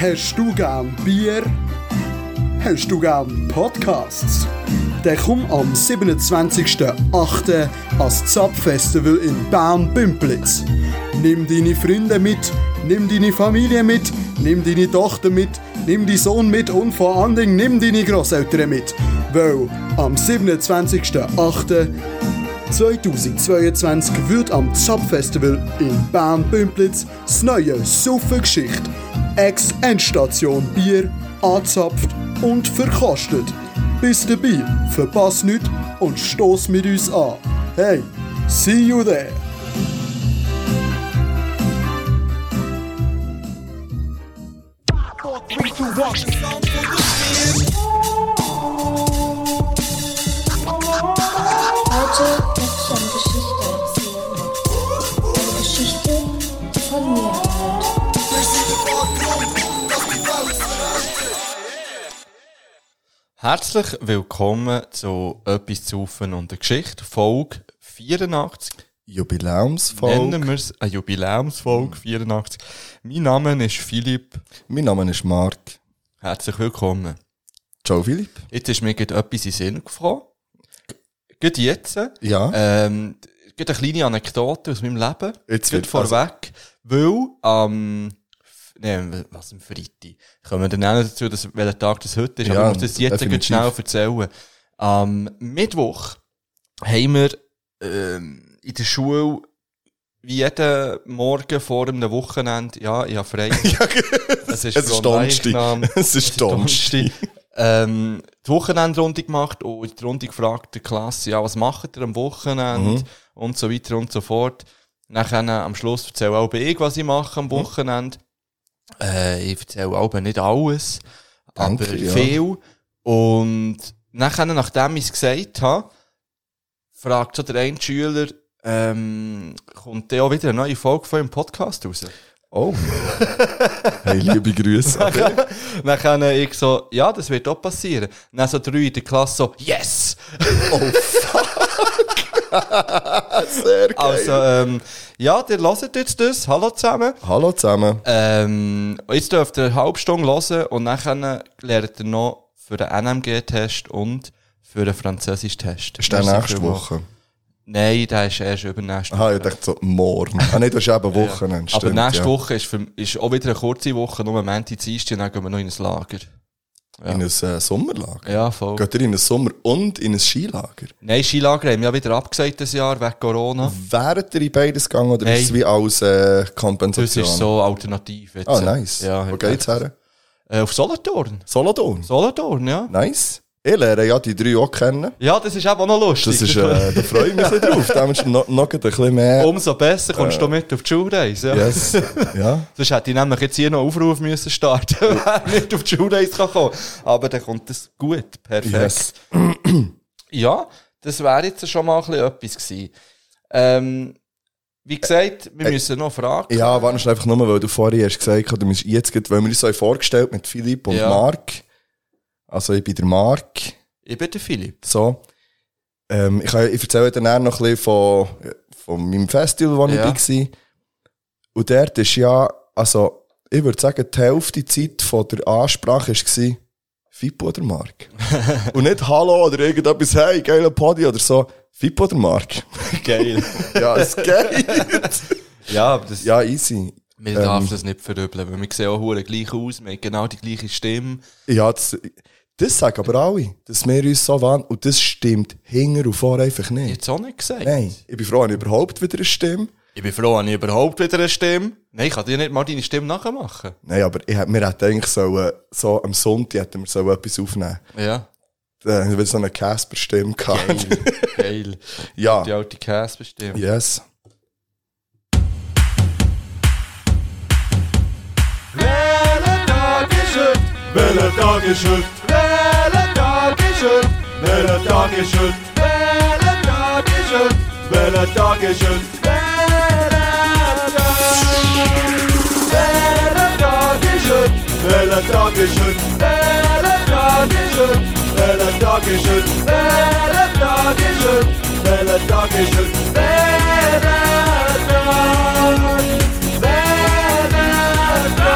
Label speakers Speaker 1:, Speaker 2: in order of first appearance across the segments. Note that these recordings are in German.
Speaker 1: Hast du gern Bier? Hast du gern Podcasts? Dann komm am 27.08. ans Zapfestival in Bern-Bümplitz. Nimm deine Freunde mit, nimm deine Familie mit, nimm deine Tochter mit, nimm deinen Sohn mit und vor allen Dingen nimm deine Großeltern mit. Weil am 27.08. 2022 wird am Zapfestival in Bern-Bümplitz das neue Suffengeschicht Ex-Endstation Bier angezapft und verkostet. Bis dabei, verpass nichts und stoß mit uns an. Hey, see you there!
Speaker 2: Heute möchte ich eine Geschichte erzählen. Eine Geschichte, die von mir handelt.
Speaker 3: Herzlich willkommen zu «Etwas zu saufen und eine Geschichte», Folge 84.
Speaker 4: Jubiläumsfolge. Mhm.
Speaker 3: Nennen wir es eine Jubiläumsfolge 84. Mein Name ist Philipp.
Speaker 4: Mein Name ist Marc.
Speaker 3: Herzlich willkommen.
Speaker 4: Ciao, Philipp.
Speaker 3: Jetzt ist mir gerade etwas in den Sinn gefahren. Gerade jetzt.
Speaker 4: Ja.
Speaker 3: Ähm, gerade eine kleine Anekdote dus aus meinem Leben.
Speaker 4: Jetzt
Speaker 3: Gerade
Speaker 4: wird-
Speaker 3: vorweg. Weil am... Nein, was am Freitag? Kommen wir dann auch noch dazu, dass, welcher Tag das heute ist. aber
Speaker 4: Ja,
Speaker 3: ich muss das jetzt gerade
Speaker 4: definitiv.
Speaker 3: schnell erzählen. Am Mittwoch haben wir ähm, in der Schule wie jeden Morgen vor einem Wochenende, ja, ich habe frei. es ist,
Speaker 4: Es ist Donnerstag.
Speaker 3: Fronleichnam.
Speaker 4: Es ist Donnerstag.
Speaker 3: ähm, die Wochenendrunde gemacht und in der Runde gefragt der Klasse, ja, was macht ihr am
Speaker 4: Mhm.
Speaker 3: Wochenende? Und so weiter und so fort. Nachher äh, am Schluss erzähle auch ich, was ich mache
Speaker 4: Mhm.
Speaker 3: am Wochenende. Äh, ich erzähle auch nicht alles,
Speaker 4: Danke,
Speaker 3: aber
Speaker 4: ja.
Speaker 3: viel. Und nachher, nachdem ich es gesagt habe, fragt so der eine Schüler, ähm, kommt der auch wieder eine neue Folge von dem Podcast raus?
Speaker 4: Oh. hey, liebe Grüße.
Speaker 3: Dann kann ich so, ja, das wird auch passieren. Dann so drei in der Klasse so, yes!
Speaker 4: oh, fuck. Sehr geil.
Speaker 3: Also, ähm, ja, ihr hört jetzt das, hallo zusammen.
Speaker 4: Hallo zusammen.
Speaker 3: Ähm, jetzt dürft ihr eine halbe Stunde hören und dann äh, lernt ihr noch für den NMG-Test und für den Französisch-Test.
Speaker 4: Ist der
Speaker 3: Merci
Speaker 4: nächste
Speaker 3: vielmals.
Speaker 4: Woche?
Speaker 3: Nein, der ist erst übernächste
Speaker 4: Aha, ich dachte so, morgen. Ah, nein, das ist eben Wochenende.
Speaker 3: Aber
Speaker 4: stimmt,
Speaker 3: nächste
Speaker 4: ja.
Speaker 3: Woche ist, für, ist auch wieder eine kurze Woche, nur Montag, Dienstag, dann gehen wir noch in ein Lager.
Speaker 4: In ein äh, Sommerlager.
Speaker 3: Ja, voll.
Speaker 4: Geht ihr in ein Sommer- und in ein Skilager?
Speaker 3: Nein, Skilager haben wir ja wieder abgesagt das Jahr, wegen Corona.
Speaker 4: Wären ihr in beides gegangen oder
Speaker 3: Nein.
Speaker 4: ist es wie als äh,
Speaker 3: Das
Speaker 4: Kompensation?
Speaker 3: ist so alternativ jetzt.
Speaker 4: Ah, nice.
Speaker 3: Ja,
Speaker 4: Wo geht's her?
Speaker 3: Äh, auf Solothurn.
Speaker 4: Solothurn.
Speaker 3: Solothurn, ja.
Speaker 4: Nice. Ich lerne ja die drei auch kennen.
Speaker 3: Ja, das ist eben auch noch lustig.
Speaker 4: Das ist, äh, da freue ich mich ein bisschen drauf. Da musst du noch, noch ein bisschen mehr.
Speaker 3: Umso besser kommst
Speaker 4: Äh,
Speaker 3: du mit auf die Schulreise. Ja.
Speaker 4: Yes. Ja.
Speaker 3: Sonst hätte ich nämlich jetzt hier noch einen Aufruf müssen starten, wer nicht auf die Schulreise kann kommen. Aber dann kommt das gut. Perfekt.
Speaker 4: Yes.
Speaker 3: Ja, das wäre jetzt schon mal ein bisschen etwas gewesen. Ähm, wie gesagt, wir müssen noch fragen.
Speaker 4: Äh, Ja, warte schnell einfach nur, weil du vorhin hast gesagt hast, du musst jetzt, gerade- weil wir uns so haben vorgestellt mit Philipp und
Speaker 3: Ja.
Speaker 4: Marc. Also ich bin der Marc.
Speaker 3: Ich bin der Philipp.
Speaker 4: So. Ähm, ich, kann- ich erzähle dann nachher noch ein bisschen von, von meinem Festival, wo
Speaker 3: Ja.
Speaker 4: ich war. Und dort ist ja, also ich würde sagen, die Hälfte der Zeit von der Ansprache war Fippo oder Mark. Und nicht Hallo oder irgendetwas, hey, geiler Podi oder so. Fippo oder Mark.
Speaker 3: Geil.
Speaker 4: ja, es geht.
Speaker 3: ja, aber das,
Speaker 4: ja, easy.
Speaker 3: wir
Speaker 4: Ähm.
Speaker 3: darf das nicht verübeln, weil wir sehen auch hure gleich aus, wir haben genau die gleiche Stimme.
Speaker 4: Ja, das, das sagen aber alle, dass wir uns so waren. Und das stimmt hinter und vor einfach nicht.
Speaker 3: Jetzt auch nicht gesagt.
Speaker 4: Nein, ich bin froh, habe ich überhaupt wieder eine Stimme.
Speaker 3: Ich bin froh, habe ich überhaupt wieder eine Stimme. Nein, ich kann dir nicht mal deine Stimme nachmachen.
Speaker 4: Nein, aber ich, hätt- wir hätten eigentlich so, äh, so am Sonntag hätten wir so etwas aufnehmen.
Speaker 3: Ja.
Speaker 4: Da haben wir so eine Casper-Stimme gehabt.
Speaker 3: Geil. Geil.
Speaker 4: ja.
Speaker 3: Die alte Casper-Stimme.
Speaker 4: Yes.
Speaker 5: Dankeschön, Bella Dankeschön, Bella Dankeschön, Bella Tag ist heute? Welcher Tag ist heute? Welcher Tag? Welcher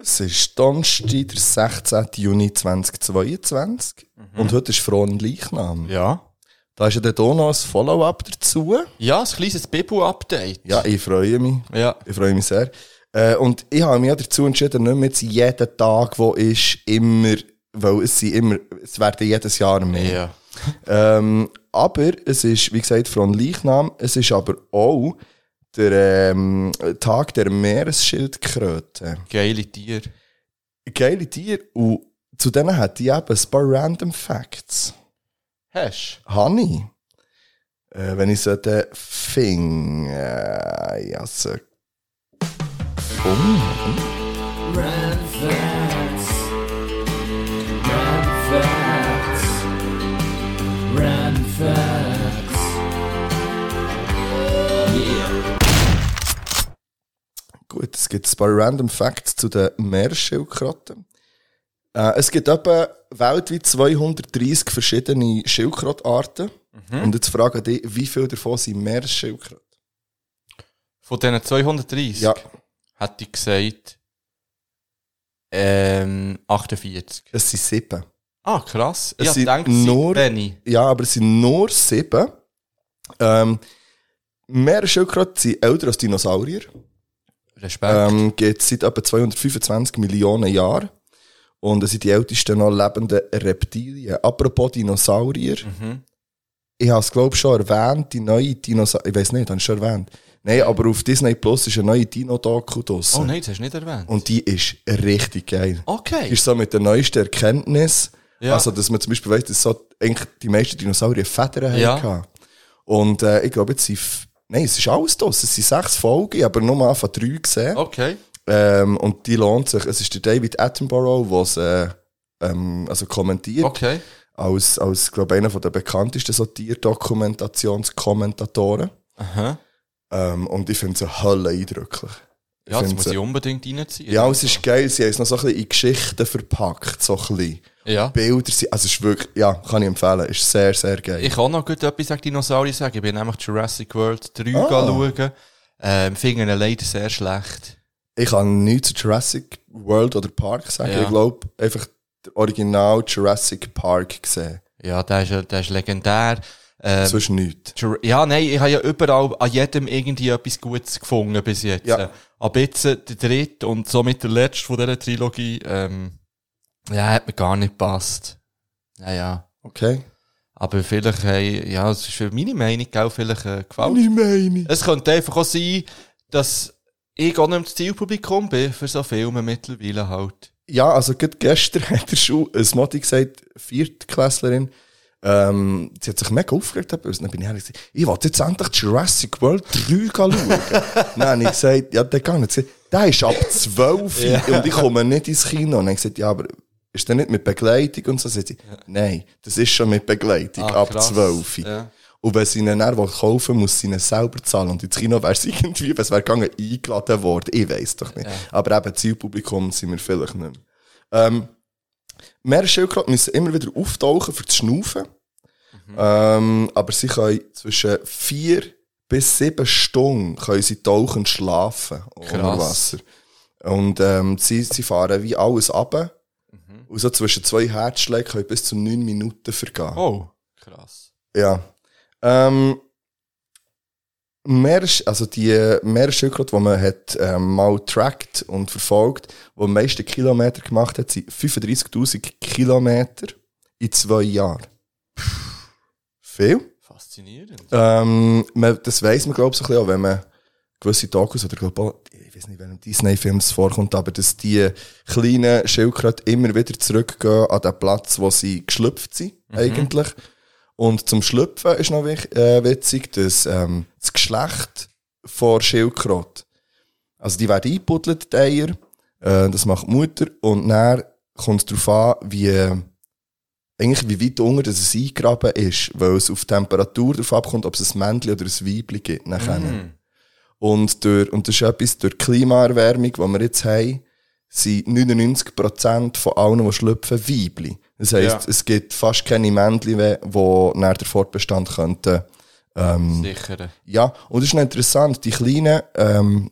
Speaker 4: Es ist Donnerstag, der 16. Juni 2022. Und heute ist Frohen Leichnam.
Speaker 3: Ja.
Speaker 4: Da ist ja dann auch noch ein Follow-up dazu.
Speaker 3: Ja, ein kleines Bibu-Update.
Speaker 4: Ja, ich freue mich.
Speaker 3: Ja.
Speaker 4: Ich freue mich sehr. Äh, und ich habe mich ja dazu entschieden, nicht mehr jetzt jeden Tag, wo ist, immer, weil es sind immer, es werden jedes Jahr mehr.
Speaker 3: Ja.
Speaker 4: Ähm, aber es ist, wie gesagt, von Leichnam, es ist aber auch der ähm, Tag der Meeresschildkröte.
Speaker 3: Geile Tiere.
Speaker 4: Geile Tiere und zu denen hat ich eben ein paar Random Facts.
Speaker 3: Hast
Speaker 4: Honey. Äh, wenn ich sollte Fing. Äh, ja, so. Um, Fing. um. Gut, es gibt ein paar Random Facts zu den Meerschildkröten. Äh, es gibt etwa weltweit 230 verschiedene Schildkrötenarten. Und jetzt frage ich dich, wie viele davon sind Meerschildkröten?
Speaker 3: Von diesen 230
Speaker 4: Ja,
Speaker 3: hätte ich gesagt, ähm, 48.
Speaker 4: es sind sieben.
Speaker 3: Ah, krass.
Speaker 4: Es
Speaker 3: Ich
Speaker 4: sind
Speaker 3: denke,
Speaker 4: nur-
Speaker 3: Benny.
Speaker 4: Ja, aber es sind nur sieben. Ähm, Meeresschildkröten sind älter als Dinosaurier.
Speaker 3: Respekt.
Speaker 4: Ähm, Geht seit etwa 225 Millionen Jahren. Und es sind die ältesten noch lebenden Reptilien. Apropos Dinosaurier.
Speaker 3: Mhm.
Speaker 4: Ich habe es, glaube ich, schon erwähnt, die neue Dinosaurier. Ich weiß nicht, habe ich schon erwähnt. Nein, aber auf Disney Plus ist eine neue Dino-Doku draussen.
Speaker 3: oh nein, das hast du nicht erwähnt.
Speaker 4: Und die ist richtig geil.
Speaker 3: okay.
Speaker 4: Ist so mit der neuesten Erkenntnis.
Speaker 3: Ja.
Speaker 4: Also, dass man zum Beispiel weiss, dass so eigentlich die meisten Dinosaurier Federn
Speaker 3: Ja.
Speaker 4: hatten. Und äh, ich glaube, jetzt sind. f- Nein, es ist alles draus. Es sind sechs Folgen, ich habe aber nur von drei gesehen.
Speaker 3: Okay.
Speaker 4: Ähm, und die lohnt sich. Es ist der David Attenborough, der es äh, ähm, also kommentiert.
Speaker 3: Okay.
Speaker 4: Als, als glaube einer der bekanntesten so Tierdokumentationskommentatoren.
Speaker 3: Aha.
Speaker 4: Ähm, und ich finde es hölle eindrücklich.
Speaker 3: Ja, das
Speaker 4: find's-
Speaker 3: muss ich unbedingt reinziehen.
Speaker 4: Ja, es ist geil, sie haben es noch so ein bisschen in Geschichten verpackt, so ein bisschen.
Speaker 3: Ja.
Speaker 4: Bilder sind, also es ist wirklich, ja, kann ich empfehlen, ist sehr, sehr geil.
Speaker 3: Ich kann auch noch gut etwas gegen Dinosaurier sagen. Ich bin nämlich Jurassic World 3
Speaker 4: Ah.
Speaker 3: ah. schauen. Ähm, finde ihn leider sehr schlecht.
Speaker 4: Ich kann nichts zu Jurassic World oder Park sagen,
Speaker 3: Ja.
Speaker 4: ich glaube, einfach der Original Jurassic Park gesehen.
Speaker 3: Ja, eh, der ist, ja- der ist legendär. Ähm,
Speaker 4: Zwischen nichts.
Speaker 3: Jur- ja, nein, ich habe ja überall an jedem irgendwie etwas Gutes gefunden bis jetzt. Eh,
Speaker 4: Ja.
Speaker 3: Ab jetzt äh, der dritte und somit der letzte von dieser Trilogie, ähm, ja, hat mir gar nicht gepasst. Naja.
Speaker 4: Okay.
Speaker 3: Aber vielleicht, hey, ja, es ist für meine Meinung auch vielleicht äh, gefällt.
Speaker 4: Meine Meinung.
Speaker 3: Es könnte einfach auch sein, dass ich auch nicht das Zielpublikum bin für so Filme mittlerweile halt.
Speaker 4: Ja, also gerade gestern hat der Schuh, ein Motti gesagt, Viertklässlerin, ähm, sie hat sich mega aufgeregt über uns. Dann bin ich ehrlich gesagt, ich wollte jetzt endlich Jurassic World 3 schauen. dann habe ich gesagt, ja, der kann nicht. Sie- Der ist ab 12 Uhr und ich komme nicht ins Kino. Und dann habe ich gesagt, ja, aber ist der nicht mit Begleitung und so? Sagt sie, nein, das ist schon mit Begleitung,
Speaker 3: Ah,
Speaker 4: ab
Speaker 3: krass.
Speaker 4: 12 Uhr.
Speaker 3: Ja.
Speaker 4: Und wenn sie ihn dann will kaufen muss sie ihn selber zahlen. Und ins Kino wäre es irgendwie, es wäre gegangen, eingeladen worden. Ich weiß doch nicht. Aber eben, Zielpublikum sind wir vielleicht nicht mehr. Ähm, Meeresschildkröten müssen immer wieder auftauchen für das Schnaufen. Ähm, aber sie können zwischen vier bis sieben Stunden können sie tauchen und schlafen unter
Speaker 3: Krass.
Speaker 4: Wasser. Und ähm, sie, sie fahren wie alles ab. Und so zwischen zwei Herzschlägen können bis zu neun Minuten vergehen.
Speaker 3: Oh, krass.
Speaker 4: Ja. Ähm, mehr, also die äh, Meeresschildkröte, die man hat, ähm, mal trackt und verfolgt, die am meisten Kilometer gemacht hat, sind 35.000 Kilometer in zwei Jahren. Viel.
Speaker 3: Faszinierend.
Speaker 4: Ähm, man, das weiss man, glaube ich, so ein bisschen auch, wenn man gewisse Dokus oder glaub, auch, ich weiß nicht, wenn ein Disney-Film es vorkommt, aber dass die kleinen Schildkröten immer wieder zurückgehen an den Platz, wo sie geschlüpft sind, eigentlich. Und zum Schlüpfen ist noch wich, äh, witzig, dass ähm, das Geschlecht von Schildkröten, also die werden eingebuddelt, die Eier, äh, das macht die Mutter, und dann kommt es darauf an, wie... Äh, eigentlich wie weit unter dass es eingraben ist, weil es auf die Temperatur darauf abkommt, ob es ein Männchen oder ein Weibchen gibt. Nachher. Und, durch, und das ist etwas durch die Klimaerwärmung, die wir jetzt haben, sind 99% von allen, die schlüpfen, Weibli. Das heisst,
Speaker 3: Ja.
Speaker 4: es gibt fast keine Männchen, mehr, die nach der Fortbestand könnten.
Speaker 3: sichern.
Speaker 4: Ja, und das ist noch interessant, die kleinen, ähm,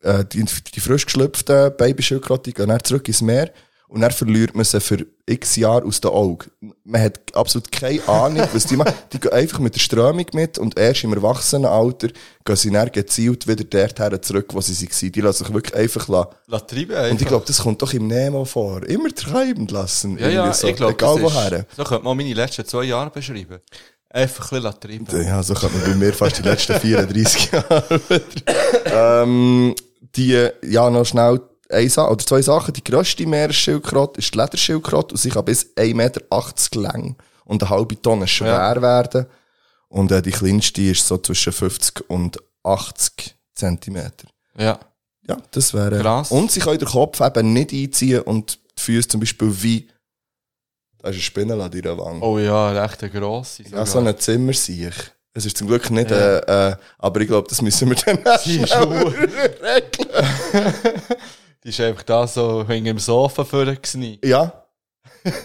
Speaker 4: äh, die, die frisch geschlüpften Babyschildkröten gehen dann zurück ins Meer und dann verliert man sie für x Jahre aus den Augen. Man hat absolut keine Ahnung, was die machen. Die gehen einfach mit der Strömung mit und erst im Erwachsenenalter gehen sie dann gezielt wieder dorthin zurück, wo sie waren. Die lassen sich wirklich einfach lassen.
Speaker 3: Lass treiben einfach.
Speaker 4: Und ich glaube, das kommt doch im Nemo vor. Immer treiben lassen.
Speaker 3: ja, ja,
Speaker 4: irgendwie so.
Speaker 3: ich glaube,
Speaker 4: Egal
Speaker 3: das
Speaker 4: woher.
Speaker 3: ist, so könnte man meine letzten zwei Jahre beschreiben. Einfach ein bisschen lassen treiben.
Speaker 4: Ja, so kann man bei mir fast die letzten 34 Jahre. ähm, die, ja, noch schnell eine Sache, oder zwei Sachen. Die grösste Meeresschildkröte ist die Lederschildkröte und sie kann bis 1,80 Meter lang und eine halbe Tonne schwer werden. Und äh, die kleinste ist so zwischen 50 und 80 Zentimeter.
Speaker 3: Ja.
Speaker 4: Ja, das wäre.
Speaker 3: Krass.
Speaker 4: Und sie können den Kopf eben nicht einziehen und die Füße zum Beispiel wie. Da ist eine Spinne an deiner Wange.
Speaker 3: Oh ja, recht eine grosse.
Speaker 4: Ja, so ein Zimmer sehe ich. Es ist zum Glück nicht, äh, äh, aber ich glaube, das müssen wir dann
Speaker 3: Die ist nur- Die ist einfach da so hinter dem Sofa vorgesneakt.
Speaker 4: Ja.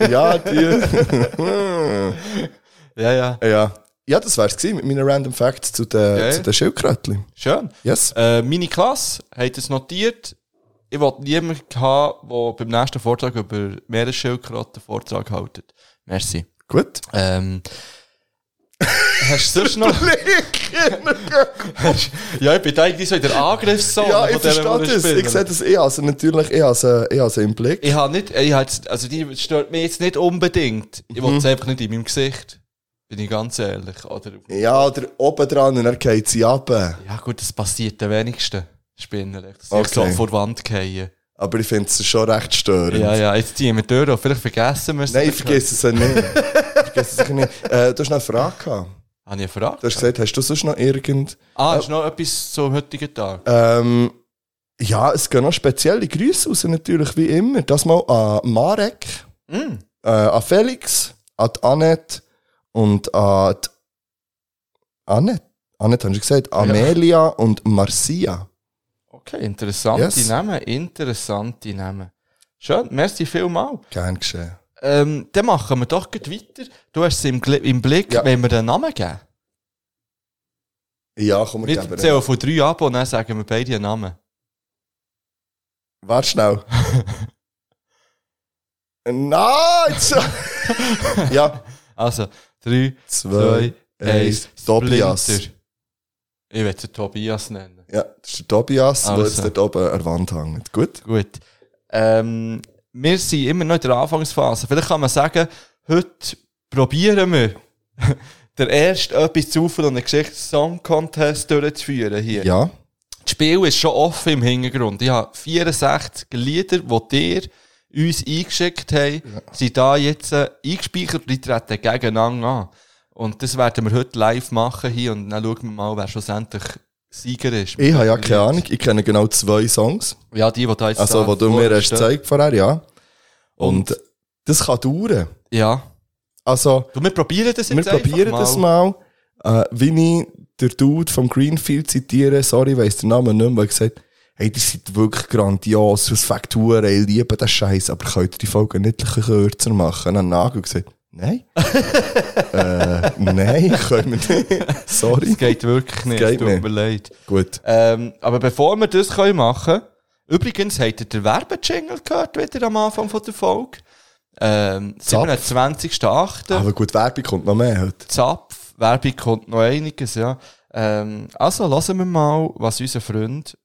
Speaker 4: Ja, die.
Speaker 3: Ja, ja.
Speaker 4: ja. Ja, das wär's gewesen mit meinen Random Facts zu den,
Speaker 3: Okay.
Speaker 4: zu den Schildkrötchen.
Speaker 3: Schön.
Speaker 4: Yes.
Speaker 3: Äh, meine Klasse hat es notiert. Ich wollte niemanden haben, der beim nächsten Vortrag über Meeresschildkröten Vortrag hält. Merci.
Speaker 4: Gut.
Speaker 3: Ähm, hast du sonst noch... Hast- ja, ich bin eigentlich so in der Angriffszone.
Speaker 4: Ja, ich
Speaker 3: Oh, von dieser
Speaker 4: verstehe das.
Speaker 3: Spielerin.
Speaker 4: Ich sehe das eh. Also natürlich, ich habe es im Blick.
Speaker 3: Ich habe nicht, ich habe jetzt, also die stört mich jetzt nicht unbedingt. Ich
Speaker 4: Mhm.
Speaker 3: will es einfach nicht in meinem Gesicht. Bin ich ganz ehrlich. Oder,
Speaker 4: Ja, oder oben dran und dann geht sie ab.
Speaker 3: ja gut, das passiert den wenigsten Spinnen. Dass
Speaker 4: Okay.
Speaker 3: ich so vor die Wand fallen.
Speaker 4: Aber ich finde es schon recht störend.
Speaker 3: Ja, ja, jetzt ziehen wir durch. und Vielleicht vergessen wir es.
Speaker 4: Nein, ich vergesse es ja nicht. ich vergesse es sicher nicht. Äh, du hast noch eine Frage gehabt.
Speaker 3: Habe ich eine Frage?
Speaker 4: Du hast gesagt, hast du sonst noch irgend...
Speaker 3: ah, ist noch etwas zum heutigen Tag?
Speaker 4: Ähm, ja, es gehen noch spezielle Grüße raus, natürlich, wie immer. Das mal an Marek,
Speaker 3: Mm.
Speaker 4: äh, an Felix, an die Annette und an die Annette. Annette, hast du gesagt? Amelia und Marcia.
Speaker 3: Okay, interessante
Speaker 4: Yes.
Speaker 3: Namen. Interessante Namen. Schön, merci vielmals.
Speaker 4: Gern geschehen.
Speaker 3: Ähm, dann machen wir doch gleich weiter. Du hast es im, Gli- im Blick,
Speaker 4: Ja.
Speaker 3: wenn wir den Namen geben.
Speaker 4: Ja, komm, wir
Speaker 3: Wir
Speaker 4: geben
Speaker 3: zählen von drei ab und dann sagen wir beide einen Namen.
Speaker 4: Warte schnell. Nein! jetzt- ja,
Speaker 3: Also, drei,
Speaker 4: zwei.
Speaker 3: zwei, eins.
Speaker 4: Tobias.
Speaker 3: Splinter. Ich will den Tobias nennen.
Speaker 4: Ja, das ist der Tobias, der
Speaker 3: Also.
Speaker 4: jetzt dort oben an der Wand hängt. Gut?
Speaker 3: Gut. Ähm, wir sind immer noch in der Anfangsphase. Vielleicht kann man sagen, heute probieren wir, der erste etwas zu und einen Geschichts-Song-Contest durchzuführen hier.
Speaker 4: Ja.
Speaker 3: Das Spiel ist schon offen im Hintergrund. Ich habe 64 Lieder, die dir uns eingeschickt haben, sind da jetzt äh, eingespeichert und die treten gegeneinander an. Und das werden wir heute live machen hier und dann schauen wir mal, wer schlussendlich Sieger ist.
Speaker 4: Ich habe ja keine Ahnung, ich kenne genau zwei Songs.
Speaker 3: Ja, die, die da jetzt
Speaker 4: Also,
Speaker 3: da
Speaker 4: die du mir hast
Speaker 3: vorstehen.
Speaker 4: gezeigt vorher, ja. Und das kann dauern.
Speaker 3: Ja.
Speaker 4: Also,
Speaker 3: Du, wir probieren das jetzt
Speaker 4: wir
Speaker 3: einfach
Speaker 4: probieren
Speaker 3: mal.
Speaker 4: das mal. Äh, wie ich der Dude vom Greenfield zitiere, sorry, weiss den Namen nicht mehr, der gesagt hat, hey, die sind wirklich grandios, aus Fakturen, ich liebe den Scheiß, aber könnt ihr die Folge nicht ein bisschen kürzer machen? Dann hat Nagel gesagt, nein. äh, nein, können wir nicht. Sorry.
Speaker 3: Das geht wirklich nicht,
Speaker 4: Das geht
Speaker 3: tut
Speaker 4: nicht.
Speaker 3: mir leid.
Speaker 4: Gut.
Speaker 3: Ähm, aber bevor wir das können machen übrigens habt ihr den Werbejingle gehört wieder am Anfang von der Folge. Ähm,
Speaker 4: Zapf. Ah.
Speaker 3: 27.08.
Speaker 4: Aber gut, Werbung kommt noch mehr heute.
Speaker 3: Zapf, Werbung kommt noch einiges, ja. Ähm, also, lassen wir mal, was unser Freund...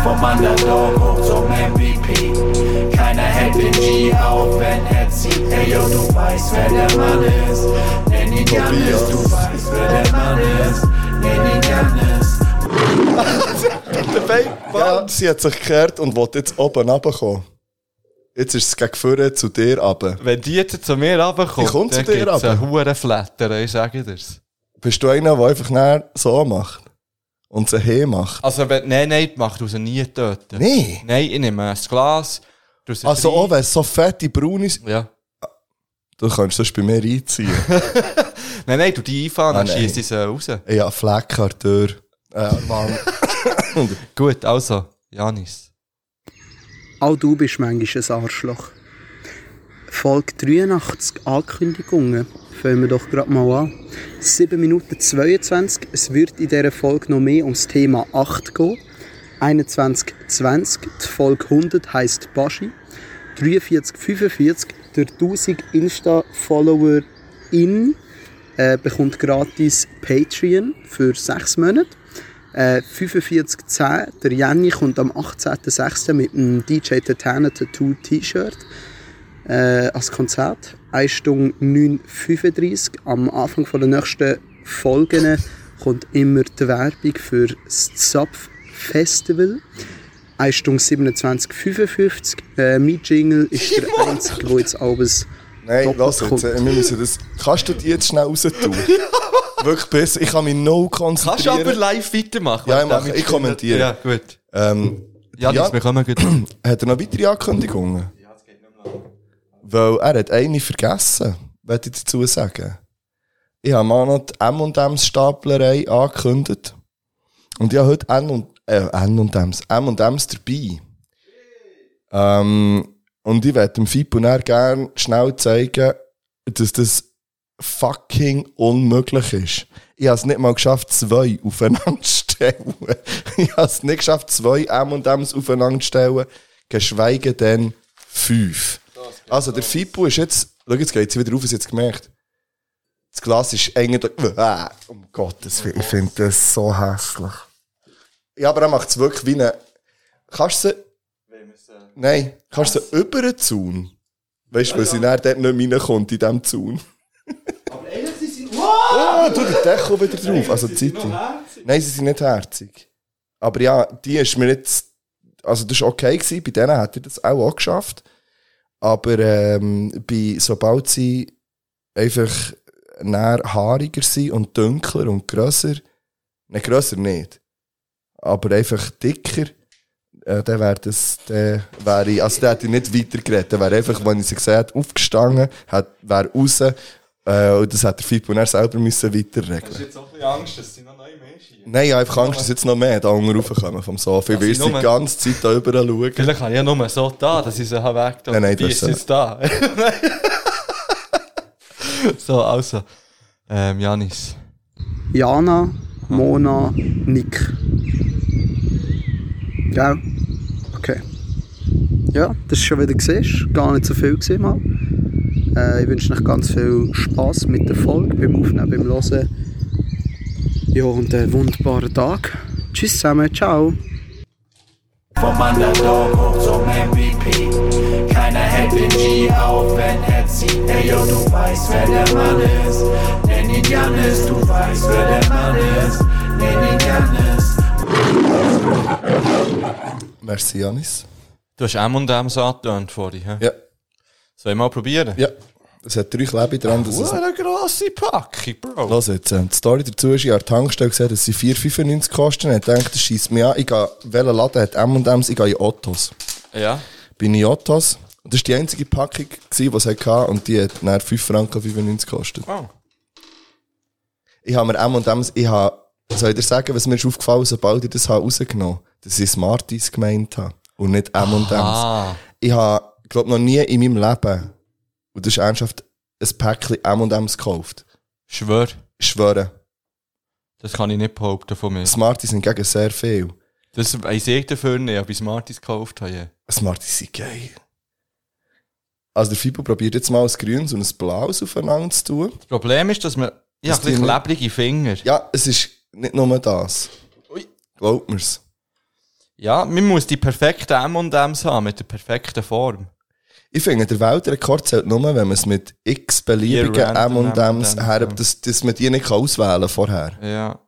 Speaker 5: Vom Underdog hoch zum MVP. Keiner hält den G auf, wenn er zieht. Hey yo, du weißt, wer der Mann ist. Nenn ihn Janis, du weißt, wer der Mann ist. Nenn ihn Janis.
Speaker 4: Ja, sie hat sich gekehrt und will jetzt oben runterkommen. Jetzt ist es gegen vorne zu dir runter.
Speaker 3: Wenn die jetzt zu mir runterkommt,
Speaker 4: Die kommt zu
Speaker 3: dann
Speaker 4: dir
Speaker 3: gibt's
Speaker 4: runter.
Speaker 3: einen hohen Flatter, ich sage dir's.
Speaker 4: Bist du einer, der einfach näher so macht? Und sie he macht?
Speaker 3: Also, wenn, nein, nein, die macht aus nie töten.
Speaker 4: Nee.
Speaker 3: Nein, ich nehme ein Glas. tu sie
Speaker 4: Also
Speaker 3: rein.
Speaker 4: auch wenn es so fette braun ist,
Speaker 3: Ja.
Speaker 4: du kannst sonst bei mir reinziehen.
Speaker 3: Nein, nein, du die einfahren,
Speaker 4: Ah,
Speaker 3: dann
Speaker 4: nein.
Speaker 3: schießt sie raus.
Speaker 4: ja, Fleck an der Tür. Äh, Mann.
Speaker 3: Gut, also, Janis.
Speaker 6: Auch du bist manchmal ein Arschloch. Folge 83 Ankündigungen. Fangen wir doch gerade mal an. 7 Minuten 22. Es wird in dieser Folge noch mehr ums Thema 8 gehen. 21 20. Die Folge 100 heisst Baschi. 43 45. Der 1000 Insta-Follower in äh, bekommt gratis Patreon für 6 Monate. Äh, 4510, der Jenny kommt am 18.06. mit einem DJ Tatana Tattoo T-Shirt äh, als Konzert. 1 Stunde 9.35 Am Anfang von der nächsten Folgen kommt immer die Werbung für das Zapf Festival. 1 Stunde 27.55 Äh, mein Jingle ist der einzige, der jetzt abends
Speaker 4: Nein,
Speaker 6: doppelt
Speaker 4: lass jetzt,
Speaker 6: kommt.
Speaker 4: äh, wir müssen das. Kannst du die jetzt schnell raus tun? Wirklich besser. Ich kann mich null konzentrieren.
Speaker 3: Kannst du aber live weitermachen?
Speaker 4: Ja, ich
Speaker 3: Wenn du
Speaker 4: mache-
Speaker 3: damit
Speaker 4: ich kommentiere.
Speaker 3: Ja, gut.
Speaker 4: ähm,
Speaker 3: Ja,
Speaker 4: Ja.
Speaker 3: ja. wir kommen gut.
Speaker 4: Hat er noch weitere Ankündigungen? Ja, es geht nicht mehr Weil er hat eine vergessen, werde ich dazu sagen. Ich habe mal noch die M&M's-Staplerei angekündigt. Und ich habe heute N und, äh, M&M's, M&M's dabei. Ähm, und ich werde dem Fippo dann gerne schnell zeigen, dass das fucking unmöglich ist. Ich habe es nicht mal geschafft, zwei aufeinander zu stellen. Ich habe es nicht geschafft, zwei M&M's aufeinander zu stellen, geschweige denn fünf. Also der Fippo ist jetzt, schau, jetzt geht sie wieder auf, hast du jetzt gemerkt. Das Glas ist enger, da- äh, um Gottes Willen, ich finde das so hässlich. Ja, aber er macht es wirklich wie eine, kannst du sie, nein, kannst du sie über den Zaun, weißt du, weil sie dann dort nicht reinkommt in diesem Zaun. Ah, du, der Deckel wieder drauf. Also die Zeitung. Nein, sie sind nicht herzig. Aber ja, die ist mir jetzt. Also das war okay, gewesen. bei denen hat er das auch, auch geschafft. Aber ähm, bei, sobald sie einfach näher haariger sind und dunkler und grösser, nein, grösser nicht, aber einfach dicker, äh, dann wäre das, dann wäre ich, also dann hätte ich nicht weitergeredet, dann wäre einfach, wenn ich sie gesehen hätte, aufgestanden, hat- wäre raus, äh, und das hat der Fippo dann selber müssen weiterregeln.
Speaker 3: jetzt auch ein bisschen Angst, dass sie noch neue Menschen hier.
Speaker 4: Nein, ich habe einfach Angst, dass jetzt noch mehr da unten raufkommen vom Sofa. Ich will
Speaker 3: sind
Speaker 4: sie die
Speaker 3: nur-
Speaker 4: ganze Zeit da rüber schauen.
Speaker 3: Vielleicht habe ich ja nur so da, dass ich sie habe weg
Speaker 4: Nein, nein,
Speaker 3: Die
Speaker 4: das
Speaker 3: ist
Speaker 4: ist-
Speaker 3: jetzt da. so, also. Ähm, Janis.
Speaker 6: Jana, Mona, Nick. Ja. Okay. Ja, das ist schon wieder gesehen. Gar nicht so viel gewesen mal. Äh, ich wünsche euch ganz viel Spaß mit der Folge, beim Aufnehmen, beim Hören. Ja, und einen wunderbaren Tag. Tschüss zusammen, ciao.
Speaker 5: Vom Underdog hoch zum MVP. Keiner hält den G auf, wenn er zieht. Ey, yo, du weißt, wer der Mann ist. Nenn ihn Janis, du weißt, wer der Mann ist. Nenn ihn Janis.
Speaker 4: Merci, Janis.
Speaker 3: Du hast M&M's angetönt vorhin, hä?
Speaker 4: Ja,
Speaker 3: Soll ich mal probieren?
Speaker 4: ja. Es hat drei Klebe dran. dass es-
Speaker 3: Wow, eine grosse Packung, Bro.
Speaker 4: Los jetzt, ähm, die Story dazu ist, ich habe an der Tankstelle gesehen, dass sie 4,95 kosten. Ich dachte, das scheisst mich an. Ich gehe, welcher Laden hat M&M's? Ich gehe in Ottos.
Speaker 3: Ja.
Speaker 4: Bin ich in Ottos. Und Das war die einzige Packung, gewesen, die es hatte. Und die hat dann 5,95 Franken gekostet.
Speaker 3: Oh.
Speaker 4: Ich habe mir M&M's, ich habe, soll ich dir sagen, was mir ist aufgefallen, sobald ich das habe rausgenommen habe? Dass ich Smarties gemeint habe. Und nicht M&M's.
Speaker 3: Ah.
Speaker 4: Ich habe, glaube noch nie in meinem Leben, und das ist ernsthaft, ein Päckchen M&M's gekauft.
Speaker 3: Schwör.
Speaker 4: Ich schwöre.
Speaker 3: Das kann ich nicht behaupten von mir.
Speaker 4: Smarties sind gegen sehr viel.
Speaker 3: Das weiss ich dafür nicht, ob ich Smarties gekauft habe.
Speaker 4: Smarties sind geil. Also der Fibo probiert jetzt mal ein grünes und ein blaues aufeinander zu tun.
Speaker 3: Das Problem ist, dass man... Ich
Speaker 4: Dass
Speaker 3: habe ein bisschen
Speaker 4: die-
Speaker 3: klebrige Finger.
Speaker 4: Ja, es ist nicht nur das.
Speaker 3: Ui.
Speaker 4: Glaubt mir's.
Speaker 3: Ja, man muss die perfekten M&M's haben, mit der perfekten Form.
Speaker 4: Ich finde, der Weltrekord zählt nur, wenn man es mit x beliebigen
Speaker 3: Yeah, random
Speaker 4: M&M's
Speaker 3: M&Ms,
Speaker 4: her,
Speaker 3: ja.
Speaker 4: dass, dass man die nicht auswählen kann vorher.
Speaker 3: Ja.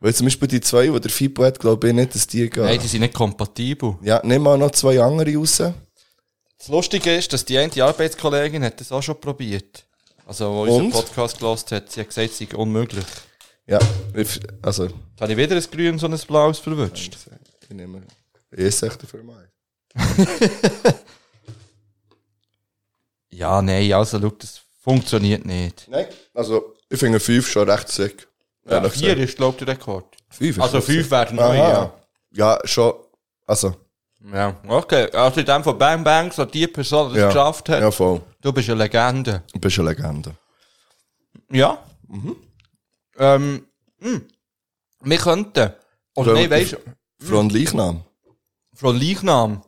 Speaker 4: Weil zum Beispiel die zwei, die der Fibo hat, glaube ich nicht, dass die gehen.
Speaker 3: Nein, die sind nicht kompatibel.
Speaker 4: ja, nimm mal noch zwei andere raus.
Speaker 3: Das Lustige ist, dass die eine Arbeitskollegin hat das auch schon probiert. Also, wo
Speaker 4: Und?
Speaker 3: unseren Podcast gelost hat, sie hat gesagt, es sei unmöglich.
Speaker 4: Ja, ich- also,
Speaker 3: Jetzt habe ich weder ein grünes und ein blaues verwünscht.
Speaker 4: ich nehme... Ich esse echt dafür mal.
Speaker 3: Ja, nein, also, schau, das funktioniert nicht.
Speaker 4: Nein, also, ich finde fünf schon recht sick.
Speaker 3: Ja,
Speaker 4: Ehrlich
Speaker 3: vier
Speaker 4: gesagt.
Speaker 3: ist, glaube ich, der Rekord.
Speaker 4: Fünf ist
Speaker 3: Also
Speaker 4: schon sick.
Speaker 3: fünf wären neu,
Speaker 4: Aha.
Speaker 3: ja.
Speaker 4: Ja, schon. Also,
Speaker 3: Ja, okay. Also in dem von Bang Bang, so die Person, die das
Speaker 4: ja.
Speaker 3: geschafft hat.
Speaker 4: Ja, voll.
Speaker 3: Du bist eine Legende.
Speaker 4: Du bist eine Legende.
Speaker 3: Ja.
Speaker 4: Mhm.
Speaker 3: Ähm, mh. Wir könnten, oder
Speaker 4: Frau-
Speaker 3: nein, weißt Hm?
Speaker 4: Frau und Leichnam.
Speaker 3: von Leichnam,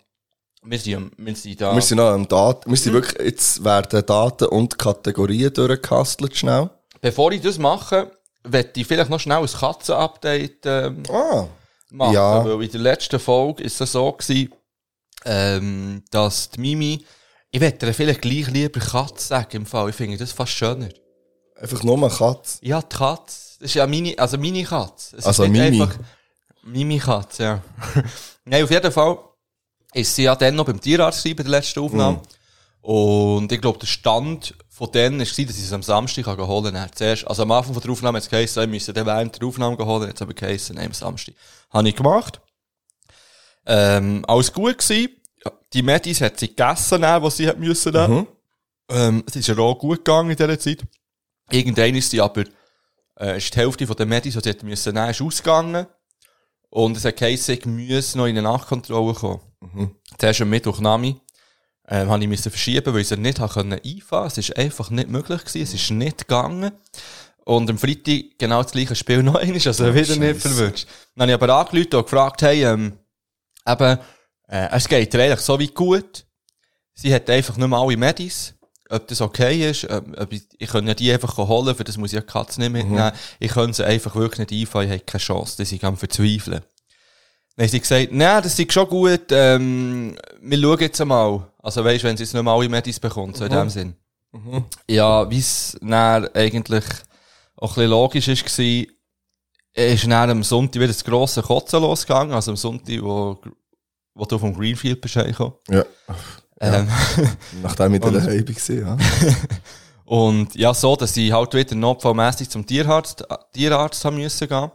Speaker 3: wir sind, wir sind da.
Speaker 4: Wir sind noch am Daten. Wir sind
Speaker 3: Hm?
Speaker 4: wirklich, jetzt werden Daten und Kategorien durchgekastelt schnell.
Speaker 3: Bevor ich das mache, werde ich vielleicht noch schnell ein Katzen-Update ähm,
Speaker 4: Ah.
Speaker 3: machen.
Speaker 4: Ja.
Speaker 3: Weil in der letzten Folge ist es so gewesen, ähm, dass die Mimi, ich werde vielleicht gleich lieber Katze sagen im Fall. Ich finde das fast schöner.
Speaker 4: Einfach nur eine Katze.
Speaker 3: Ja, die Katze. Das ist ja meine, also meine Katze. Es
Speaker 4: Also
Speaker 3: ist nicht
Speaker 4: Mimi.
Speaker 3: Mimi Katze, ja. Nein, auf jeden Fall ist sie ja dann noch beim Tierarzt gewesen bei der letzten Aufnahme. Und ich glaube, der Stand von denen war, dass ich es am Samstag kann holen kann. Zuerst, also am Anfang von der Aufnahme hat es geheißen, ich müsste dann während der Aufnahme holen. Jetzt habe ich geheißen, nein, am Samstag. Habe ich gemacht. Ähm, alles gut gewesen. Die Medis hat sie gegessen, dann, was sie hat müssen. Mhm. Ähm, es ist ja auch gut gegangen in dieser Zeit. Irgendwann ist sie aber, äh, ist die Hälfte von den Medis, die sie hätte müssen nehmen, ist ausgegangen. Und es hat geheißen, ich müsse noch in eine Nachkontrolle kommen. Zuerst am Mittwoch Nami, ähm, habe ich müssen verschieben, weil ich sie nicht habe können einfahren konnte. Es ist einfach nicht möglich gewesen, es ist nicht gegangen. Und am Freitag genau das gleiche Spiel noch einmal, also wieder nicht verwünscht. Dann habe ich aber angerufen und gefragt, hey, ähm, eben, äh, es geht ihr eigentlich so wie gut. Sie hat einfach nicht mehr alle Medis. Ob das okay ist, ähm, ob, ob ich, ich kann ja die einfach holen, für das muss ich ja die Katze nicht mitnehmen. Ich kann sie einfach wirklich nicht einfahren, ich habe keine Chance, dass ich am Verzweifeln. Dann haben sie gesagt, nein, das ist schon gut, ähm, wir schauen jetzt einmal. Also weisst, wenn sie jetzt nicht mehr alle Medis bekommt, so in dem Sinn. Ja, wie es dann eigentlich auch ein bisschen logisch ist, war, ist dann am Sonntag wieder das grosse Kotzen losgegangen, also am Sonntag, wo, wo du vom Greenfield bist heimgekommen.
Speaker 4: Ja.
Speaker 3: Ähm,
Speaker 4: Nachdem ich dann daheim war, ja.
Speaker 3: Und ja, so, dass ich halt wieder notfallmässig zum Tierarzt, äh, Tierarzt haben müssen gehen.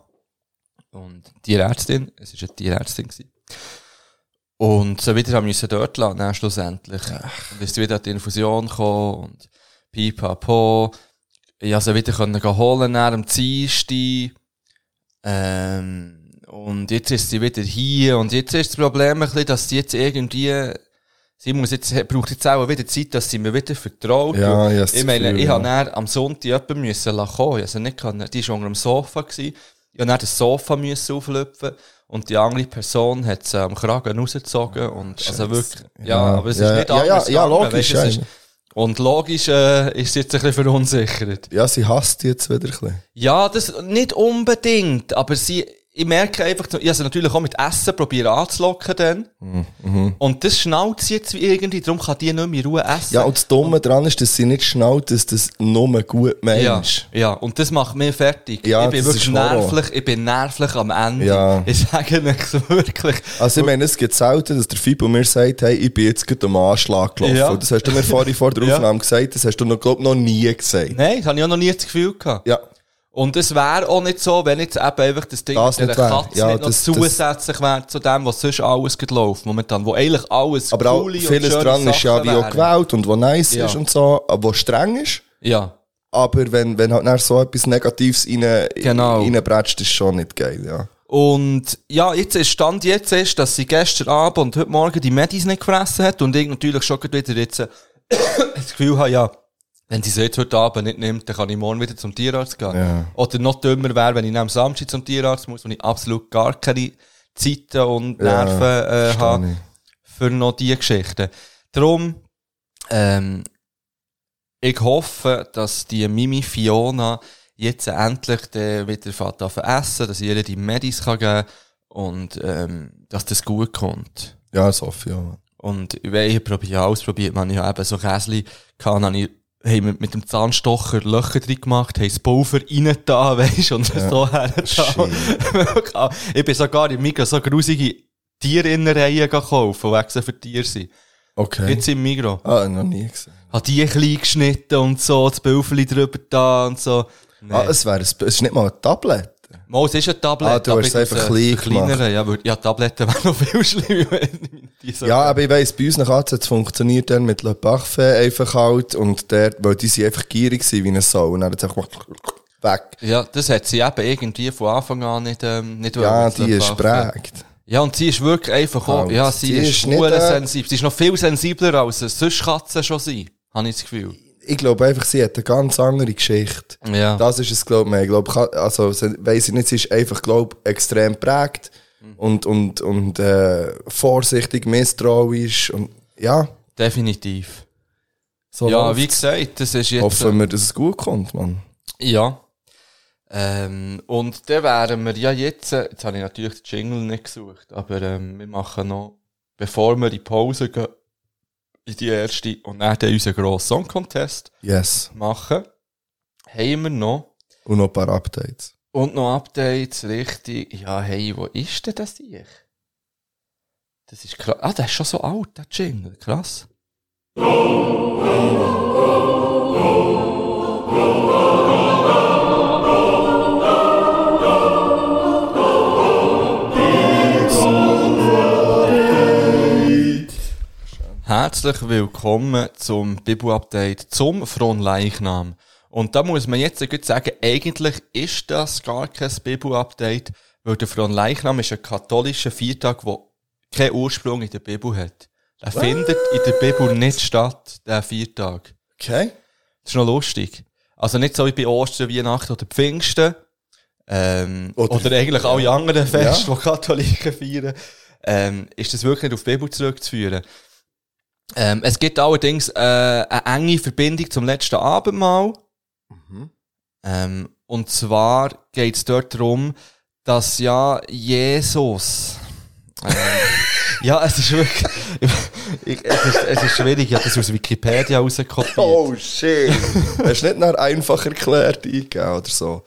Speaker 3: Und Tierärztin, es war eine Tierärztin. Gewesen. Und so wieder haben müssen dort lassen, dann schlussendlich. Und ist wieder an die Infusion gekommen und pipapo. Ich konnte sie wieder können gehen holen nach am Dienstag. Ähm, und jetzt ist sie wieder hier. Und jetzt ist das Problem ein bisschen, dass sie jetzt irgendwie, sie muss jetzt, braucht jetzt auch wieder Zeit, dass sie mir wieder vertraut.
Speaker 4: Ja,
Speaker 3: Und
Speaker 4: ich hab's
Speaker 3: ich meine,
Speaker 4: Gefühl,
Speaker 3: ich
Speaker 4: ja.
Speaker 3: habe dann am Sonntag jemanden müssen lassen kommen. Also nicht können. Die war unter dem Sofa. Gewesen. Ich musste das Sofa müssen auflöpfen. Und die andere Person hat es am Kragen rausgezogen. Und, also wirklich, ja, aber es ist
Speaker 4: Ah, Ja,
Speaker 3: nicht
Speaker 4: ja, ja,
Speaker 3: anders
Speaker 4: ja,
Speaker 3: gegangen,
Speaker 4: logisch,
Speaker 3: weisst du, es
Speaker 4: ja.
Speaker 3: ist, und logisch äh, ist sie jetzt ein bisschen verunsichert.
Speaker 4: Ja, sie hasst jetzt wieder ein bisschen.
Speaker 3: Ja, das nicht unbedingt, aber sie, ich merke einfach, ich habe sie natürlich auch mit Essen probieren anzulocken dann.
Speaker 4: Mhm.
Speaker 3: Und das schnallt sie jetzt wie irgendwie, darum kann die nicht mehr in Ruhe essen.
Speaker 4: Ja, und das Dumme daran ist, dass sie nicht schnallt, dass das nur gut
Speaker 3: ja,
Speaker 4: meinst.
Speaker 3: ja, und das macht mich fertig.
Speaker 4: Ja,
Speaker 3: ich bin
Speaker 4: das
Speaker 3: wirklich
Speaker 4: ist Horror.
Speaker 3: nervlich, ich bin nervlich am Ende.
Speaker 4: Ja.
Speaker 3: Ich sage nichts wirklich.
Speaker 4: Also ich meine, es gibt selten, dass der Fibo mir sagt, hey, ich bin jetzt gerade am Anschlag gelaufen.
Speaker 3: Ja.
Speaker 4: Und Das hast du mir vorhin vor der
Speaker 3: Ja.
Speaker 4: Aufnahme gesagt, das hast du noch, glaub, noch nie gesagt.
Speaker 3: Nein, das habe ich auch noch nie das Gefühl gehabt.
Speaker 4: Ja.
Speaker 3: Und es wäre auch nicht so, wenn jetzt eben einfach das Ding
Speaker 4: Das
Speaker 3: mit
Speaker 4: nicht
Speaker 3: dieser
Speaker 4: wär.
Speaker 3: Katze
Speaker 4: Ja,
Speaker 3: nicht noch
Speaker 4: das- das-
Speaker 3: zusätzlich wäre zu dem, was sonst alles gerade läuft momentan, wo eigentlich alles
Speaker 4: Aber auch
Speaker 3: coole und
Speaker 4: vieles
Speaker 3: schöne
Speaker 4: dran ist ja
Speaker 3: Sachen
Speaker 4: wie auch
Speaker 3: wären.
Speaker 4: gewählt und wo nice
Speaker 3: Ja.
Speaker 4: ist und so, aber wo streng ist.
Speaker 3: Ja.
Speaker 4: Aber wenn, wenn halt nachher so etwas Negatives rein,
Speaker 3: Genau.
Speaker 4: reinbrätscht, ist schon nicht geil, ja.
Speaker 3: Und ja, jetzt ist Stand jetzt ist, dass sie gestern Abend und heute Morgen die Medis nicht gefressen hat und ich natürlich schon gerade wieder jetzt äh, das Gefühl habe, ja, wenn sie sie jetzt heute Abend nicht nimmt, dann kann ich morgen wieder zum Tierarzt gehen.
Speaker 4: Ja.
Speaker 3: Oder noch dümmer wäre, wenn ich am Samstag zum Tierarzt muss und ich absolut gar keine Zeiten und
Speaker 4: Ja,
Speaker 3: Nerven äh,
Speaker 4: verstehe
Speaker 3: habe
Speaker 4: ich.
Speaker 3: für noch diese Geschichten. Darum, ähm, ich hoffe, dass die Mimi Fiona jetzt endlich äh, wieder fährt an zu essen, dass ich ihr die Medis kann geben und ähm, dass das gut kommt.
Speaker 4: Ja, das hoffe ich auch.
Speaker 3: Und ich weiss, ich probiere alles probiert, man ich habe eben so Käsli gehabt, habe ich haben wir mit dem Zahnstocher Löcher drin gemacht, haben das Pulver rein da, weisst, und so her. da. ich bin sogar im Migros so grusige Tierinnereien gekauft, wegen sie für Tiere sind.
Speaker 4: Okay.
Speaker 3: Jetzt im Migros.
Speaker 4: Ah, noch nie gesehen.
Speaker 3: Habe die klein geschnitten und so, das Pulver drüber da und so. Nein.
Speaker 4: Ah, es wäre, ein- es ist nicht mal eine Tablette.
Speaker 3: Mal, es ist eine Tablette.
Speaker 4: Ah, du hast es
Speaker 3: aber ich
Speaker 4: einfach
Speaker 3: hab's, äh,
Speaker 4: klein gemacht.
Speaker 3: kleinere. Ja, weil, ja, Tabletten wären noch viel schlimmer. Die so-
Speaker 4: Ja, aber ich weiss, bei uns nach AZ funktioniert dann mit Le Parfait einfach halt und der, weil die sind einfach gierig sind wie eine Sau und dann hat's einfach weg.
Speaker 3: Ja, das hat sie eben irgendwie von Anfang an nicht, ähm, nicht
Speaker 4: Ja,
Speaker 3: wollen, das
Speaker 4: die ist
Speaker 3: Leopard.
Speaker 4: prägt.
Speaker 3: Ja, und sie ist wirklich einfach auch,
Speaker 4: Alter,
Speaker 3: ja, sie
Speaker 4: sie
Speaker 3: ist
Speaker 4: ist nicht,
Speaker 3: schwulen
Speaker 4: äh,
Speaker 3: sensibel. Sie ist noch viel sensibler, als es sonst Katzen schon sind, habe ich das Gefühl.
Speaker 4: Ich glaube einfach, sie hat eine ganz andere Geschichte.
Speaker 3: Ja.
Speaker 4: Das ist es, glaube ich. Ich glaube, Ka- also, weiß ich nicht, sie ist einfach, glaube ich, extrem geprägt
Speaker 3: Mhm.
Speaker 4: und, und, und äh, vorsichtig, misstrauisch und ja.
Speaker 3: Definitiv.
Speaker 4: So
Speaker 3: ja,
Speaker 4: läuft's.
Speaker 3: wie gesagt, das ist jetzt... äh,
Speaker 4: Hoffen wir, dass es gut kommt, Mann.
Speaker 3: Ja. Ähm, und dann wären wir ja jetzt, äh, jetzt habe ich natürlich den Jingle nicht gesucht, aber ähm, wir machen noch, bevor wir in die Pause gehen, in die erste und dann den unseren grossen Song Contest
Speaker 4: Yes.
Speaker 3: machen, haben wir noch,
Speaker 4: Und noch ein paar Updates.
Speaker 3: und noch Updates richtig, ja hey, wo ist denn das ich? Das ist krass, ah, der ist schon so alt, der Jingle, krass. Herzlich willkommen zum Bibu-Update zum Fronleichnam. Und da muss man jetzt gut sagen, eigentlich ist das gar kein Bibu-Update, weil der Fronleichnam ist ein katholischer Feiertag, der keinen Ursprung in der Bibel hat. Der findet in der Bibel nicht statt, der Feiertag.
Speaker 4: Okay.
Speaker 3: Das ist noch lustig. Also nicht so wie bei Ostern, Weihnachten oder Pfingsten. Ähm, oder,
Speaker 4: Oder-
Speaker 3: eigentlich alle anderen Feste,
Speaker 4: Ja.
Speaker 3: die Katholiken feiern. Ähm, ist das wirklich nicht auf die Bibel zurückzuführen. Ähm, es gibt allerdings äh, eine enge Verbindung zum letzten Abendmahl.
Speaker 4: Mhm.
Speaker 3: Ähm, und zwar geht es dort darum, dass ja Jesus... Ähm, ja, es ist wirklich... Ich, es, ist, es ist schwierig, ich habe das aus Wikipedia rausgekopiert.
Speaker 4: Oh shit. Hast du nicht noch einfach erklärt eingegeben oder so?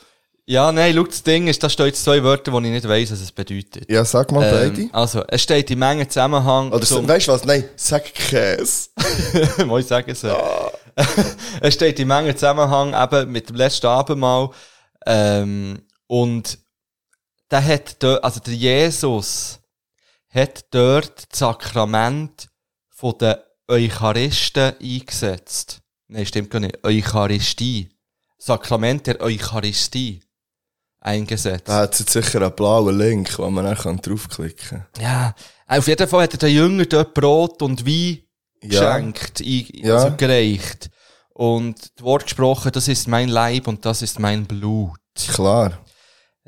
Speaker 3: Ja, nein, schau, das Ding ist, da stehen jetzt zwei Wörter, die ich nicht weiss, was es bedeutet.
Speaker 4: Ja, sag mal
Speaker 3: Ähm, also, es steht in Menge Zusammenhang.
Speaker 4: Oder so,
Speaker 3: zum,
Speaker 4: weißt du was? Nein, sag Käse.
Speaker 3: Muss ich sagen so.
Speaker 4: Ah.
Speaker 3: es steht in Menge Zusammenhang eben mit dem letzten Abendmahl. Ähm, und der hat dort, also der Jesus hat dort das Sakrament von den Eucharisten eingesetzt. Nein, stimmt gar nicht. Eucharistie. Sakrament der Eucharistie eingesetzt.
Speaker 4: Da hat jetzt sicher einen blauen Link, wo man dann draufklicken kann.
Speaker 3: Ja, auf jeden Fall hat er den Jünger dort Brot und Wein
Speaker 4: Ja.
Speaker 3: geschenkt, i-
Speaker 4: Ja.
Speaker 3: also gereicht. Und das Wort gesprochen, das ist mein Leib und das ist mein Blut.
Speaker 4: Klar.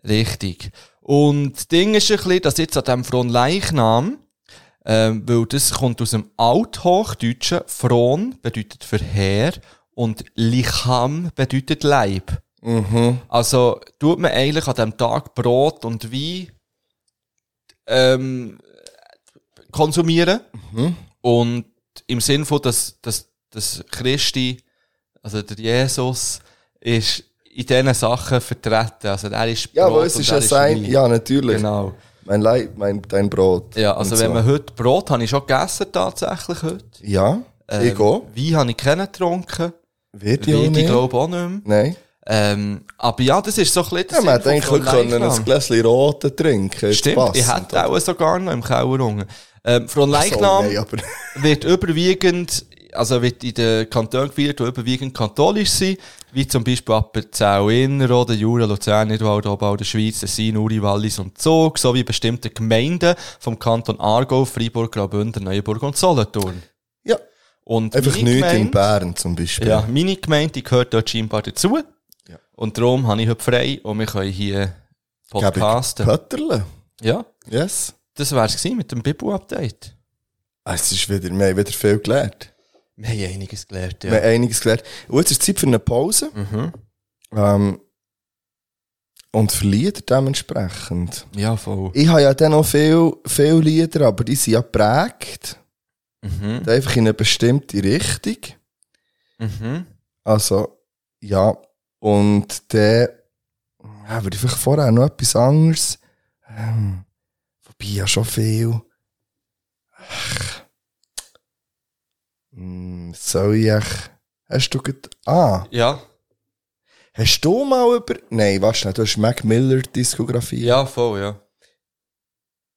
Speaker 3: Richtig. Und das Ding ist ein bisschen, dass jetzt an dem Fronleichnam, ähm, weil das kommt aus dem Althochdeutschen, Fron bedeutet Verheer und Licham bedeutet Leib.
Speaker 4: Mhm.
Speaker 3: Also tut man eigentlich an dem Tag Brot und Wein ähm, konsumieren
Speaker 4: Mhm.
Speaker 3: und im Sinn von, dass, dass, dass Christi, also der Jesus, ist in diesen Sachen vertreten. Also er ist
Speaker 4: Ja,
Speaker 3: Brot
Speaker 4: aber es
Speaker 3: und
Speaker 4: ist
Speaker 3: er
Speaker 4: ja sein.
Speaker 3: Wein.
Speaker 4: Ja, natürlich.
Speaker 3: Genau.
Speaker 4: Mein Leib, mein, dein Brot.
Speaker 3: Ja, also
Speaker 4: Und
Speaker 3: wenn
Speaker 4: so.
Speaker 3: man heute Brot, habe ich schon gegessen tatsächlich heute. Ähm,
Speaker 4: Ja,
Speaker 3: Eh,
Speaker 4: ich auch.
Speaker 3: Wein habe ich keinen getrunken.
Speaker 4: Wird ja auch
Speaker 3: Wein, ich
Speaker 4: nicht.
Speaker 3: glaube auch nicht mehr.
Speaker 4: Nein.
Speaker 3: Ähm, aber ja, das ist so ein bisschen der
Speaker 4: Ja, man
Speaker 3: Sinn
Speaker 4: hätte
Speaker 3: von
Speaker 4: eigentlich heute können
Speaker 3: Fronleichnam.
Speaker 4: ein Gläschen Roten trinken. Jetzt
Speaker 3: Stimmt,
Speaker 4: passt.
Speaker 3: ich hätte auch sogar noch im Kauerungen. Ähm, von
Speaker 4: so,
Speaker 3: Leichnam
Speaker 4: nein, aber
Speaker 3: wird überwiegend, also wird in den Kantonen gefeiert, die überwiegend katholisch sind, wie zum Beispiel Appenzell Innerrhoden, Jura, Luzern, Nidwald, Obau, der Schweiz, Tessin, Uri, Wallis und Zug, sowie bestimmte Gemeinden vom Kanton Aargau, Freiburg, Graubünden, Neuburg und Solothurn.
Speaker 4: Ja.
Speaker 3: Und
Speaker 4: einfach
Speaker 3: meine
Speaker 4: nichts in
Speaker 3: Gemeinde-
Speaker 4: Bern zum Beispiel.
Speaker 3: Ja, meine Gemeinde die gehört dort scheinbar dazu.
Speaker 4: Ja.
Speaker 3: Und darum habe ich heute frei und wir können hier podcasten.
Speaker 4: Pötterle.
Speaker 3: Ja,
Speaker 4: Yes.
Speaker 3: das wär's gewesen mit dem Bibu-Update.
Speaker 4: Ah, Es ist wieder, wir haben wieder viel gelernt.
Speaker 3: Wir haben einiges gelernt,
Speaker 4: Wir haben einiges gelernt. Und jetzt ist Zeit für eine Pause.
Speaker 3: Mhm.
Speaker 4: Ähm, und für Lieder dementsprechend.
Speaker 3: Ja, voll.
Speaker 4: Ich habe ja dann noch viel, viel Lieder, aber die sind ja geprägt.
Speaker 3: Mhm.
Speaker 4: Einfach in eine bestimmte Richtung.
Speaker 3: Mhm.
Speaker 4: Also, ja. Und dann ja, würde ich vielleicht vorher noch etwas anderes. Ähm, wobei ja schon viel. Ach. Hm, Soll ich. Hast du ged Ah,
Speaker 3: Ja,
Speaker 4: hast du mal über. Nein, was nicht, du hast Mac Miller Diskografie.
Speaker 3: ja, voll, ja.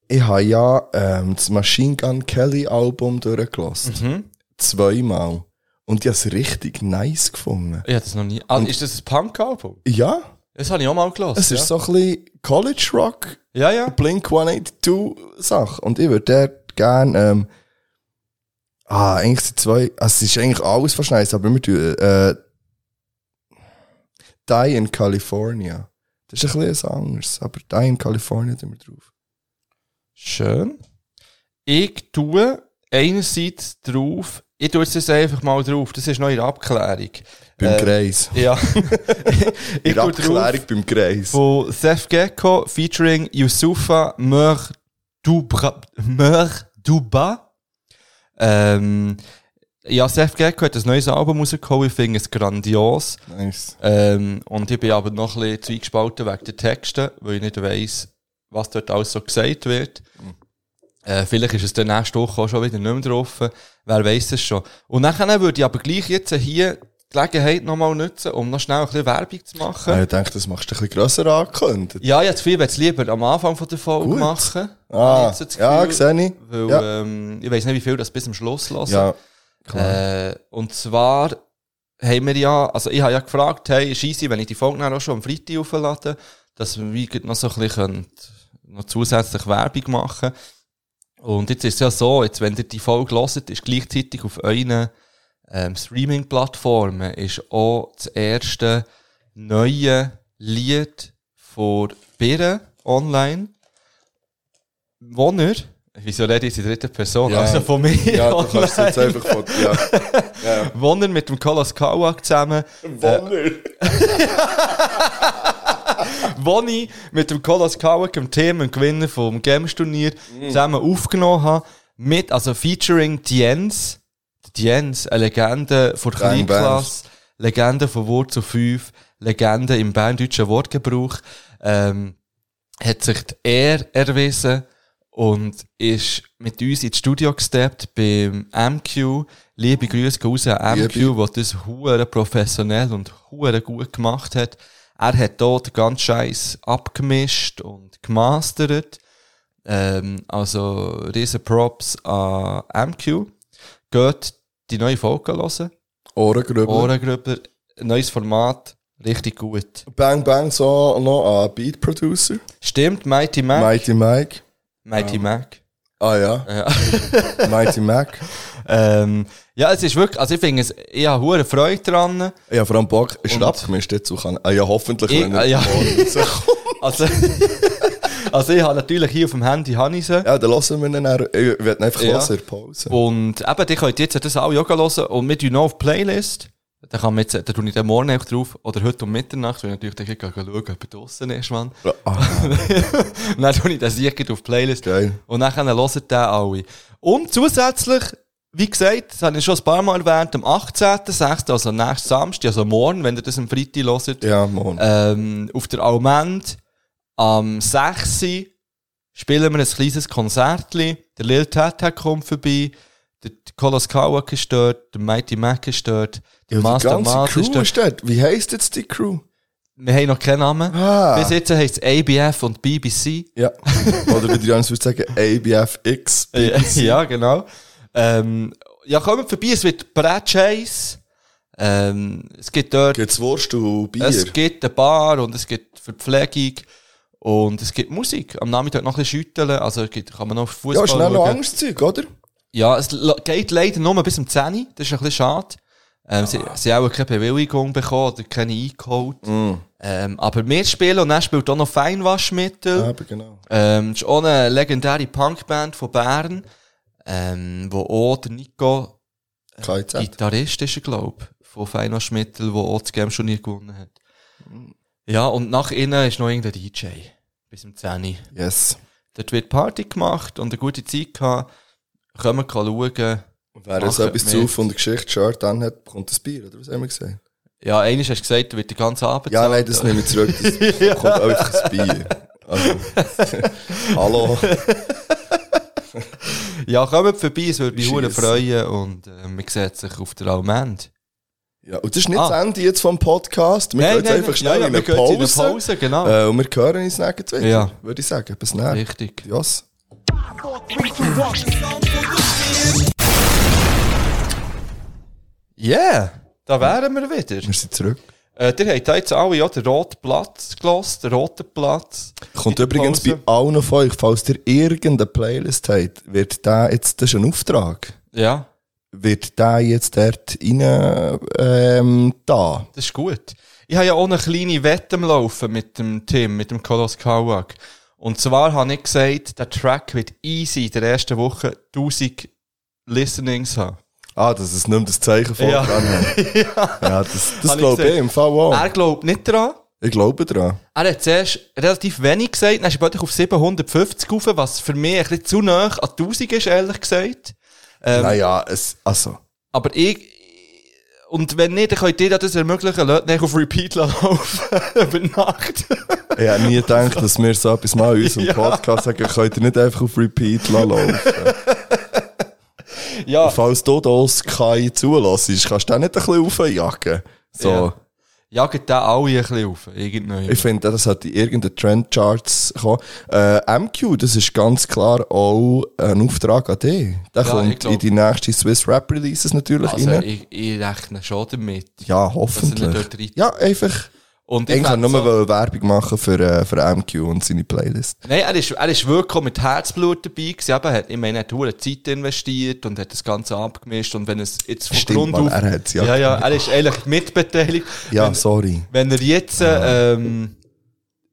Speaker 4: Ich habe ja ähm, das Machine Gun Kelly Album durchgelassen.
Speaker 3: Mhm.
Speaker 4: Zweimal. Und ich habe es richtig nice gefunden.
Speaker 3: Ich habe das noch nie. Ah, ist das ein Punk-Album?
Speaker 4: Ja?
Speaker 3: Das habe ich auch mal gelassen.
Speaker 4: Es
Speaker 3: ja.
Speaker 4: ist so ein bisschen College Rock,
Speaker 3: Ja, ja.
Speaker 4: Blink 182 Sache. Und ich würde dort gerne, ähm, ah, eigentlich sind zwei, also es ist eigentlich alles verschneit, aber wir tun, äh, Die in California. Das ist ein bisschen anders, aber Die in California tun wir drauf.
Speaker 3: Schön. Ich tue einerseits drauf, ich tue es jetzt einfach mal drauf, das ist noch in der Abklärung.
Speaker 4: Beim
Speaker 3: Äh,
Speaker 4: Kreis.
Speaker 3: Ja. ich
Speaker 4: In
Speaker 3: tue
Speaker 4: Abklärung
Speaker 3: drauf
Speaker 4: beim Kreis.
Speaker 3: von Seth Gecko featuring Yusufa Mördubra- Mörduba. Ähm, ja, Seth Gecko hat ein neues Album rausgeholt, ich finde es grandios.
Speaker 4: Nice.
Speaker 3: Ähm, und ich bin aber noch ein bisschen zweigespalten wegen den Texten, weil ich nicht weiss, was dort alles so gesagt wird.
Speaker 4: Mhm.
Speaker 3: Äh, vielleicht ist es dann nächste Woche auch schon wieder nicht mehr drauf. Wer weiss es schon. Und nachher würde ich aber gleich jetzt hier die Gelegenheit nochmal nutzen, um noch schnell ein bisschen Werbung zu machen.
Speaker 4: Ah, Ich denke, das machst du ein bisschen grösser angekündigt.
Speaker 3: Ja, jetzt viel es lieber am Anfang von der Folge
Speaker 4: Gut.
Speaker 3: machen.
Speaker 4: Ah,
Speaker 3: Hab ich jetzt das
Speaker 4: ja,
Speaker 3: Gefühl,
Speaker 4: sehe ich.
Speaker 3: Weil,
Speaker 4: ja.
Speaker 3: ähm, ich weiss nicht, wie viel das bis zum Schluss hören.
Speaker 4: ja, klar.
Speaker 3: Äh, und zwar haben wir ja, also ich habe ja gefragt, hey, scheisse, wenn ich die Folge dann auch schon am Freitag auflade, dass wir wie gerade noch so ein bisschen können, noch zusätzlich Werbung machen Und jetzt ist es ja so, jetzt, wenn ihr die Folge hört, ist gleichzeitig auf euren ähm, Streaming-Plattformen ist auch das erste neue Lied von Birre online. Wohner, wieso rede ich jetzt in dritter Person?
Speaker 4: Ja.
Speaker 3: Also von mir
Speaker 4: ja, du
Speaker 3: online.
Speaker 4: kannst jetzt einfach von, ja.
Speaker 3: Wohner mit dem Kolos Kauak zusammen.
Speaker 4: Wonner.
Speaker 3: Woni mit dem Kolos Kauak, dem Thema und Gewinner vom Games-Turnier, zusammen aufgenommen habe. Mit, also featuring Jens. Jens, eine Legende von der
Speaker 4: Bang
Speaker 3: Kleinklasse, Legende von Wurzel 5, Legende im berndeutschen Wortgebrauch, ähm, hat sich die Ehre erwiesen und ist mit uns ins Studio gesteppt beim MQ. Liebe Grüße gehen raus an MQ,
Speaker 4: Liebe.
Speaker 3: der das hure professionell und hure gut gemacht hat. Er hat dort den ganzen Scheiß abgemischt und gemastert. Ähm, also riesen Props an MQ. Geht die neue Folge hören.
Speaker 4: Ohrengrübel.
Speaker 3: Ohrengrüber, neues Format, richtig gut.
Speaker 4: Bang Bang so noch an Beat Producer.
Speaker 3: Stimmt, Mighty Mac.
Speaker 4: Mighty Mike.
Speaker 3: Mighty Mac.
Speaker 4: Ah ja,
Speaker 3: Ja.
Speaker 4: Mighty Mac.
Speaker 3: ähm, ja, es ist wirklich, also ich finde es, ich habe hure Freude dran.
Speaker 4: Ich hab vor allem Bock, ist
Speaker 3: Und-
Speaker 4: er abgemischt dazu kann. Ah ja, hoffentlich,
Speaker 3: Ich-
Speaker 4: wenn er
Speaker 3: ah, ja.
Speaker 4: morgen rauskommt.
Speaker 3: Also, also ich habe natürlich hier auf dem Handy habe ich sie.
Speaker 4: Ja, dann hören wir ihn dann. Ich werde ihn einfach
Speaker 3: Ja.
Speaker 4: hören, Pause.
Speaker 3: Und eben, die könnt jetzt das alle auch hören und mit noch auf die Playlist. Da kann man jetzt, da tue ich dann morgen einfach drauf, oder heute um Mitternacht, weil ich natürlich dann gleich schauen, ob er draussen ist, Mann.
Speaker 4: Ah,
Speaker 3: und dann tue ich den Sieg gleich auf die Playlist.
Speaker 4: geil.
Speaker 3: Und dann hören den alle. Und zusätzlich, wie gesagt, das habe ich schon ein paar Mal erwähnt, am 18.06., also nächsten Samstag, also morgen, wenn ihr das am Freitag hört,
Speaker 4: Ja, Mann.
Speaker 3: ähm, auf der Almend am 6. Uhr spielen wir ein kleines Konzertli. Der Lil Tata kommt vorbei, der Kolos Kawak ist dort, der Mighty Mac ist dort,
Speaker 4: ja,
Speaker 3: der
Speaker 4: die
Speaker 3: Master
Speaker 4: ganze
Speaker 3: Mas ist
Speaker 4: Crew
Speaker 3: dort.
Speaker 4: ist dort. Wie heisst jetzt die Crew?
Speaker 3: Wir haben noch keinen Namen.
Speaker 4: Ah.
Speaker 3: Bis jetzt heisst es ABF und BBC.
Speaker 4: Ja. Oder wie die Jans würde sagen, ABFX.
Speaker 3: Ja, ja, genau. Ähm, ja, kommt vorbei, es wird Bratscheiss. Ähm, es gibt dort,
Speaker 4: Gibt's Wurst und Bier?
Speaker 3: es gibt eine Bar und es gibt Verpflegung und es gibt Musik. Am Nachmittag noch ein bisschen schütteln, also es gibt, kann man noch
Speaker 4: ja,
Speaker 3: Fußball
Speaker 4: ist dann noch anderes Zeug, oder?
Speaker 3: Ja, es lo- geht leider nur bis um 10 Uhr, das ist ein bisschen schade. Ähm, sie, sie haben auch keine Bewilligung bekommen oder keine eingeholt.
Speaker 4: Mm.
Speaker 3: Ähm, aber wir spielen und dann spielt auch noch Feinwaschmittel.
Speaker 4: Ja, aber genau.
Speaker 3: Ähm, das ist auch eine legendäre Punkband von Bern, ähm, wo auch der Nico
Speaker 4: KZ.
Speaker 3: Gitarrist ist, glaube ich, von Feino Schmittel, der auch das Game schon nie gewonnen hat. Ja, und nach innen ist noch irgendein DJ. Bis um 10 Uhr.
Speaker 4: Yes.
Speaker 3: Dort wird Party gemacht und eine gute Zeit gehabt. Können wir schauen.
Speaker 4: Und wer jetzt
Speaker 3: Machen
Speaker 4: etwas
Speaker 3: mit.
Speaker 4: zu von der Geschichte Shirt dann hat, bekommt ein Bier, oder was haben wir gesehen?
Speaker 3: Ja, eines hast du gesagt, du wird den ganzen Abend
Speaker 4: Ja, nein, das nehme ich zurück. Das bekommt einfach ein Bier. Also, hallo.
Speaker 3: Ja, kommt vorbei, es würde mich
Speaker 4: Scheisse.
Speaker 3: hure freuen und äh, man sieht sich auf der Almend.
Speaker 4: Ja, und das ist nicht
Speaker 3: Ah.
Speaker 4: das Ende jetzt vom Podcast. Wir gehen jetzt einfach schnell in eine
Speaker 3: wir gehen
Speaker 4: Pause.
Speaker 3: jetzt in eine Pause, genau.
Speaker 4: Äh, und wir hören uns nachher wieder,
Speaker 3: Ja.
Speaker 4: würde ich sagen. Bis nachher.
Speaker 3: Richtig.
Speaker 4: Jos.
Speaker 3: Yeah, da wären wir wieder.
Speaker 4: Wir sind zurück.
Speaker 3: Äh, ihr habt da jetzt alle ja den roten Platz gelassen, den roten Platz.
Speaker 4: Kommt
Speaker 3: In der
Speaker 4: übrigens
Speaker 3: Pause.
Speaker 4: bei allen von euch, falls ihr irgendeine Playlist habt, wird der jetzt, das ist ein Auftrag,
Speaker 3: Ja,
Speaker 4: wird der jetzt dort rein, ähm, da.
Speaker 3: das ist gut. Ich habe ja auch eine kleine Wette am Laufen mit dem Tim, mit dem Kolos Kawak. Und zwar habe ich gesagt, der Track wird easy in der ersten Woche 1000 Listenings haben.
Speaker 4: Ah, dass es nicht mehr das Zeichen vor
Speaker 3: Ja.
Speaker 4: dran hat. Ja, das, das
Speaker 3: Habe ich
Speaker 4: glaube ich
Speaker 3: gesehen.
Speaker 4: im Fall auch.
Speaker 3: Er glaubt nicht dran.
Speaker 4: Ich glaube dran.
Speaker 3: Er hat zuerst relativ wenig gesagt, dann ist er plötzlich auf 750 rauf, was für mich ein bisschen zu nah an 1000 ist, ehrlich gesagt. Ähm.
Speaker 4: Naja, es, also.
Speaker 3: Aber ich, und wenn nicht, dann könnt ihr das ermöglichen, lasst nicht auf Repeat laufen, über Nacht.
Speaker 4: Ich hätte nie gedacht, dass wir so etwas mal in unserem
Speaker 3: Ja.
Speaker 4: Podcast sagen, könnt ihr nicht einfach auf Repeat lassen laufen.
Speaker 3: ja.
Speaker 4: Falls du das Sky zulässt, kannst du den nicht ein bisschen aufjagen. So.
Speaker 3: Ja. Jagt da alle ein bisschen auf, irgendwie.
Speaker 4: Ich finde, das hat in irgendeinen Trendcharts gekommen. Äh, MQ, das ist ganz klar auch ein Auftrag an dich. Der
Speaker 3: ich
Speaker 4: kommt
Speaker 3: glaub-
Speaker 4: in die nächste Swiss Rap Releases natürlich
Speaker 3: Also,
Speaker 4: rein.
Speaker 3: ich, ich rechne schon damit.
Speaker 4: ja,
Speaker 3: dass er nicht
Speaker 4: hoffentlich.
Speaker 3: dort rein-
Speaker 4: Ja, einfach.
Speaker 3: Und
Speaker 4: Eigentlich
Speaker 3: fänd
Speaker 4: nur
Speaker 3: so-
Speaker 4: so. Werbung machen für, äh, für MQ und seine Playlist.
Speaker 3: Nein, er ist, er ist wirklich auch mit Herzblut dabei gewesen. Eben, er hat, ich meine, er hat hure Zeit investiert und hat das Ganze abgemischt. Und wenn es jetzt von
Speaker 4: Stimmt,
Speaker 3: Grund
Speaker 4: Mann,
Speaker 3: auf...
Speaker 4: er hat's ja
Speaker 3: ja, ja, er ist eigentlich mitbeteiligt.
Speaker 4: Ja,
Speaker 3: wenn,
Speaker 4: sorry.
Speaker 3: wenn er jetzt, äh, ähm,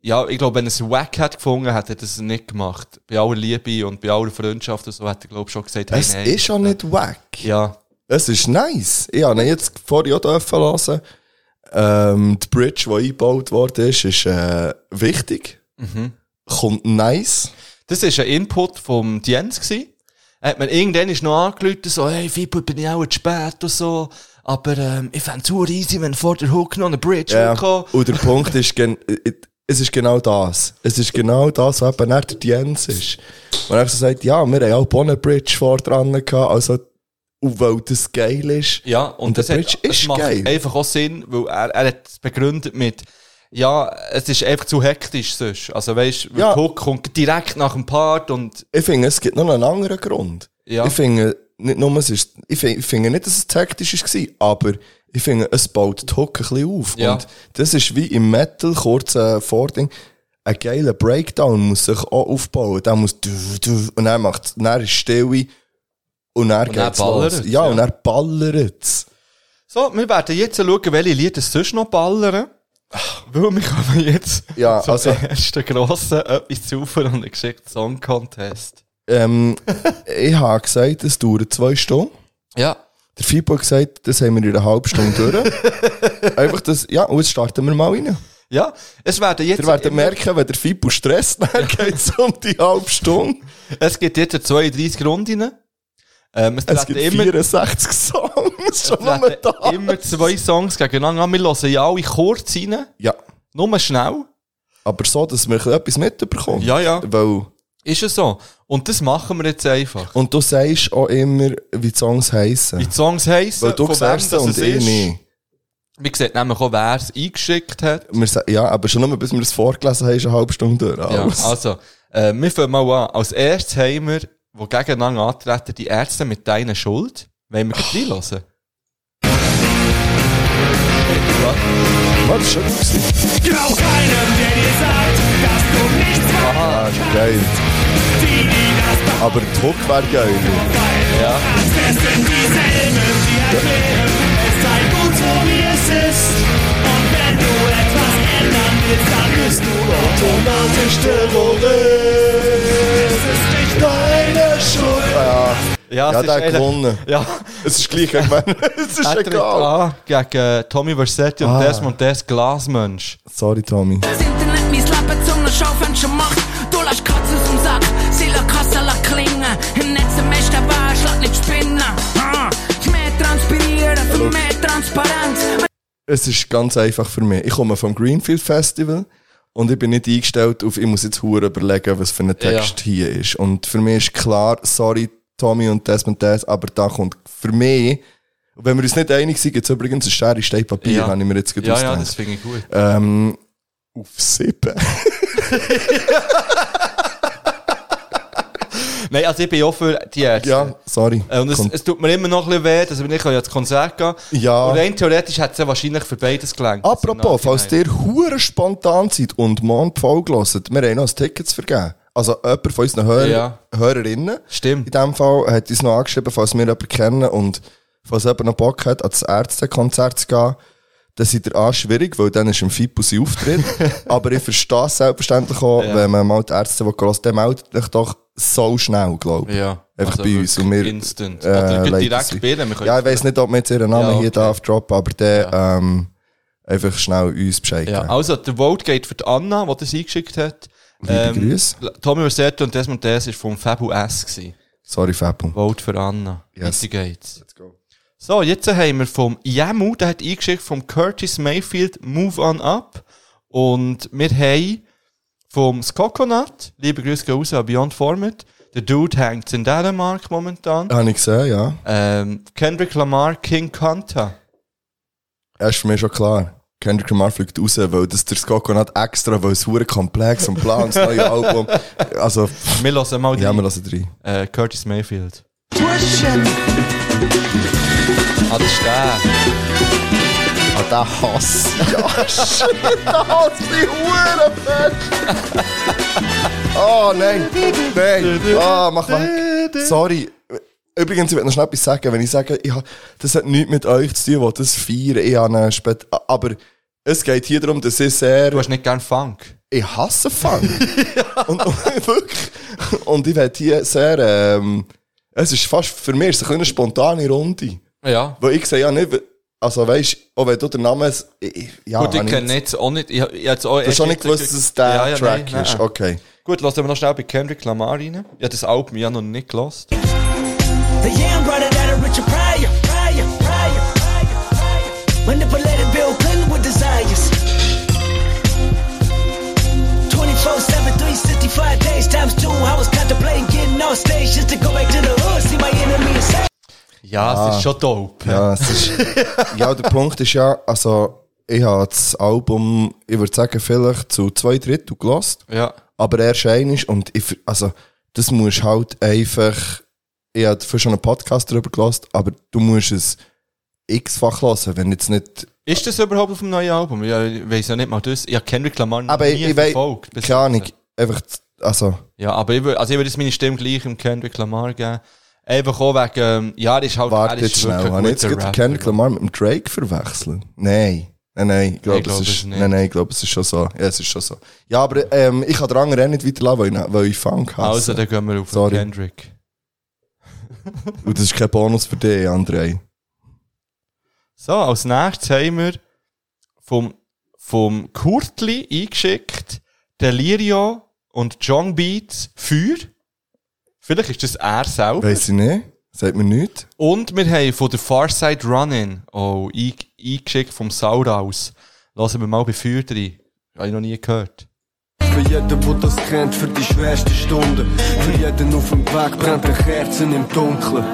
Speaker 3: ja, ich glaube, wenn er es wack hat gefunden, hat er das nicht gemacht. Bei aller Liebe und bei aller Freundschaft und so hat er, glaube ich, schon gesagt, hey,
Speaker 4: Es
Speaker 3: nein.
Speaker 4: ist ja nicht wack.
Speaker 3: Ja,
Speaker 4: Es ist nice. Ich habe ihn jetzt vorher auch dürfen hören. Ähm, die Bridge, die eingebaut worden ist, ist äh, wichtig. Kommt nice.
Speaker 3: das ist ein Input vom Jens gewesen. Er Hat man irgendwann ist noch angelötet, so, hey, Fippo, bin ich auch zu spät und so. Aber, ähm, ich fände es super easy, wenn vor der Hook noch eine Bridge
Speaker 4: Ja.
Speaker 3: yeah. kommen.
Speaker 4: Und der Punkt ist, gen es ist genau das. Es ist genau das, was eben nicht der Jens ist. Man hat so gesagt, ja, wir haben auch Bonnet Bridge vor dran gehabt, also, und weil das geil ist.
Speaker 3: Ja, und,
Speaker 4: Und
Speaker 3: das
Speaker 4: der
Speaker 3: hat,
Speaker 4: Bridge
Speaker 3: das
Speaker 4: ist
Speaker 3: macht
Speaker 4: geil.
Speaker 3: einfach auch Sinn, weil er, er hat es begründet mit, ja, es ist einfach zu hektisch sonst. Also weißt, weil
Speaker 4: Ja.
Speaker 3: der Hook kommt direkt nach dem Part und,
Speaker 4: Ich finde, es gibt noch einen anderen Grund.
Speaker 3: Ja.
Speaker 4: Ich finde, nicht nur, es ist, ich finde, ich finde nicht, dass es taktisch war, aber ich finde, es baut die Hook ein bisschen auf.
Speaker 3: Ja.
Speaker 4: Und das ist wie im Metal, kurz äh, Vording, ein geiler Breakdown muss sich auch aufbauen. Der muss, du, du, und er macht, dann ist Stille, und er
Speaker 3: dann
Speaker 4: geht's los.
Speaker 3: ballert's,
Speaker 4: Ja,
Speaker 3: ja.
Speaker 4: und er ballert's.
Speaker 3: so, wir werden jetzt schauen, welche Lieder sonst noch ballern. Weil wir kommen jetzt
Speaker 4: Ja,
Speaker 3: zum
Speaker 4: also-
Speaker 3: ersten grossen etwas zu und einen geschickten Song Contest.
Speaker 4: Ähm, ich habe gesagt, es dauert zwei Stunden.
Speaker 3: Ja.
Speaker 4: Der Fibo hat gesagt, das haben wir in einer halben Stunde durch. Einfach das, ja, und jetzt starten wir mal rein.
Speaker 3: Ja, es werden jetzt...
Speaker 4: Ihr werdet merken, wenn der Fibu Stress nachher geht es um die halbe Stunde.
Speaker 3: Es gibt jetzt 32 Runden. Ähm, es
Speaker 4: Es
Speaker 3: treten
Speaker 4: gibt 64 Songs. Schon nur
Speaker 3: treten
Speaker 4: da.
Speaker 3: immer zwei Songs gegeneinander an. Wir hören ja alle kurz rein.
Speaker 4: Ja,
Speaker 3: Nur schnell.
Speaker 4: aber so, dass man etwas mitbekommt.
Speaker 3: Ja, ja.
Speaker 4: Weil,
Speaker 3: Ist es so. Und das machen wir jetzt einfach.
Speaker 4: und du sagst auch immer, wie die Songs
Speaker 3: Wie
Speaker 4: heissen.
Speaker 3: die Songs heissen,
Speaker 4: Weil du siehst sie und ich nicht.
Speaker 3: Wir sehen nämlich auch, wer es eingeschickt hat.
Speaker 4: Wir, sa- ja, aber schon nur, bis wir es vorgelesen haben, ist eine halbe Stunde durch.
Speaker 3: Ja,
Speaker 4: Alles.
Speaker 3: also, äh, wir fangen mal an. Als erstes haben wir, wo gegeneinander antreten, die Ärzte mit deiner Schuld. Wollen wir
Speaker 4: Oh.
Speaker 3: gleich reinhören?
Speaker 4: Was ist schon gewesen?
Speaker 7: Glaub keinem, der dir sagt, dass du nichts kannst.
Speaker 4: Ah, geil.
Speaker 7: Die, die das
Speaker 4: Aber die Hook wäre geil.
Speaker 7: behaupten, es sind dieselben, die erklären, es sei gut so wie es ist. Und wenn du etwas ändern willst, dann bist du automatisch Terrorist. Es ist nicht deine Schuld.
Speaker 4: Ja, der
Speaker 3: es ist
Speaker 4: hat
Speaker 3: eigentlich-
Speaker 4: gewonnen.
Speaker 3: Ja,
Speaker 4: Es ist gleich, ich meine, es ist
Speaker 3: er tritt
Speaker 4: egal.
Speaker 3: an gegen äh, Tommy Versetti und
Speaker 4: Ah.
Speaker 3: Desmond Des Glasmensch.
Speaker 4: Sorry, Tommy.
Speaker 8: Das Internet, mein Leben zum Schaufenster macht. Du lässt Katzen aus dem Sack, sie lässt Kassen lassen klingen. Im Netz am meisten Bär, schlag nicht spinnen. Ah, mehr transpirieren, für mehr Transparenz.
Speaker 4: Es ist ganz einfach für mich. Ich komme vom Greenfield Festival und ich bin nicht eingestellt auf, ich muss jetzt hure überlegen, was für ein Text hier ist. Und für mich ist klar, sorry Tommy und Desmond Des, aber da kommt für mich, wenn wir uns nicht einig sind, gibt es übrigens eine Schere, Stein, Papier,
Speaker 3: Ja.
Speaker 4: habe ich mir jetzt gerade
Speaker 3: Ja, ja,
Speaker 4: ausgedacht.
Speaker 3: das finde ich gut.
Speaker 4: ähm, auf sieben.
Speaker 3: Nein, also ich bin auch für die Ärzte.
Speaker 4: Ja, sorry.
Speaker 3: Äh, Und es,
Speaker 4: Kommt.
Speaker 3: es tut mir immer noch ein bisschen weh, dass wir nicht können ja ins Konzert gehen
Speaker 4: Ja.
Speaker 3: Und rein theoretisch hätte es ja wahrscheinlich für beides gelangt.
Speaker 4: Apropos, falls
Speaker 3: dir
Speaker 4: ihr hure spontan seid und Mond voll gelassen, wir haben noch ein Ticket zu vergeben. Also jemand von unseren Hörer,
Speaker 3: Ja.
Speaker 4: Hörerinnen.
Speaker 3: Stimmt.
Speaker 4: In dem Fall hat uns noch angeschrieben, falls wir jemanden kennen und falls jemand noch Bock hat, ans Ärztekonzert zu gehen. Dann seid ihr A schwierig, weil dann ist im FIPO sein Auftritt. Aber ich verstehe es selbstverständlich auch, wenn man mal die Ärzte hören will, dann meldet euch doch so schnell, glaube ich.
Speaker 3: Ja.
Speaker 4: Einfach
Speaker 3: Also
Speaker 4: bei uns.
Speaker 3: wirklich
Speaker 4: Und wir,
Speaker 3: instant. Oder
Speaker 4: laden
Speaker 3: direkt
Speaker 4: sie.
Speaker 3: bei ihnen. Wir können-
Speaker 4: Ja, ich weiss nicht, ob man jetzt ihren Namen
Speaker 3: Ja, okay.
Speaker 4: hier darf droppen, aber der, ähm, einfach schnell uns Bescheid
Speaker 3: Ja,
Speaker 4: geben.
Speaker 3: also der Vote geht für die Anna, die das eingeschickt hat. Ähm,
Speaker 4: Liebe Grüße.
Speaker 3: Tommy Versetto und Desmond Des war vom Fabu S. Gewesen.
Speaker 4: Sorry, Fabio.
Speaker 3: Vote für Anna.
Speaker 4: Yes.
Speaker 3: Weiter geht's.
Speaker 4: Let's go.
Speaker 3: So, jetzt haben wir vom Jemu, der hat eingeschickt vom Curtis Mayfield Move On Up. Und wir haben vom Skokonat, liebe Grüße gehen raus an Beyond Format. Der Dude hängt in Dänemark momentan.
Speaker 4: Habe ich gesehen, ja.
Speaker 3: Ähm, Kendrick Lamar, King Kanta.
Speaker 4: Er ist für mich schon klar. Kendrick Lamar fliegt raus, weil das der Skokonat extra, weil es hure komplex und plan, das neue Album. Also,
Speaker 3: Wir hören mal
Speaker 4: ja, wir
Speaker 3: den,
Speaker 4: lassen rein.
Speaker 3: äh, Curtis Mayfield. Ah, das ist der.
Speaker 4: Ah, der Hass. Ja, shit, der Hass, die hure fest. Oh, nein. Nein. Ah, mach weg. Sorry. Übrigens, ich will noch schnell etwas sagen. Wenn ich sage, ich hab, das hat nichts mit euch zu tun, die das feiern, ich habe einen Spät... Aber es geht hier darum, dass ich sehr...
Speaker 3: Du hast nicht gern Funk.
Speaker 4: ich hasse Funk. und, und, wirklich. und ich werde hier sehr, ähm, es ist fast, für mich ist es ein bisschen eine spontane Runde.
Speaker 3: Ja.
Speaker 4: Weil ich sehe ja nicht, also weisst, auch wenn du den Namen, ich- ich- ja,
Speaker 3: Gut, ich
Speaker 4: habe
Speaker 3: kenne jetzt auch nicht. Ich, ich, ich jetzt auch
Speaker 4: Ah, Du hast schon nicht gewusst, dass es der
Speaker 3: Ja, ja,
Speaker 4: Track
Speaker 3: nein,
Speaker 4: ist.
Speaker 3: nein.
Speaker 4: Okay.
Speaker 3: Gut, lassen wir noch schnell bei Kendrick Lamar rein. Ich habe das Album ja noch nicht gelassen.
Speaker 9: The yam brought it out of Richard Pryor, Pryor, Pryor, Pryor, Pryor. Manipulated Bill Clinton with desires. 24 7, 365 days times two. I was contemplating getting off stage just to go back to the hood, see my enemy and say,
Speaker 3: Ja, es ist schon dope.
Speaker 4: Ah. Ja, es ist, ja, der Punkt ist ja, also, ich habe das Album, ich würde sagen, vielleicht zu zwei Drittel gelost.
Speaker 3: Ja.
Speaker 4: aber er Schein ist und ich, ver- also das musst halt einfach ich habe für schon einen Podcast darüber gelassen, aber du musst es x-fach hören, wenn jetzt nicht
Speaker 3: Ist das überhaupt auf dem neuen Album? Ja, ich weiß ja nicht mal das. Ich habe Kendrick Lamar noch
Speaker 4: aber ich,
Speaker 3: nie
Speaker 4: ich
Speaker 3: verfolgt.
Speaker 4: weiß
Speaker 3: bis
Speaker 4: keine Ahnung,
Speaker 3: jetzt.
Speaker 4: einfach z- also
Speaker 3: Ja, aber ich würde also ich würd jetzt meine Stimme gleich im Kendrick Lamar geben. Einfach auch wegen, ähm, ja, er ist halt,
Speaker 4: warte
Speaker 3: er ist
Speaker 4: jetzt schnell,
Speaker 3: wirklich ein
Speaker 4: habe ich jetzt
Speaker 3: guter
Speaker 4: gerade
Speaker 3: Rapper.
Speaker 4: Kendrick Lamar mit dem Drake verwechseln? Nein. Nein, nein, ich glaube,
Speaker 3: glaub,
Speaker 4: es
Speaker 3: es
Speaker 4: ist,
Speaker 3: nicht.
Speaker 4: nein, nein, ich glaube, es ist schon so. Ja, es ist schon so. Ja, aber, ähm, ich kann den anderen auch nicht weiterlassen, weil ich, weil ich Funk hasse.
Speaker 3: Also, dann gehen wir auf
Speaker 4: Sorry.
Speaker 3: Kendrick.
Speaker 4: Und das ist kein Bonus für dich, André.
Speaker 3: So, als nächstes haben wir vom, vom Kurtli eingeschickt, Delirio und John Beats Feuer. Vielleicht ist das er selber.
Speaker 4: Weiss ich nicht. Sagt mir nichts.
Speaker 3: Und wir haben von der Farside Running auch ein- eingeschickt vom Sauraus. Lassen wir mal bei Feuer rein. Habe ich noch nie gehört.
Speaker 10: Für jeden, der das kennt, für die schwerste Stunde. Für jeden auf dem Weg brennt eine Kerze im Dunkeln.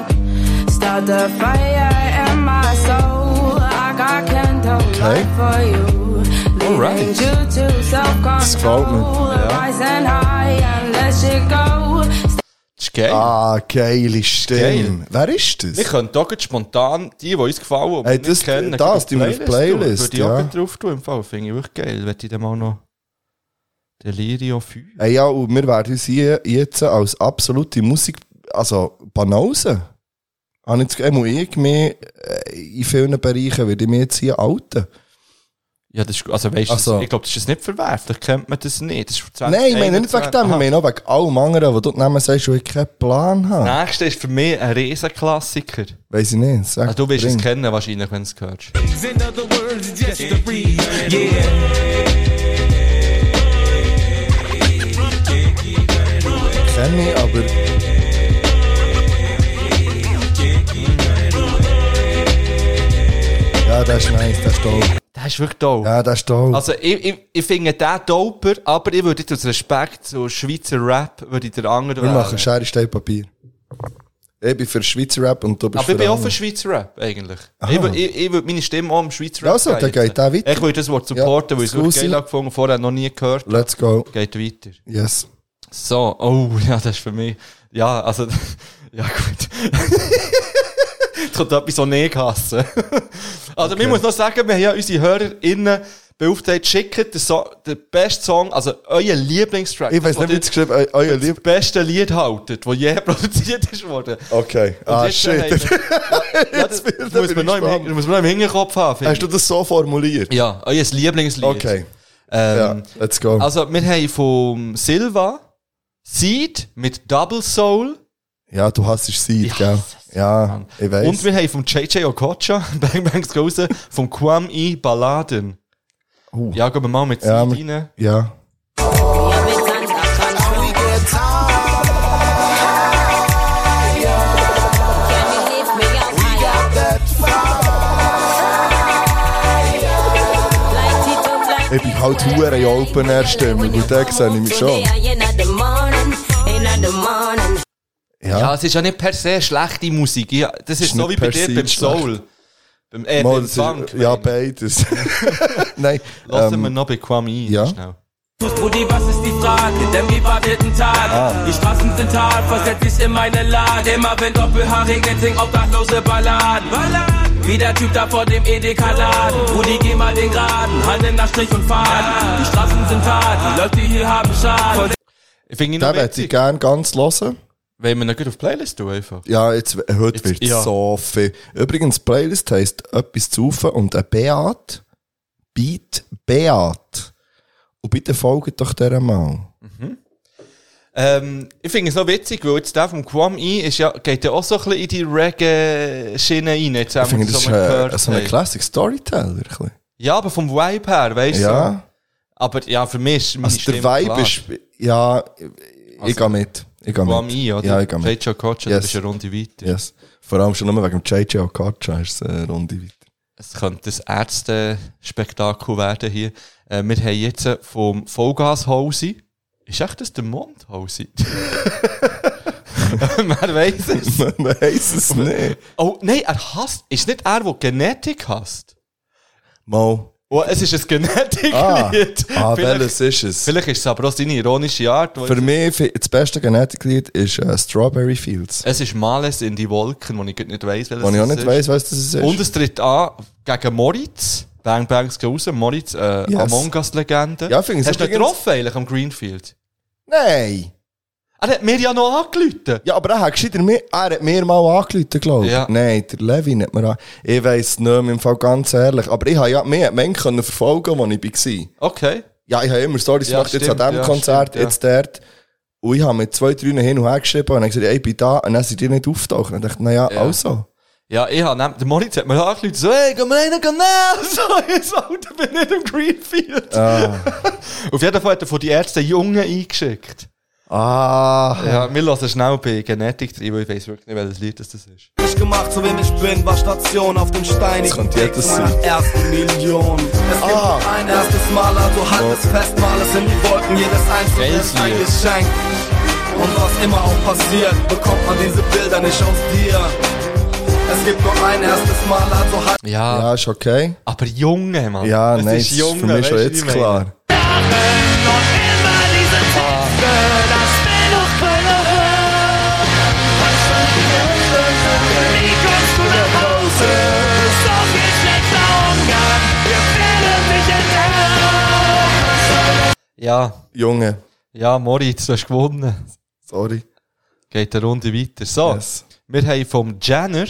Speaker 11: Start a fire in my soul. I got kindled
Speaker 4: Okay.
Speaker 11: light for you.
Speaker 4: Alright.
Speaker 11: Leading you to
Speaker 4: Das gefällt mir.
Speaker 11: self-control.
Speaker 4: Ja.
Speaker 11: Rising high and let shit go.
Speaker 3: Das ist geil.
Speaker 4: Ah, geile Stimme.
Speaker 3: Geil.
Speaker 4: Wer ist
Speaker 3: Wir
Speaker 4: das?
Speaker 3: können doch jetzt spontan die, die uns gefallen und
Speaker 4: Hey,
Speaker 3: wir
Speaker 4: das-
Speaker 3: nicht kennen,
Speaker 4: das
Speaker 3: gleich auf
Speaker 4: tun wir auf die Playlist,
Speaker 3: tun. Würde ich auch
Speaker 4: ja.
Speaker 3: gleich drauf tun im Fall. Finde ich wirklich geil. Wollte ich dann mal noch Delirio Feuer.
Speaker 4: Hey, ja, und wir werden uns hier jetzt als absolute Musik, also Banausen. Habe ich das Gefühl, ich mich, äh, in vielen Bereichen werde ich mich jetzt hier outen.
Speaker 3: Ja, das ist, also weißt du,
Speaker 4: Ach so.
Speaker 3: das- ich glaube, das ist nicht verwerflich, kennt man das nicht. Das ist für 20,
Speaker 4: Nein, ich meine nicht wegen
Speaker 3: 21.
Speaker 4: dem, ich
Speaker 3: Aha.
Speaker 4: meine auch wegen allem anderen, wo du die Namen sagst, wo ich keinen Plan habe.
Speaker 3: Das nächste ist für mich ein Riesenklassiker.
Speaker 4: Weiss ich nicht. Sag,
Speaker 3: Also, du wirst es
Speaker 4: bring.
Speaker 3: kennen wahrscheinlich, wenn du es hörst.
Speaker 7: In other words, just a read. Yeah.
Speaker 4: kenne ich, aber. Ja, das ist nice, das ist toll.
Speaker 3: Das ist wirklich toll.
Speaker 4: Ja, das ist toll.
Speaker 3: Also ich, ich, ich finde den doper, aber ich würde jetzt aus Respekt zu Schweizer Rap würde ich den
Speaker 4: Wir
Speaker 3: anderen wählen.
Speaker 4: machen Schere, Stein, Papier. Ich bin für Schweizer Rap und du bist
Speaker 3: Aber ich
Speaker 4: für
Speaker 3: bin auch
Speaker 4: andere.
Speaker 3: für Schweizer Rap eigentlich. Ich, würd- ich, ich würde meine Stimme auch im Schweizer Rap
Speaker 4: Also, dann
Speaker 3: geben
Speaker 4: geht der weiter.
Speaker 3: Ich würde das Wort supporten,
Speaker 4: Ja,
Speaker 3: weil ich es wirklich
Speaker 4: Scusi.
Speaker 3: geil angefangen vorher noch nie gehört.
Speaker 4: Let's go.
Speaker 3: Geht weiter.
Speaker 4: Yes.
Speaker 3: So, oh, ja, das ist für mich Ja, also, ja gut. Jetzt kommt etwas, so nicht hassen. Also, wir muss noch sagen, wir haben ja unsere HörerInnen beauftragt, schickt den, so den besten Song, also euren Lieblingstrack.
Speaker 4: Ich weiß
Speaker 3: Das,
Speaker 4: nicht, wie
Speaker 3: was
Speaker 4: es geschrieben eu- euer
Speaker 3: ihr das
Speaker 4: Lieb.
Speaker 3: beste Lied haltet, das je produziert ist worden.
Speaker 4: Okay.
Speaker 3: Und
Speaker 4: Ah,
Speaker 3: jetzt
Speaker 4: shit.
Speaker 3: haben wir- Ja, das
Speaker 4: Jetzt bin-
Speaker 3: muss
Speaker 4: da bin
Speaker 3: man
Speaker 4: ich
Speaker 3: noch im
Speaker 4: gespannt.
Speaker 3: Hin- muss man noch im Hinterkopf haben. finde
Speaker 4: Hast du das so formuliert?
Speaker 3: ich. Ja, euer Lieblingslied.
Speaker 4: Okay.
Speaker 3: Ähm,
Speaker 4: ja, let's go.
Speaker 3: Also, wir haben vom Silva Seed mit Double Soul.
Speaker 4: ja, du hast es Seed,
Speaker 3: Ich
Speaker 4: gell?
Speaker 3: hasse
Speaker 4: Ja,
Speaker 3: Mann.
Speaker 4: ich weiß.
Speaker 3: Und wir haben vom JJ Okocha, Bang Bangs Gose, vom Quam I Balladen.
Speaker 4: Uh.
Speaker 3: Ja, gehen wir mal mit
Speaker 4: Ja,
Speaker 3: Seed
Speaker 4: wir-
Speaker 3: rein.
Speaker 4: ja. Ich bin halt hure in Open-Air-Stimmung und da sehe ich mich schon.
Speaker 3: Ja.
Speaker 4: Ja,
Speaker 3: es ist ja nicht per se schlechte Musik. Ja, das ist,
Speaker 4: Ist
Speaker 3: so
Speaker 4: nicht
Speaker 3: wie bei
Speaker 4: per
Speaker 3: dir
Speaker 4: se
Speaker 3: beim
Speaker 4: schlecht.
Speaker 3: Soul. Beim, äh,
Speaker 4: Mal,
Speaker 3: beim
Speaker 4: das
Speaker 3: Funk.
Speaker 4: ist, ja beides. Nein,
Speaker 3: Lassen wir
Speaker 4: ähm,
Speaker 3: noch bei Quam I.
Speaker 4: ja.
Speaker 3: Schnell.
Speaker 7: Brudi, was ist die Frage? Denn wie war wird ein Tag?
Speaker 5: Ah.
Speaker 7: Die Straßen sind hart, versetz dich in meine Lage. Immer wenn Doppelhaar regnet, sing obdachlose Balladen. Balladen. Wie der Typ da vor dem Edeka-Laden.
Speaker 5: Oh.
Speaker 7: Brudi, geh mal den Graden, Hand nach Strich und Faden.
Speaker 5: Ah.
Speaker 7: Die Straßen sind hart, die Leute hier haben Schaden.
Speaker 3: Ich finde ihn
Speaker 4: den
Speaker 3: noch
Speaker 4: möchte ich
Speaker 3: witzig.
Speaker 4: gerne ganz hören.
Speaker 3: Wollen wir ihn gut auf die Playlist tun einfach?
Speaker 4: Ja, jetzt, äh, heute wird
Speaker 3: ja.
Speaker 4: so viel. Übrigens, Playlist heisst etwas zu rufen und ein Beat, Beat, Beat. Und bitte folgt doch der mal.
Speaker 3: Ähm, ich finde es noch witzig, weil jetzt der vom Quam I ist ja, geht ja auch so ein bisschen in die Reggae-Schiene rein. Jetzt haben
Speaker 4: Ich finde,
Speaker 3: wir
Speaker 4: das ist
Speaker 3: mal
Speaker 4: äh,
Speaker 3: gehört,
Speaker 4: so ein
Speaker 3: hey.
Speaker 4: Classic Storyteller. ein bisschen.
Speaker 3: Ja, aber vom Vibe her, weißt du? so.
Speaker 4: Ja,
Speaker 3: Aber ja, für mich ist meine
Speaker 4: also der
Speaker 3: Stimme
Speaker 4: Vibe
Speaker 3: klar.
Speaker 4: ist, ja, ich
Speaker 3: Also,
Speaker 4: gehe mit. Ich gehe
Speaker 3: Quam
Speaker 4: mit.
Speaker 3: I, oder?
Speaker 4: Ja, ich gehe mit.
Speaker 3: Jay Coach,
Speaker 4: Yes.
Speaker 3: du bist eine Runde weiter.
Speaker 4: Yes. Vor allem schon nur wegen dem JJ Okacha ist es eine Runde weiter.
Speaker 3: Es könnte das Ärzte-Spektakel werden hier. Äh, wir haben jetzt äh, vom Vollgas-Hausi. Ist echt das der Mond-Hausi? Wer weiß es?
Speaker 4: Man weiss es nicht.
Speaker 3: Oh, nein, er hasst. Ist nicht er, der Genetik hasst?
Speaker 4: Mal.
Speaker 3: Oh, es ist ein Genetiklied.
Speaker 4: Ah, ah
Speaker 3: vielleicht,
Speaker 4: welches ist es?
Speaker 3: vielleicht ist es aber auch seine ironische Art. wo-
Speaker 4: Für mich fi- das beste Genetiklied ist äh, Strawberry Fields.
Speaker 3: es ist Males in die Wolken, wo ich gut nicht weiss, welches
Speaker 4: Wo ich auch
Speaker 3: das
Speaker 4: nicht
Speaker 3: ist.
Speaker 4: weiss, was das ist.
Speaker 3: Und es tritt an gegen Moritz. Bang Bangs gehen raus. Moritz, äh,
Speaker 4: Yes.
Speaker 3: Among Us-Legende.
Speaker 4: Ja, finde ich
Speaker 3: Hast du ihn
Speaker 4: übrigens-
Speaker 3: getroffen eigentlich am Greenfield?
Speaker 4: Nein!
Speaker 3: Er hat mir ja noch angelüht.
Speaker 4: Ja, aber er hat gescheiter mir, er hat mir mal angeläutet, glaube ich.
Speaker 3: Ja.
Speaker 4: Nein, der Levin hat mir an. Ich weiss nicht, mehr, im Fall ganz ehrlich. Aber ich habe ja mehr Menschen können verfolgen, wo ich war.
Speaker 3: Okay.
Speaker 4: Ja, ich habe immer Stories
Speaker 3: Ja,
Speaker 4: gemacht, jetzt
Speaker 3: stimmt,
Speaker 4: an diesem
Speaker 3: ja,
Speaker 4: Konzert,
Speaker 3: stimmt, ja.
Speaker 4: jetzt dort. Und ich habe mit zwei, drei hin und her geschrieben und habe gesagt, ey, ich bin da. Und dann sind die nicht auftauchen. Und ich dachte, naja,
Speaker 3: Ja.
Speaker 4: nou also.
Speaker 3: Ja, ich hab nehm, der Moritz hat mir angelüht, so, hey, geh mal rein, geh rein. So, jetzt, Alter, bin ich im Greenfield.
Speaker 4: Ah.
Speaker 3: Auf jeden Fall hat er von die Ärzte Jungen eingeschickt.
Speaker 4: Ah.
Speaker 3: Ja, wir lassen schnell bei Genetik drin, weil ich weiss wirklich nicht, welches Lied das das ist.
Speaker 10: Ich gemacht, so wem ich bin, war Station auf dem Stein. Ich
Speaker 4: könnte
Speaker 10: Weg
Speaker 4: jedes
Speaker 10: zu meiner ersten Million. Es gibt
Speaker 4: Ah. Oh.
Speaker 10: nur ein erstes Mal, also halt es fest, mal es in die Wolken, jedes einzelne
Speaker 3: Geiles
Speaker 10: ist ein
Speaker 3: Lied.
Speaker 10: Geschenk. Und was immer auch passiert, bekommt man diese Bilder nicht aus dir. Es gibt nur ein erstes Mal, also halt
Speaker 3: Ja,
Speaker 4: Ja, ist okay.
Speaker 3: aber Junge, Mann.
Speaker 4: Ja,
Speaker 3: Es
Speaker 4: nein,
Speaker 3: ist
Speaker 4: das ist
Speaker 3: Junge,
Speaker 4: für mich schon
Speaker 3: weisst du, wie
Speaker 4: jetzt
Speaker 3: ich meine?
Speaker 4: klar.
Speaker 3: Ja,
Speaker 4: Junge,
Speaker 3: ja, Moritz, du hast gewonnen.
Speaker 4: sorry.
Speaker 3: Geht eine Runde weiter. So,
Speaker 4: Yes.
Speaker 3: wir haben vom Jenner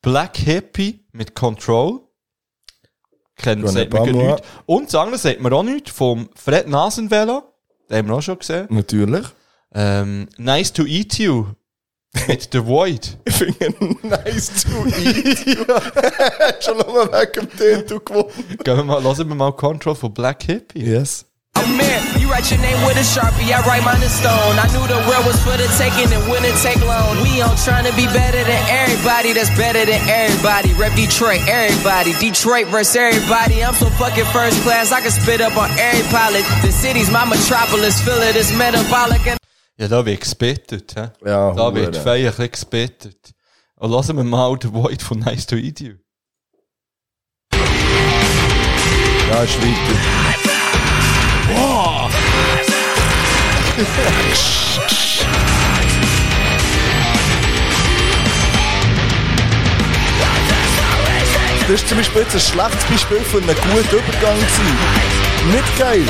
Speaker 3: Black Hippie mit Control. Kennen
Speaker 4: Johanna
Speaker 3: sagt mir gar
Speaker 4: Bamua.
Speaker 3: nichts. Und das andere sagt mir auch nichts vom Fred Nasenvelo. Den haben wir auch schon gesehen.
Speaker 4: Natürlich.
Speaker 3: Ähm, nice to eat you. Mit The Void.
Speaker 4: Ich finde nice to eat. you. Schon lange weg im Titel gewonnen.
Speaker 3: Gehen wir mal, hören wir mal Control von Black Hippie.
Speaker 4: Yes.
Speaker 9: I'm man, you write your name with a sharpie, I write mine in stone. I knew the world was for the taking and wouldn't take long. We on trying to be better than everybody that's better than everybody. Rep Detroit, everybody. Detroit versus everybody. I'm so fucking first class, I can spit up on every pilot. The city's my metropolis, feel it, it's metabolic. And
Speaker 3: Ja, da wird gespittet. hä?
Speaker 4: Ja,
Speaker 3: Da wird
Speaker 4: Hure.
Speaker 3: fein ein bisschen gespittet. Und hören wir mal The Void von Nice to eat you.
Speaker 4: Ja, ist weiter. Das ist zum Beispiel jetzt ein schlechtes Beispiel für einen guten Übergang gewesen. Nicht geil.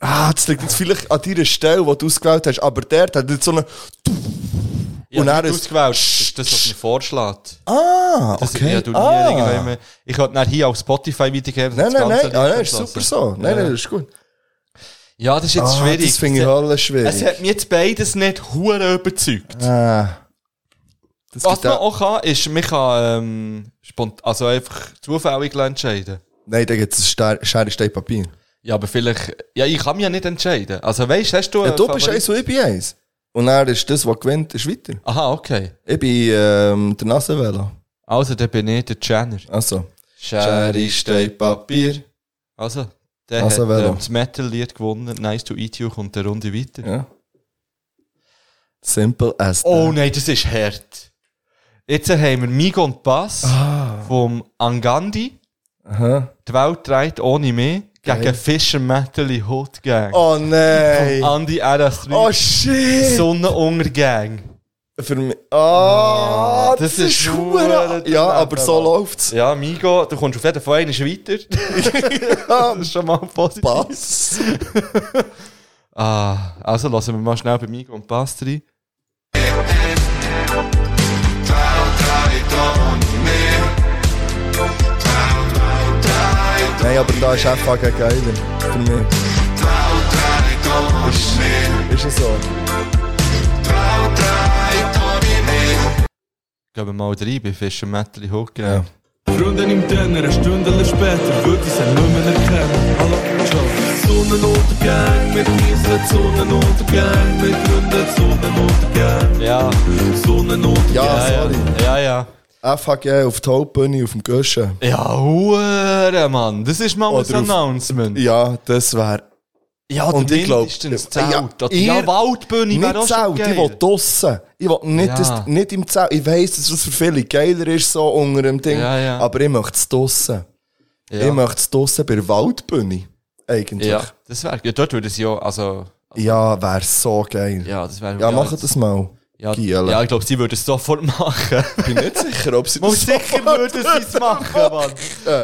Speaker 4: Ah, das liegt jetzt vielleicht an deiner Stelle, die du ausgewählt hast, aber der hat jetzt so eine...
Speaker 3: Ich
Speaker 4: Und
Speaker 3: habe
Speaker 4: er
Speaker 3: nicht
Speaker 4: ist-
Speaker 3: ausgewählt. Das ist das, was mir vorschlägt.
Speaker 4: Ah,
Speaker 3: Das
Speaker 4: okay.
Speaker 3: ja, du nie
Speaker 4: ah.
Speaker 3: irgendwie mehr- Ich könnte dann hier auf Spotify weitergeben.
Speaker 4: Nein,
Speaker 3: das
Speaker 4: nein,
Speaker 3: ganze
Speaker 4: nein, ah,
Speaker 3: Lied
Speaker 4: nein, ist
Speaker 3: lassen.
Speaker 4: super so. Nein,
Speaker 3: Ja.
Speaker 4: nein, das ist gut.
Speaker 3: Ja, das ist jetzt
Speaker 4: Ah,
Speaker 3: schwierig.
Speaker 4: Das finde ich
Speaker 3: Es-
Speaker 4: alles schwierig.
Speaker 3: Es hat mich jetzt beides nicht hure überzeugt.
Speaker 4: Ah. Das
Speaker 3: Was
Speaker 4: gibt
Speaker 3: man
Speaker 4: auch-
Speaker 3: auch kann, ist, man kann ähm, spont also einfach zufällig entscheiden.
Speaker 4: Nein, da gibt es Schere, Stein, Papier.
Speaker 3: Ja, aber vielleicht... Ja, ich kann mich ja nicht entscheiden. Also weißt, hast du...
Speaker 4: Ja,
Speaker 3: einen
Speaker 4: du bist
Speaker 3: Favorit-
Speaker 4: eins und ich bin eins. Und er ist das, was gewinnt, ist weiter.
Speaker 3: Aha, okay.
Speaker 4: Ich bin ähm, der Nasenwelle.
Speaker 3: Also, dann bin ich der Jenner.
Speaker 4: Also.
Speaker 3: Schere, Stein, Papier. Also, der
Speaker 4: Also,
Speaker 3: hat
Speaker 4: wer?
Speaker 3: ähm, das Metal-Lied gewonnen. Nice to eat you kommt eine Runde weiter.
Speaker 4: Ja. Simple as
Speaker 3: Oh
Speaker 4: that.
Speaker 3: nein, das ist hart. Jetzt haben wir Migo und Bass
Speaker 4: Ah.
Speaker 3: vom Angandi.
Speaker 4: Aha.
Speaker 3: Die Welt dreht ohne mich gegen Fischer Metal Hot Gang.
Speaker 4: Oh nein.
Speaker 3: Andi RS3.
Speaker 4: Oh shit. Ah,
Speaker 3: Sonnenuntergang.
Speaker 4: Für mich. Ah,
Speaker 3: das
Speaker 4: das,
Speaker 3: ist
Speaker 4: ist
Speaker 3: hure-
Speaker 4: hure. Ja, aber so läuft's.
Speaker 3: Ja, Migo, du kommst auf jeden Fall einen weiter. das ist schon mal positiv.
Speaker 4: Bass.
Speaker 3: Ah, also lassen wir mal schnell bei Migo und Bass rein.
Speaker 4: Nein, aber da ist einfach kein Geiler. Für mich. Ist, ist es so?
Speaker 3: Gehen wir mal rein bei Fischer Metal Hot Gang.
Speaker 4: Ja.
Speaker 10: Freunde im Döner, eine Stunde später würde ich sie nicht mehr erkennen. Hallo, Joe. Sonnenuntergang, mit Wiesen, Sonnenuntergang, mit Gründen, Sonnenuntergang,
Speaker 3: Ja,
Speaker 10: Sonnenuntergang.
Speaker 4: Ja,
Speaker 3: ja,
Speaker 4: sorry.
Speaker 3: ja, ja.
Speaker 4: FHG auf der Hauptbühne, auf dem Göschen.
Speaker 3: Ja, hure, Mann. Das ist mal
Speaker 4: Oder
Speaker 3: ein
Speaker 4: auf-
Speaker 3: Announcement.
Speaker 4: Ja, das wäre.
Speaker 3: Ja,
Speaker 4: Und ich glaub-
Speaker 3: mindestens
Speaker 4: Ja,
Speaker 3: Zelt. Ja,
Speaker 4: ihr-
Speaker 3: ja Waldbühne
Speaker 4: Nicht
Speaker 3: wäre auch schon
Speaker 4: Zelt, ich will
Speaker 3: geil.
Speaker 4: draussen. Ich will nicht,
Speaker 3: Ja.
Speaker 4: das, nicht im Zelt. Ich weiss, dass das für viele geiler ist, so unter dem Ding.
Speaker 3: Ja, ja.
Speaker 4: Aber ich möchte es draussen. Ich
Speaker 3: Ja,
Speaker 4: möchte es draussen bei der Waldbühne. Eigentlich.
Speaker 3: ja,
Speaker 4: Ja,
Speaker 3: das wäre, ja, dort würde es ja, also,
Speaker 4: wäre so geil. Ja,
Speaker 3: ja, das wäre.
Speaker 4: mach das mal.
Speaker 3: Ja,
Speaker 4: Giele.
Speaker 3: ja ich glaube, sie würden es sofort machen.
Speaker 4: Ich bin nicht sicher, ob sie
Speaker 3: Mal
Speaker 4: das
Speaker 3: sicher
Speaker 4: machen.
Speaker 3: würden sie es machen, Mann.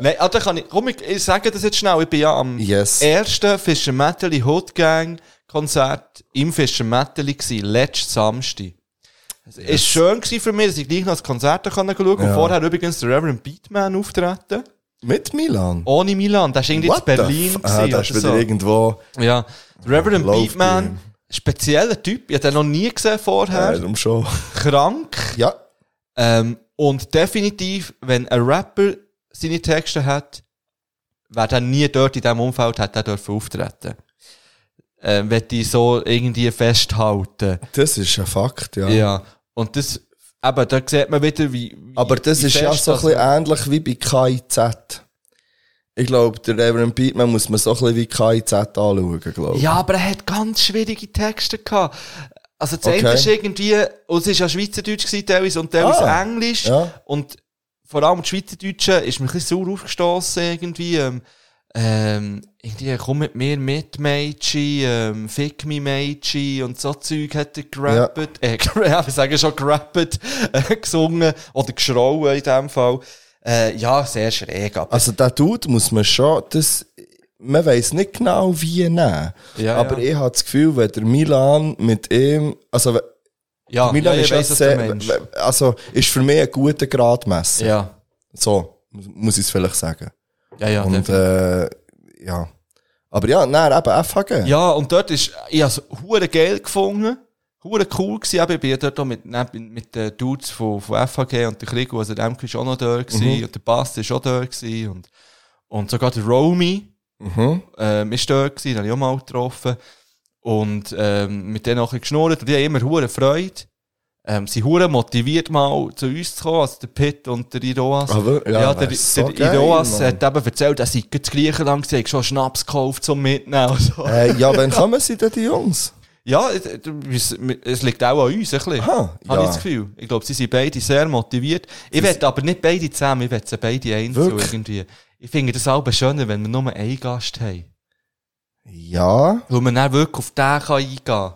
Speaker 3: Nein, ah, da kann ich, komm, ich, ich sage das jetzt schnell, ich bin ja am
Speaker 4: Yes.
Speaker 3: ersten Fischer Metalli Hot Gang Konzert im Fischer Metalli gsi, letzten Samstag. Es war schön gsi für mich, dass ich gleich noch das Konzert da schauen konnte. Und
Speaker 4: Ja.
Speaker 3: vorher übrigens der Reverend Beatman auftreten.
Speaker 4: Mit Milan?
Speaker 3: Ohne Milan, der war irgendwie in
Speaker 4: What the
Speaker 3: Oh, Berlin. also
Speaker 4: f- Ah,
Speaker 3: gsi
Speaker 4: das ist
Speaker 3: oder
Speaker 4: wieder irgendwo.
Speaker 3: Ja, der Reverend
Speaker 4: Läuft
Speaker 3: Beatman, spezieller Typ, ich habe den noch nie gesehen vorher,
Speaker 4: Ja, Äh, darum schon.
Speaker 3: krank.
Speaker 4: Ja,
Speaker 3: Ähm, und definitiv, wenn ein Rapper seine Texte hat, wer dann nie dort in diesem Umfeld hat, der dürfen auftreten. Ähm, wenn die so irgendwie festhalten.
Speaker 4: das ist ein Fakt, ja.
Speaker 3: Ja. Und das, aber da sieht man wieder, wie. wie
Speaker 4: Aber das
Speaker 3: wie
Speaker 4: ist ja
Speaker 3: fest
Speaker 4: so ein
Speaker 3: das-
Speaker 4: bisschen ähnlich wie bei KIZ. Ich glaube, der Reverend Beatman muss man so ein bisschen wie KIZ anschauen, glaube ich.
Speaker 3: Ja, aber er hat ganz schwierige Texte gehabt. Also, das eine
Speaker 4: Okay.
Speaker 3: ist irgendwie, und es war ja Schweizerdeutsch gewesen, teilweise, und teilweise
Speaker 4: Ah,
Speaker 3: Englisch.
Speaker 4: ja.
Speaker 3: Und vor allem die Schweizerdeutschen ist mir ein bisschen sauer aufgestossen, irgendwie. Ähm, ähm, irgendwie, komm mit mir mit, Meiji, ähm, fick mich, Meiji, und so Zeug hat er gerappt, äh, gerappt, ich sage schon gerappt, äh, gesungen, oder geschrauen in dem Fall. Äh, ja, sehr schräg, aber.
Speaker 4: Also, der Dude muss man schon, das, man weiß nicht genau, wie nehmen.
Speaker 3: Ja,
Speaker 4: Aber
Speaker 3: ja.
Speaker 4: ich habe das Gefühl, wenn der Milan mit ihm, also, we-
Speaker 3: ja,
Speaker 4: Milan
Speaker 3: Ah, ja, ich
Speaker 4: ist weiss,
Speaker 3: weiss, was du
Speaker 4: sehr,
Speaker 3: meinst.
Speaker 4: we- also, ist für mich ein guter Gradmesser.
Speaker 3: Ja,
Speaker 4: So, muss- muss ich es vielleicht sagen.
Speaker 3: ja, ja,
Speaker 4: Und, äh, ja. Aber ja, nein, eben FHG.
Speaker 3: Ja, und dort ist, ich habe es hure geil gefunden, hure cool gewesen, aber ich bin ja dort auch mit, neben- mit den Dudes von, von FHG und der Krieg, also der MK ist auch noch da gewesen,
Speaker 4: Mhm.
Speaker 3: und der Bast ist auch da gewesen, und, und sogar der Romy,
Speaker 4: Mhm.
Speaker 3: ähm, ist da gewesen, den habe ich auch mal getroffen, und, ähm, mit denen auch ein bisschen geschnurrt, und die haben immer hure Freude, ähm, sie hure motiviert mal zu uns zu kommen, also der Pitt und der Iroas.
Speaker 4: Aber, Also, ja,
Speaker 3: Ja, der, der,
Speaker 4: wär's so geil,
Speaker 3: Iroas
Speaker 4: Mann.
Speaker 3: hat eben erzählt, dass sie in Griechenland gewesen, schon Schnaps gekauft zum Mitnehmen. und so.
Speaker 4: Äh, ja, wann kommen sie denn, die Jungs?
Speaker 3: Ja, es- es es liegt auch an uns ein bisschen.
Speaker 4: Aha,
Speaker 3: habe
Speaker 4: ja.
Speaker 3: ich das Gefühl. Ich glaube, sie sind beide sehr motiviert. Ich will aber nicht beide zusammen, ich will sie beide einzeln
Speaker 4: Wirklich?
Speaker 3: irgendwie. Ich finde das auch schöner, wenn wir nur einen Gast haben.
Speaker 4: Ja.
Speaker 3: Weil man dann wirklich auf den kann eingehen kann.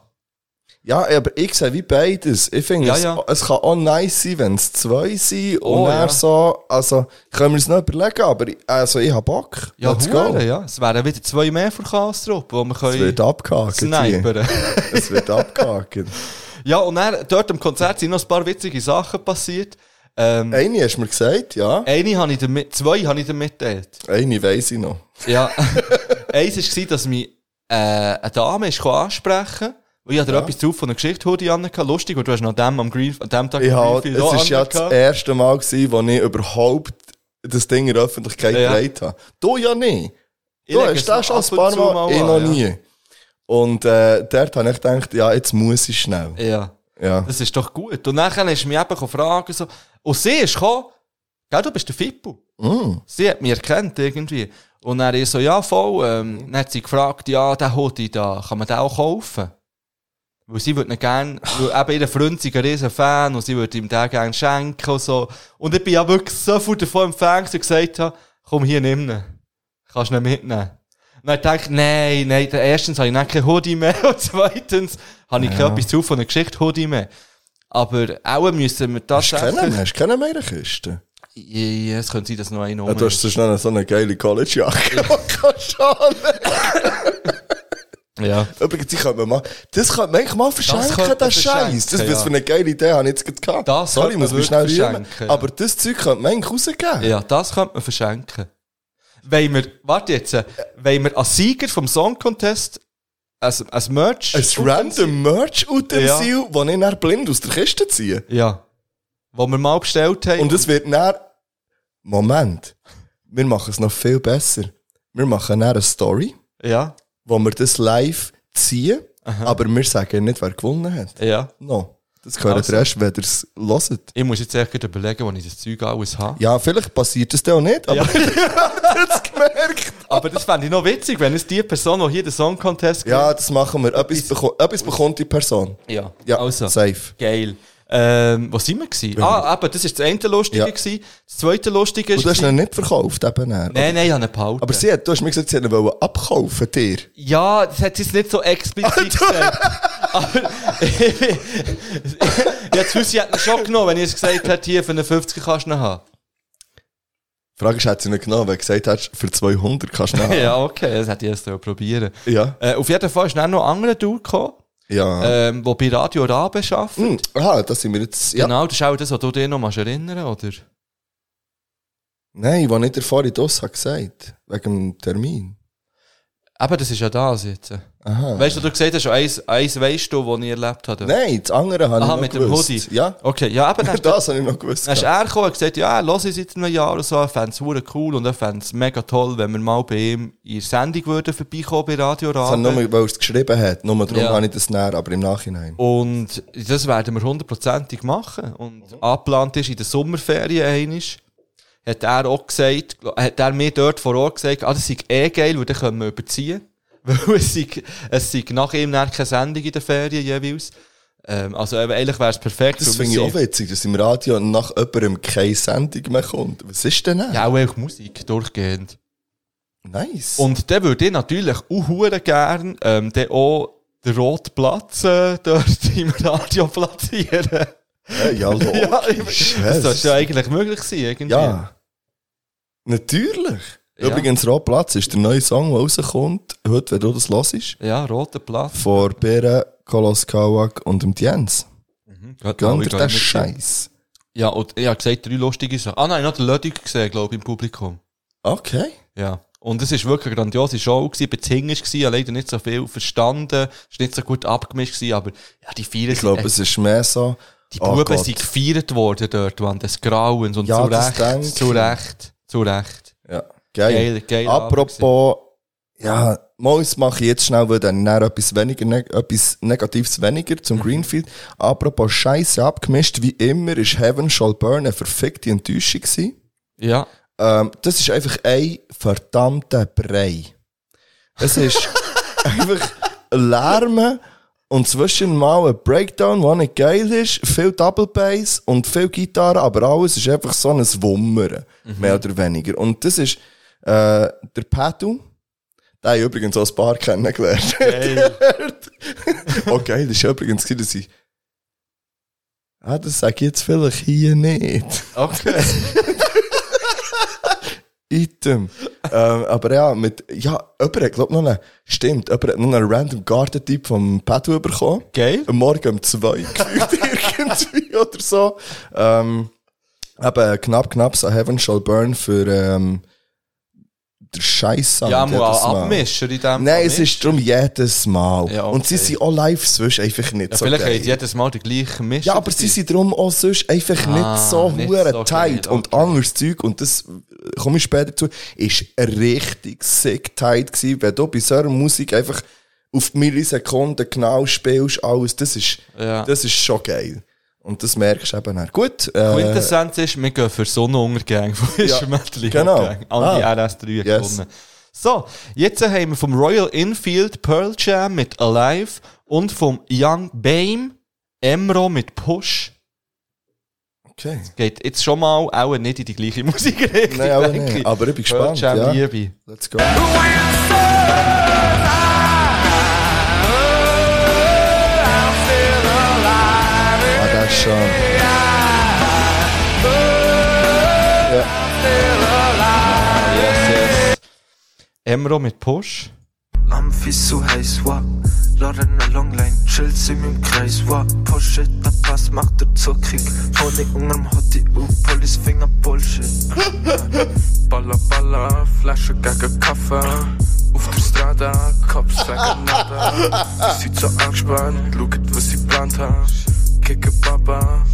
Speaker 4: Ja, aber ich sehe wie beides. Ich finde,
Speaker 3: Ja,
Speaker 4: es,
Speaker 3: ja.
Speaker 4: es kann auch nice sein, wenn es zwei sind. und
Speaker 3: Oh,
Speaker 4: dann
Speaker 3: ja.
Speaker 4: so, also, können wir es noch überlegen, aber ich- also, ich habe Bock.
Speaker 3: Ja,
Speaker 4: Let's go.
Speaker 3: hure, ja. Es wären wieder zwei mehr für Kastrup, wo wir
Speaker 4: Es wird
Speaker 3: können
Speaker 4: abgehakt. hier.
Speaker 3: snipern.
Speaker 4: Es wird abgehakt.
Speaker 3: ja, und dann, dort am Konzert sind noch ein paar witzige Sachen passiert. Ähm,
Speaker 4: Eine hast du mir gesagt, ja.
Speaker 3: eine habe ich dir mit, zwei habe ich dir mitgeteilt.
Speaker 4: Eine weiss ich noch.
Speaker 3: Ja. Eins war, dass mich äh, eine Dame ist gekommen ansprechen und ich hatte dir etwas drauf von einer Geschichte, Hoodie, Annika. Lustig, und du hast noch dem am Green, an dem Tag
Speaker 4: Ich
Speaker 3: am
Speaker 4: halt,
Speaker 3: Greenfield
Speaker 4: es
Speaker 3: auch
Speaker 4: war ja
Speaker 3: angehabt.
Speaker 4: das erste Mal, gewesen, wo ich überhaupt das Ding in der Öffentlichkeit
Speaker 3: Ja.
Speaker 4: gedreht habe. Du ja nicht.
Speaker 3: Ich
Speaker 4: Du
Speaker 3: lege
Speaker 4: hast
Speaker 3: es
Speaker 4: das schon
Speaker 3: ab
Speaker 4: ein
Speaker 3: und
Speaker 4: paar
Speaker 3: zu
Speaker 4: Mal, ich
Speaker 3: an,
Speaker 4: noch
Speaker 3: ja.
Speaker 4: nie. Und äh, dort habe ich gedacht, ja, jetzt muss ich schnell.
Speaker 3: Ja.
Speaker 4: Ja.
Speaker 3: Das ist doch gut. Und nachher hast du mich eben fragen so. Und sie ist gekommen, gell, du bist der Fippo.
Speaker 4: Mm.
Speaker 3: Sie hat mich erkannt irgendwie. Und dann ich so, ja voll. Ähm, dann hat sie gefragt, ja, der Hoodie da, kann man den auch kaufen? Weil sie würde ihn gerne, weil eben ihr Freund ist ein riesen Fan und sie würde ihm den gerne schenken und so. Und ich bin ja wirklich so viel davon empfangen, dass ich gesagt habe, komm hier, nimm ihn. Kannst du ihn mitnehmen? Und dann dachte ich, nein, nein, erstens habe ich dann kein Hoodie mehr und zweitens habe ich ja. etwas zu von einer Geschichte Hoodie mehr. Aber auch müssen wir
Speaker 4: Hast du keine,
Speaker 3: tatsächlich...
Speaker 4: hast du keine mehr Kiste?
Speaker 3: Ja, es könnte sein, dass noch um eine
Speaker 4: Ja, du hast sonst noch so eine geile College-Jacke. Schade.
Speaker 3: Ja.
Speaker 4: Übrigens, die könnte man mal, das könnte man eigentlich mal verschenken,
Speaker 3: könnte
Speaker 4: den
Speaker 3: man
Speaker 4: Scheiß. Das
Speaker 3: verschenken,
Speaker 4: was
Speaker 3: ja.
Speaker 4: für eine geile Idee, habe ich jetzt gerade gehabt.
Speaker 3: Das
Speaker 4: Sorry,
Speaker 3: könnte
Speaker 4: muss
Speaker 3: man
Speaker 4: mich schnell
Speaker 3: wirklich
Speaker 4: rühmen.
Speaker 3: verschenken, ja.
Speaker 4: Aber das Zeug könnte man eigentlich rausgeben.
Speaker 3: Ja, das könnte man verschenken. Wollen wir, warte jetzt, äh, wollen wir als Sieger vom Song Contest als, als Merch?
Speaker 4: Ein random Merch-Utensil,
Speaker 3: Ja.
Speaker 4: ja. das ich dann blind aus der Kiste ziehe.
Speaker 3: Ja. Wo wir mal bestellt haben.
Speaker 4: Und es wird dann... dus Moment. Wir machen es noch viel besser. Wir machen dann eine Story,
Speaker 3: ja,
Speaker 4: wo wir das live ziehen, aber wir sagen nicht, wer gewonnen hat.
Speaker 3: ja.
Speaker 4: No. Das gehört
Speaker 3: Also.
Speaker 4: der Rest, wenn ihr es hört.
Speaker 3: Ich muss jetzt echt gerade überlegen, wo ich das Zeug alles habe.
Speaker 4: Ja, vielleicht passiert es dann auch nicht, aber es gemerkt.
Speaker 3: Aber das fände ich noch witzig, wenn es die Person, die hier den Song Contest
Speaker 4: Ja, das machen wir. Etwas, beko etwas bekommt die Person.
Speaker 3: gewinnt. ja.
Speaker 4: Ja,
Speaker 3: also.
Speaker 4: safe.
Speaker 3: Geil. Ähm, wo sind wir gewesen? Ah, aber das war das eine Lustige.
Speaker 4: Ja.
Speaker 3: Gewesen. Das zweite Lustige
Speaker 4: Und du hast
Speaker 3: gewesen-
Speaker 4: ihn nicht verkauft, eben. dann, oder?
Speaker 3: Nein, nein, ich habe ihn behalten.
Speaker 4: Aber sie hat, du hast mir gesagt, sie hat ihn wollen abkaufen, dir.
Speaker 3: Ja, das hat sie jetzt nicht so explizit gesagt. Aber jetzt wüsste ich, hätte ihn schon genommen, wenn ich es gesagt hätte, hier für einen 50 kannst du ihn haben.
Speaker 4: Die Frage ist, hat sie ihn genommen, weil du gesagt hast, für 200 kannst du ihn haben.
Speaker 3: Ja, okay, das hätte ich jetzt auch probieren.
Speaker 4: Ja. Äh,
Speaker 3: Äh, auf jeden Fall ist dann noch ein anderer Dude gekommen,
Speaker 4: Ja.
Speaker 3: ähm, der bei Radio Rabe arbeitet.
Speaker 4: Hm, aha, das sind wir jetzt. Ja.
Speaker 3: Genau, das ist auch das, was du dir noch mal erinnern oder?
Speaker 4: Nein, was nicht der vorhin das hat gesagt. Wegen dem Termin.
Speaker 3: Eben, das ist ja das jetzt.
Speaker 4: Aha.
Speaker 3: Weißt du, du gesagt hast, eins, eins weißt du, was ich erlebt habe.
Speaker 4: Nein, das andere habe ich
Speaker 3: Aha,
Speaker 4: noch
Speaker 3: mit dem
Speaker 4: gewusst.
Speaker 3: Hoodie.
Speaker 4: Ja.
Speaker 3: Okay, ja,
Speaker 4: Oh,
Speaker 3: eben, dann-
Speaker 4: Das habe ich noch gewusst.
Speaker 3: Dann ist
Speaker 4: gehabt.
Speaker 3: er gekommen und gesagt, ja, los ich seit einem Jahr oder so, er fände es verdammt cool und er fände es mega toll, wenn wir mal bei ihm in der Sendung würden vorbeikommen bei Radio
Speaker 4: Das habe ich
Speaker 3: Rabe.
Speaker 4: nur, weil er es geschrieben hat. Nur darum
Speaker 3: Ja.
Speaker 4: habe ich das näher, aber im Nachhinein.
Speaker 3: Und das werden wir hundertprozentig machen. Und
Speaker 4: Mhm.
Speaker 3: angeplant ist in der Sommerferien einisch hat er auch gesagt, hat er mir dort vor Ort gesagt, ah, das sei eh geil, weil dann können wir überziehen. Weil es sei, es sei nach ihm dann keine Sendung in der Ferien jeweils. Ähm, also eben, eigentlich wäre es perfekt.
Speaker 4: Das
Speaker 3: weil wir
Speaker 4: finde ich auch
Speaker 3: sind-
Speaker 4: witzig, dass im Radio nach jemandem keine Sendung mehr kommt. Was ist denn das?
Speaker 3: Ja, auch eigentlich Musik durchgehend.
Speaker 4: Nice.
Speaker 3: Und dann würde ich natürlich auch hure gern ähm, dann auch den roten Platz äh, dort im Radio platzieren.
Speaker 4: ja, ja, logisch.
Speaker 3: ich- das sollte ja
Speaker 4: ja,
Speaker 3: eigentlich möglich sein, irgendwie.
Speaker 4: Oh, ja. Natürlich.
Speaker 3: Ja.
Speaker 4: Übrigens, Rohplatz ist der neue Song, der rauskommt, heute, wenn du das hörst,
Speaker 3: Ja, roter Platz.
Speaker 4: von Bera, Kolos Kawak und dem Jens. Gönn dir den Scheiß.
Speaker 3: Ja, und ich habe gesagt, drei lustige Sachen. Ah nein, ich habe den Ludwig gesehen, glaube ich, im Publikum.
Speaker 4: Okay.
Speaker 3: Ja. Und es war wirklich eine grandiose Show, gewesen, bezingisch gewesen, leider nicht so viel verstanden, ist nicht so gut abgemischt gewesen, aber ja, die Feiern
Speaker 4: Ich glaube, es ist mehr so.
Speaker 3: Die
Speaker 4: oh
Speaker 3: Buben
Speaker 4: Gott.
Speaker 3: sind gefeiert worden dort, Mann, des Grauens und
Speaker 4: Ja,
Speaker 3: zu
Speaker 4: das
Speaker 3: Recht,
Speaker 4: denke ich.
Speaker 3: zu Recht, zu Recht.
Speaker 4: Ja, geil.
Speaker 3: Geil, geil
Speaker 4: Apropos, ja, Mois mache ich jetzt schnell, weil dann dann etwas, weniger, neg etwas Negatives weniger zum Greenfield. Apropos Scheiße abgemischt, wie immer ist Heaven Shall Burn eine verfickte Enttäuschung gewesen.
Speaker 3: Ja.
Speaker 4: Ähm, das ist einfach ein verdammter Brei. Es ist einfach Lärm und zwischen mal ein Breakdown, der nicht geil ist, viel Double Bass und viel Gitarre, aber alles ist einfach so eh, ein Wummern, mehr oder weniger. Und das ist äh, der Pedal, Da habe ich übrigens auch ein paar kennengelernt. okay, das war übrigens, gewesen, dass ich. Ah, das sage ich jetzt vielleicht hier nicht.
Speaker 3: Okay.
Speaker 4: Item. ähm, aber ja, mit, ja, jemand hat, glaub, noch einen, stimmt, jemand hat noch einen random Garten-Typ vom Pedro bekommen.
Speaker 3: Geil.
Speaker 4: Am Morgen um zwei gefühlt irgendwie oder so. Ähm, eben, knapp, knapp, so Heaven Shall Burn für, ähm, der scheiß
Speaker 3: Ja, muss auch abmischen in dem
Speaker 4: Nein,
Speaker 3: Fall
Speaker 4: es
Speaker 3: nicht.
Speaker 4: ist darum jedes Mal.
Speaker 3: Ja,
Speaker 4: Und sie
Speaker 3: okay.
Speaker 4: sind auch live sonst einfach nicht
Speaker 3: Ja,
Speaker 4: so
Speaker 3: vielleicht
Speaker 4: geil.
Speaker 3: hat jedes Mal den gleichen Misch.
Speaker 4: Ja, aber sie sind darum auch sonst einfach
Speaker 3: Ah,
Speaker 4: nicht so
Speaker 3: nicht
Speaker 4: hure
Speaker 3: so
Speaker 4: tight.
Speaker 3: geil,
Speaker 4: Und anderes Zeug, und das äh, komme ich später zu, ist richtig sick tight gewesen, wenn du bei so einer Musik einfach auf die Millisekunden genau spielst, alles, das ist,
Speaker 3: Ja.
Speaker 4: das ist schon geil. Und das merkst du eben auch. Gut, äh,
Speaker 3: Quintessenz ist, wir gehen für Sonnenuntergang von Fischermädchen.
Speaker 4: genau.
Speaker 3: An die
Speaker 4: Ah. Yes.
Speaker 3: RS3 gewonnen. So, jetzt haben wir vom Royal Infield Pearl Jam mit Alive und vom Young Bame Emro mit Push.
Speaker 4: okay.
Speaker 3: Geht jetzt schon mal auch nicht in die gleiche Musikrichtung.
Speaker 4: Nein, aber,
Speaker 3: denke
Speaker 4: nicht.
Speaker 3: ich.
Speaker 4: aber ich bin
Speaker 3: Pearl
Speaker 4: gespannt.
Speaker 3: Jam
Speaker 4: Ja.
Speaker 3: Liebe.
Speaker 4: Let's go. Ah, das ist schon. Ja.
Speaker 3: Emro mit Push.
Speaker 10: Amphi so heiß, wa Lade ne Longline, chillst im im Kreis, wa Porsche, da Pass macht der Zuckick Honig unterm Hottie, u Polis Finger Bullshit Baller, baller, Flasche, gegen Kaffee Auf der Strada, Cops sagen nada Sie zu angespannt, schaut, was sie plant hat Kicke Baba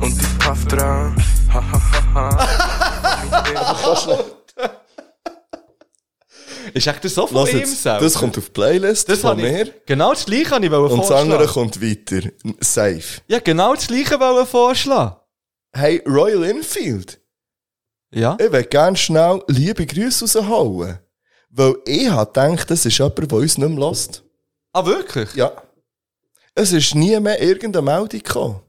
Speaker 10: und die Puff dran Ha ha ha ha
Speaker 3: Ist echt so von
Speaker 4: Lass
Speaker 3: ihm
Speaker 4: jetzt,
Speaker 3: selber?
Speaker 4: das kommt auf die Playlist
Speaker 3: Das
Speaker 4: von
Speaker 3: habe
Speaker 4: mir.
Speaker 3: ich, genau das gleiche wollte ich wollen
Speaker 4: Und das andere
Speaker 3: vorschlagen.
Speaker 4: kommt weiter. Safe.
Speaker 3: Ja, genau das gleiche wollte ich vorschlagen.
Speaker 4: Hey, Royal Infield.
Speaker 3: Ja.
Speaker 4: Ich will gerne schnell liebe Grüße raushauen. Weil ich habe gedacht, das ist jemand, der uns nicht mehr lässt.
Speaker 3: Ah, wirklich?
Speaker 4: Ja. Es ist nie mehr irgendeine Meldung gekommen.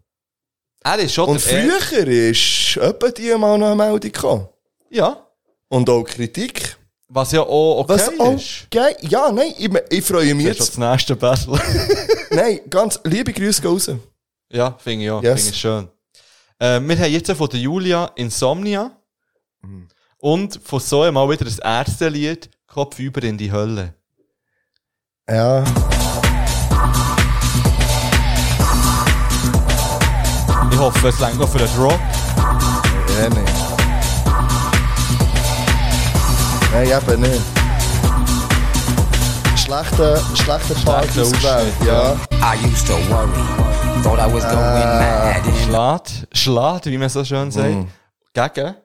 Speaker 3: Er ist schon
Speaker 4: Und
Speaker 3: der Er-
Speaker 4: früher ist etwa die mal noch eine Meldung gekommen.
Speaker 3: Ja.
Speaker 4: Und auch Kritik.
Speaker 3: Was ja auch okay
Speaker 4: Was auch
Speaker 3: ist.
Speaker 4: geil. Ja, nein, ich, me- ich freue mich
Speaker 3: Das ist
Speaker 4: jetzt.
Speaker 3: schon das nächste Battle.
Speaker 4: Nein, ganz liebe Grüße gehen raus.
Speaker 3: ja, finde ich auch.
Speaker 4: Yes.
Speaker 3: Finde ich schön. Äh, wir haben jetzt von der Julia Insomnia
Speaker 4: Mhm.
Speaker 3: und von so mal wieder das erste Lied Kopf über in die Hölle.
Speaker 4: Ja.
Speaker 3: Ich hoffe, es längt noch für einen Drop.
Speaker 4: Ja, nee. Nein, eben nicht. Schlechter, schlechter Part
Speaker 3: Schlechter
Speaker 4: ausgewählt,
Speaker 3: Ausschnitt,
Speaker 4: ja.
Speaker 9: I used to worry, thought I was going mad.
Speaker 3: Schlat, Schlat, wie man so schön sagt.
Speaker 4: Mhm.
Speaker 3: Gegen.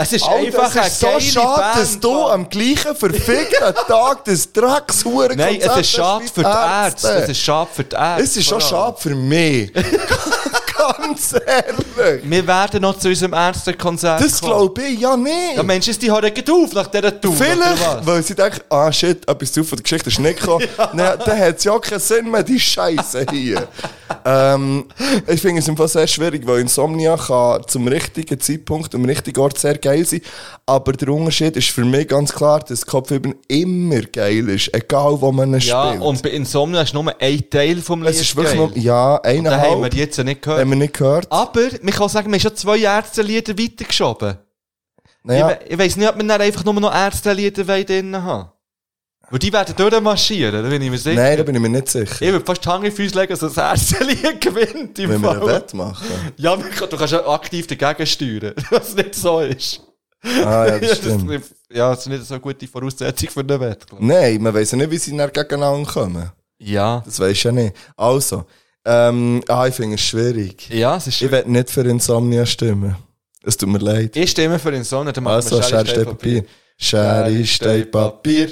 Speaker 3: Es ist
Speaker 4: Alter,
Speaker 3: einfach
Speaker 4: es ist so
Speaker 3: eine geile
Speaker 4: schade,
Speaker 3: Band,
Speaker 4: dass du
Speaker 3: Mann.
Speaker 4: am gleichen verfickten Tag des Drecks hure
Speaker 3: Nein, es ist schade für die Ärzte. Es ist schade für die Ärzte.
Speaker 4: Es ist schon
Speaker 3: vor allem.
Speaker 4: schade für mich. Ganz ehrlich.
Speaker 3: Wir werden noch zu unserem Ärztekonzert
Speaker 4: Das glaube ich ja nicht.
Speaker 3: Ja, Mensch, ist die hören gleich auf nach dieser Tour.
Speaker 4: Vielleicht, weil sie denken, ah shit, etwas zu von der Geschichte ist nicht gekommen. Nein, dann hat es ja keinen Sinn mehr, die Scheiße hier. ähm, ich finde es im Fall sehr schwierig, weil Insomnia kann zum richtigen Zeitpunkt, am richtigen Ort sehr geil sein. Aber der Unterschied ist für mich ganz klar, dass Kopfhüben immer geil ist, egal wo man es
Speaker 3: Ja,
Speaker 4: spielt.
Speaker 3: und bei Insomnia ist nur ein Teil vom Lied
Speaker 4: es ist wirklich
Speaker 3: geil.
Speaker 4: nur, ja,
Speaker 3: Da haben wir
Speaker 4: eineinhalb,
Speaker 3: die Ah, jetzt nicht gehört.
Speaker 4: haben wir nicht gehört.
Speaker 3: Aber, man kann sagen, wir haben schon zwei Ärztelieder weitergeschoben.
Speaker 4: naja,
Speaker 3: Ich, we ich weiss nicht, ob wir dann einfach nur noch Ärztelieder drin haben Weil die werden durchmarschieren, da bin ich mir sicher.
Speaker 4: nein, da bin ich mir nicht sicher.
Speaker 3: ich würde fast die Hand in die Füße legen, dass das Ärztelied gewinnt. Im
Speaker 4: Wenn wir einen
Speaker 3: Fall.
Speaker 4: Wett machen.
Speaker 3: Ja, man kann- du kannst ja aktiv dagegen steuern, dass es nicht so ist.
Speaker 4: Ah, ja, das stimmt.
Speaker 3: ist ja, das ist nicht so eine gute Voraussetzung für einen Wett, glaube
Speaker 4: Nein, man weiß ja nicht, wie sie dann gegeneinander kommen.
Speaker 3: ich. Ja.
Speaker 4: Das weisst du ja nicht. Also, ähm, ah, ich finde es schwierig.
Speaker 3: Ja, es ist
Speaker 4: Ich werde nicht für Insomnia stimmen. Es tut mir leid.
Speaker 3: Ich stimme für Insomnia, dann machen
Speaker 4: Also,
Speaker 3: wir
Speaker 4: Schere, Stein, Papier. Schere, Stein, Papier.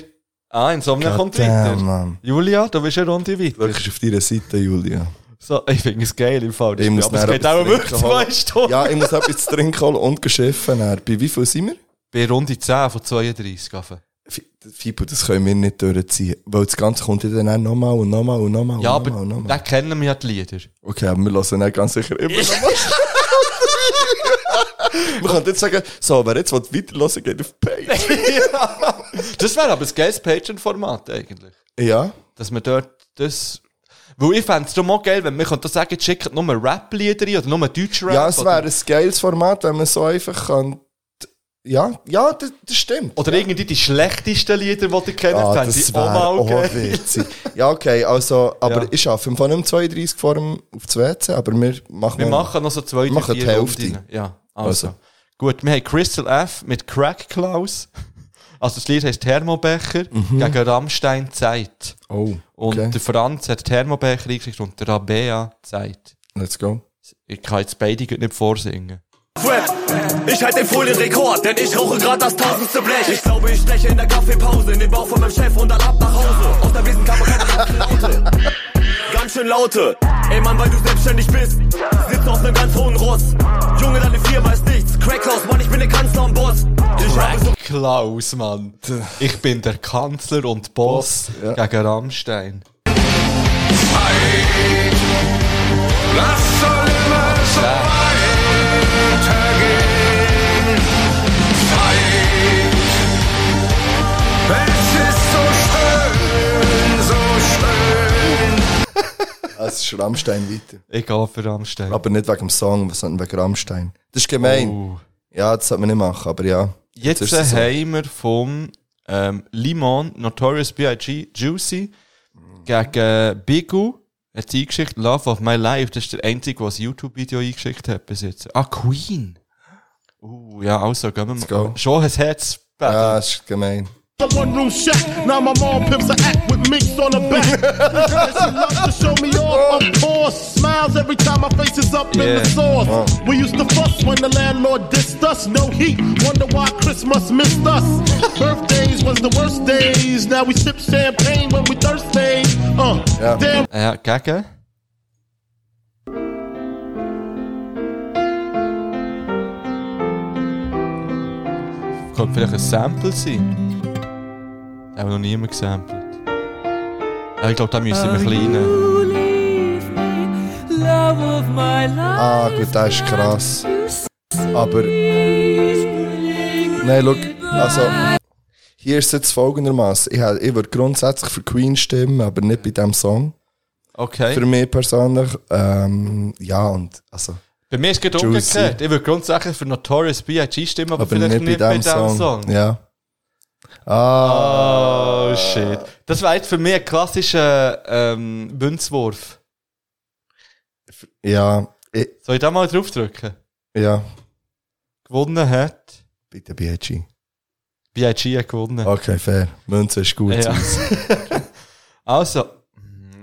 Speaker 3: Ah, Insomnia kommt
Speaker 4: Goddamn,
Speaker 3: weiter.
Speaker 4: Mann.
Speaker 3: Julia, du bist eine Runde weiter.
Speaker 4: Wirklich auf deiner Seite, Julia.
Speaker 3: So, ich finde es geil im Fall. Das
Speaker 4: Ich
Speaker 3: Spiel.
Speaker 4: muss
Speaker 3: Aber es
Speaker 4: nachher
Speaker 3: geht
Speaker 4: etwas
Speaker 3: auch
Speaker 4: zu
Speaker 3: wirklich
Speaker 4: trinken
Speaker 3: zwei
Speaker 4: holen.
Speaker 3: Stunden.
Speaker 4: Ja, ich muss etwas zu trinken holen und geschiffen. Dann. Bei wie viel sind wir?
Speaker 3: Bei Runde 10 von 32 Affen.
Speaker 4: F- Fibu, das können wir nicht durchziehen. Weil das Ganze kommt ja dann nochmal und nochmal und nochmal und
Speaker 3: Ja, aber
Speaker 4: nochmal und
Speaker 3: da
Speaker 4: nochmal.
Speaker 3: kennen wir ja die Lieder.
Speaker 4: Okay, aber wir lassen dann ganz sicher immer nochmal. Man kann jetzt sagen, so, wer jetzt weiterlassen geht auf Page.
Speaker 3: Das wäre aber ein geiles Patreon-Format eigentlich.
Speaker 4: ja,
Speaker 3: Dass man dort das... Weil ich fände es doch mal geil, wenn man könnte sagen, schickt nur Rap-Lieder rein oder nur Deutschrap.
Speaker 4: ja, es wäre
Speaker 3: oder,
Speaker 4: ein geiles Format, wenn man so einfach kann. Ja, ja, das, das stimmt.
Speaker 3: oder irgendwie die schlechtesten Lieder, die ihr kennt,
Speaker 4: Ah,
Speaker 3: fände
Speaker 4: das
Speaker 3: ich
Speaker 4: wäre
Speaker 3: auch mal
Speaker 4: auch
Speaker 3: geil.
Speaker 4: witzig. Ja, okay, also, aber
Speaker 3: Ja.
Speaker 4: ich arbeite im Fall nicht um 32 vor dem, auf das WC, aber wir machen...
Speaker 3: Wir machen noch so zwei,
Speaker 4: Wir machen
Speaker 3: drei,
Speaker 4: die
Speaker 3: vier
Speaker 4: Hälfte.
Speaker 3: Runden. Ja, also.
Speaker 4: Also.
Speaker 3: Gut, wir haben Crystal F mit Crack Klaus. Also das Lied heisst Thermobecher gegen Rammstein Zeit.
Speaker 4: Mhm. Oh,
Speaker 3: Und
Speaker 4: okay.
Speaker 3: der Franz hat Thermobecher eingeschickt und der Rabea Zeit.
Speaker 4: Let's go.
Speaker 3: Ich kann jetzt beide gut nicht vorsingen.
Speaker 5: Rap. Ich halte den Folienrekord, denn ich rauche gerade das tausendste Blech. Ich glaube, ich steche in der Kaffeepause in den Bauch von meinem Chef und dann ab nach Hause. Auf der Wiesen kann man keine laute. Ganz schön laute. Ey Mann, weil du selbstständig bist, sitzt auf einem ganz hohen Ross. Junge, deine Firma ist nichts. Crackhaus, Mann, ich bin der Kanzler und Boss. Ich habe so
Speaker 3: Klaus, Mann. Ich bin der Kanzler und Boss, gegen Rammstein.
Speaker 4: Es ist Rammstein weiter.
Speaker 3: Ich gehe für Rammstein.
Speaker 4: Aber nicht wegen dem Song, sondern wegen Rammstein. Das ist gemein. Ja, das sollte man nicht machen, aber ja.
Speaker 3: Oh. Jetzt
Speaker 4: ist es so.
Speaker 3: haben wir vom ähm, Limon, Notorious B.I.G., Juicy, gegen Bigu, hat sie eingeschickt, Love of My Life, das ist der einzige, was YouTube-Video eingeschickt hat bis jetzt. Ah, Queen. Uh, ja, also, gehen wir mal.
Speaker 4: go.
Speaker 3: Schon ein Herz.
Speaker 4: Ja, das ist gemein.
Speaker 12: One room shack, now my mom pimps a act with minks on her back. she loves to show me off, of course. Smiles every time my face is up in
Speaker 3: Yeah.
Speaker 12: the sauce. We used to fuss when the landlord dissed us. No heat, wonder why Christmas missed us. Birthdays was the worst days. Now we sip champagne when we thirsty. Uh,
Speaker 4: Yeah.
Speaker 12: damn
Speaker 3: Ja, gegen. Könnte vielleicht ein Sample sein. Aber noch niemand gesampelt. Ja, ich glaube, da
Speaker 4: Eh,
Speaker 3: müssen wir ein bisschen rein.
Speaker 4: Ah, gut, das ist krass. Aber. Nein, schau, also. Hier ist es jetzt folgendermaßen. Ich, hab- ich würde grundsätzlich für Queen stimmen, aber nicht bei diesem Song. Für
Speaker 3: Okay.
Speaker 4: mich persönlich. Ähm, ja, und. Also.
Speaker 3: Bei mir ist es gerade
Speaker 4: Juicy. Ah,
Speaker 3: umgekehrt. Ich würde grundsätzlich für Notorious B.I.G. stimmen, aber,
Speaker 4: Aber
Speaker 3: vielleicht
Speaker 4: nicht bei diesem Song. Ja. Ah.
Speaker 3: Oh, shit. Das war jetzt für mich ein klassischer ähm, Münzwurf.
Speaker 4: Ja. Ich,
Speaker 3: Soll ich da mal draufdrücken?
Speaker 4: ja.
Speaker 3: Gewonnen hat...
Speaker 4: Bitte BHG.
Speaker 3: B.I.G. hat gewonnen.
Speaker 4: Okay, fair. Münze ist gut.
Speaker 3: Ja. also.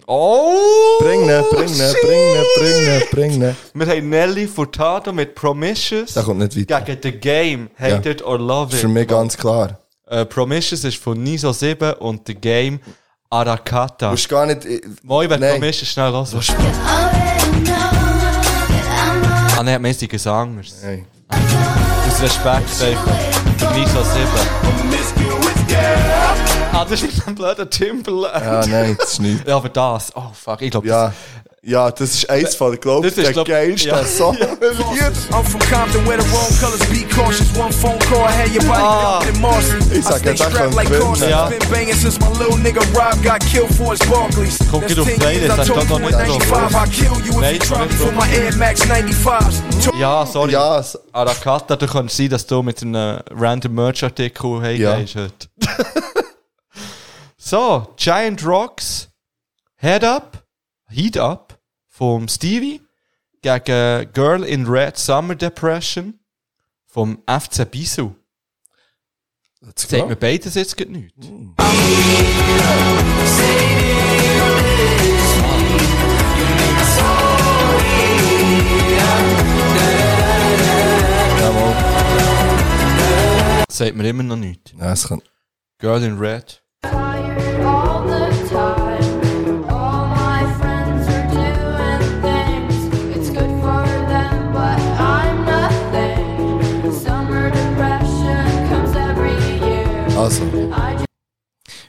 Speaker 3: Oh!
Speaker 4: Bring ne, bring ne,
Speaker 3: shit.
Speaker 4: bring ne, bring ne, bring ne.
Speaker 3: Wir haben Nelly Furtado mit Promiscuous.
Speaker 4: Da kommt nicht weiter.
Speaker 3: Gegen The Game, Hate
Speaker 4: Ja.
Speaker 3: It or Love
Speaker 4: Das
Speaker 3: It.
Speaker 4: ist für mich ganz klar.
Speaker 3: Äh, Promiscuous ist von Niso 7 und The Game Arakata.
Speaker 4: Du musst gar nicht.
Speaker 3: Moi, wenn
Speaker 4: Nein.
Speaker 3: Promiscuous schnell los ist. Ah, nein, mäßig ist anders.
Speaker 4: Nein.
Speaker 3: Aus Respekt einfach. Für Niso 7. Ah, das ist mit dem blöden Timberland.
Speaker 4: Ja, nein, das ist nicht.
Speaker 3: Ja, aber das. Oh, fuck. Ich glaube,
Speaker 4: Ja, ja, das ist eins von, glaub ich,
Speaker 3: Das ist,
Speaker 4: der
Speaker 3: glaub-
Speaker 4: geilste
Speaker 3: ja.
Speaker 4: Song.
Speaker 5: I'm from Compton, where the wrong colors be cautious. One phone call, had your body
Speaker 3: Ah.
Speaker 5: dumped in Marston. I
Speaker 4: He's like,
Speaker 5: stay
Speaker 4: "That's not
Speaker 5: strapped like
Speaker 4: good."
Speaker 5: Carson.
Speaker 3: Yeah.
Speaker 5: Been banging since my little nigga Rob got killed for his Barclays.
Speaker 3: Go
Speaker 5: That's
Speaker 3: get a
Speaker 5: 10
Speaker 3: plane,
Speaker 5: years
Speaker 3: it's
Speaker 5: I
Speaker 3: like,
Speaker 5: told
Speaker 3: don't-
Speaker 5: you
Speaker 3: don't
Speaker 5: in
Speaker 3: let it go.
Speaker 5: 95, I kill you if
Speaker 3: Mate,
Speaker 5: you try
Speaker 3: don't let it
Speaker 5: me for
Speaker 3: go.
Speaker 5: my Air Max 95s. Told
Speaker 3: Ja, sorry.
Speaker 4: Ja, s-
Speaker 3: Arakata, da könnte es sein, dass du mit einem random Merch-Artikel hey
Speaker 4: Ja.
Speaker 3: gehst heute. so, Giant Rocks, Head Up, Heat Up vom Stevie gegen Girl in Red Summer Depression vom FC Bisu.
Speaker 4: let's
Speaker 3: Sagt
Speaker 4: go.
Speaker 3: mir beides jetzt gerade nichts.
Speaker 4: Jawohl.
Speaker 3: Sagt mir immer noch nichts.
Speaker 4: Ja, es kommt.
Speaker 3: Girl in Red.
Speaker 11: All the time, all my friends are doing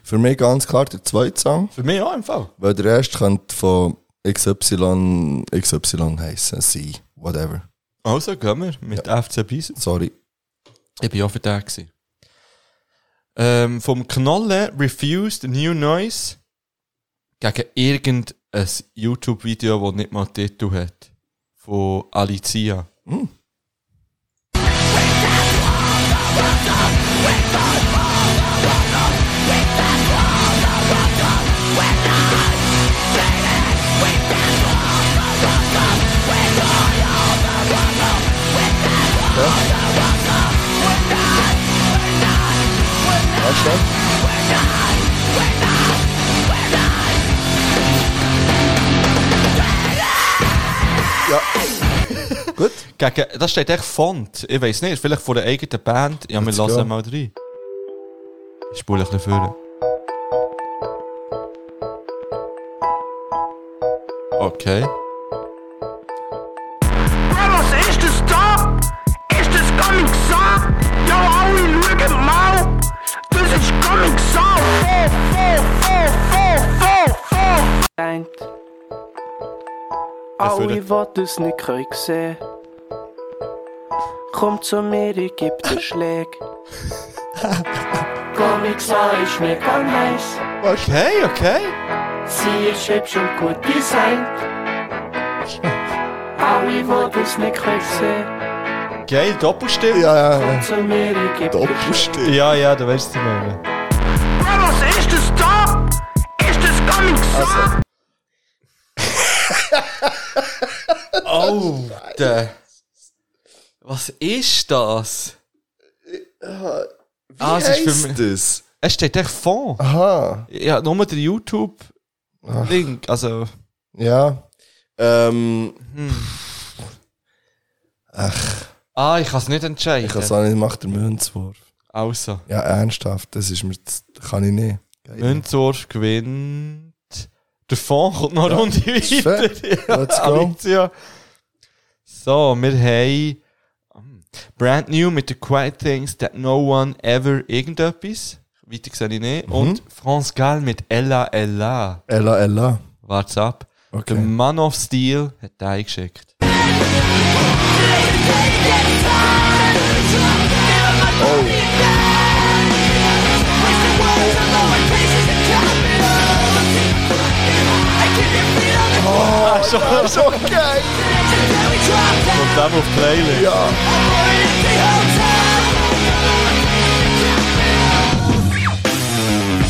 Speaker 4: Für mich ganz klar der zweite Song.
Speaker 3: Für mich auch im Fall.
Speaker 4: Weil der erste könnte von XY, XY heißen, sie, whatever.
Speaker 3: Also gehen wir mit FC Bison.
Speaker 4: Sorry.
Speaker 3: Ich bin auch für den. Gewesen. Ähm, vom Knolle Refused New Noise gegen irgendein YouTube-Video, das nicht mal Titel hat. Von Alicia.
Speaker 4: Weißt du?
Speaker 3: Gegen, das steht echt Font. Ich weiß nicht, vielleicht von der eigenen Band. Ja, wir
Speaker 4: Let's go.
Speaker 3: lassen mal rein. Ich spule ein bisschen vor. Okay.
Speaker 13: Brothers, ist es da? Ist es Comic Sound? Ja, alle schauen mal. Das ist Comic Sound. Oh, oh, oh, oh, oh, oh.
Speaker 14: denkt.
Speaker 3: Das
Speaker 14: Alle,
Speaker 3: würde-
Speaker 14: die es nicht können sehen Komm zu mir, ich geb dir Schläge. Comics an ist mega nice.
Speaker 3: Okay, okay.
Speaker 14: Sie ist hübsch und gut designt. Alle, die es nicht können sehen
Speaker 3: Geil, Doppelstimme.
Speaker 4: Ja, ja,
Speaker 14: Komm
Speaker 4: ja. Oh,
Speaker 14: zu mir, ich geb dir
Speaker 4: Doppelstil.
Speaker 3: Ja, ja, du weißt es nicht
Speaker 13: Brothers, ist es da? Ist es Comic Sound?
Speaker 3: Oh, der. Was ist das?
Speaker 4: Äh,
Speaker 3: Ah, es ist für mich.
Speaker 4: das?
Speaker 3: Es steht echt Fond.
Speaker 4: Aha.
Speaker 3: Ja, nur der YouTube-Link. Also,
Speaker 4: Ja. Ähm,
Speaker 3: ah, ich kann es nicht entscheiden.
Speaker 4: ich kann sagen, ich mache den Münzwurf.
Speaker 3: Also,
Speaker 4: Ja, ernsthaft, das ist mir, das kann ich nicht.
Speaker 3: Münzorf gewinnt. Der Fond kommt noch eine Runde
Speaker 4: ist fair.
Speaker 3: weiter.
Speaker 4: Let's go.
Speaker 3: Alicia. So, wir haben. hm, Brand new mit The Quiet Things That No One Ever irgendetwas. Weiter sehe ich nicht. Und
Speaker 4: Mhm.
Speaker 3: France Gall mit Ella Ella.
Speaker 4: Ella, Ella.
Speaker 3: Wart's ab.
Speaker 4: Okay.
Speaker 3: Der Mann of Steel hat den eingeschickt.
Speaker 4: Das ist okay.
Speaker 3: Und dann auf Playlist.
Speaker 4: Ja.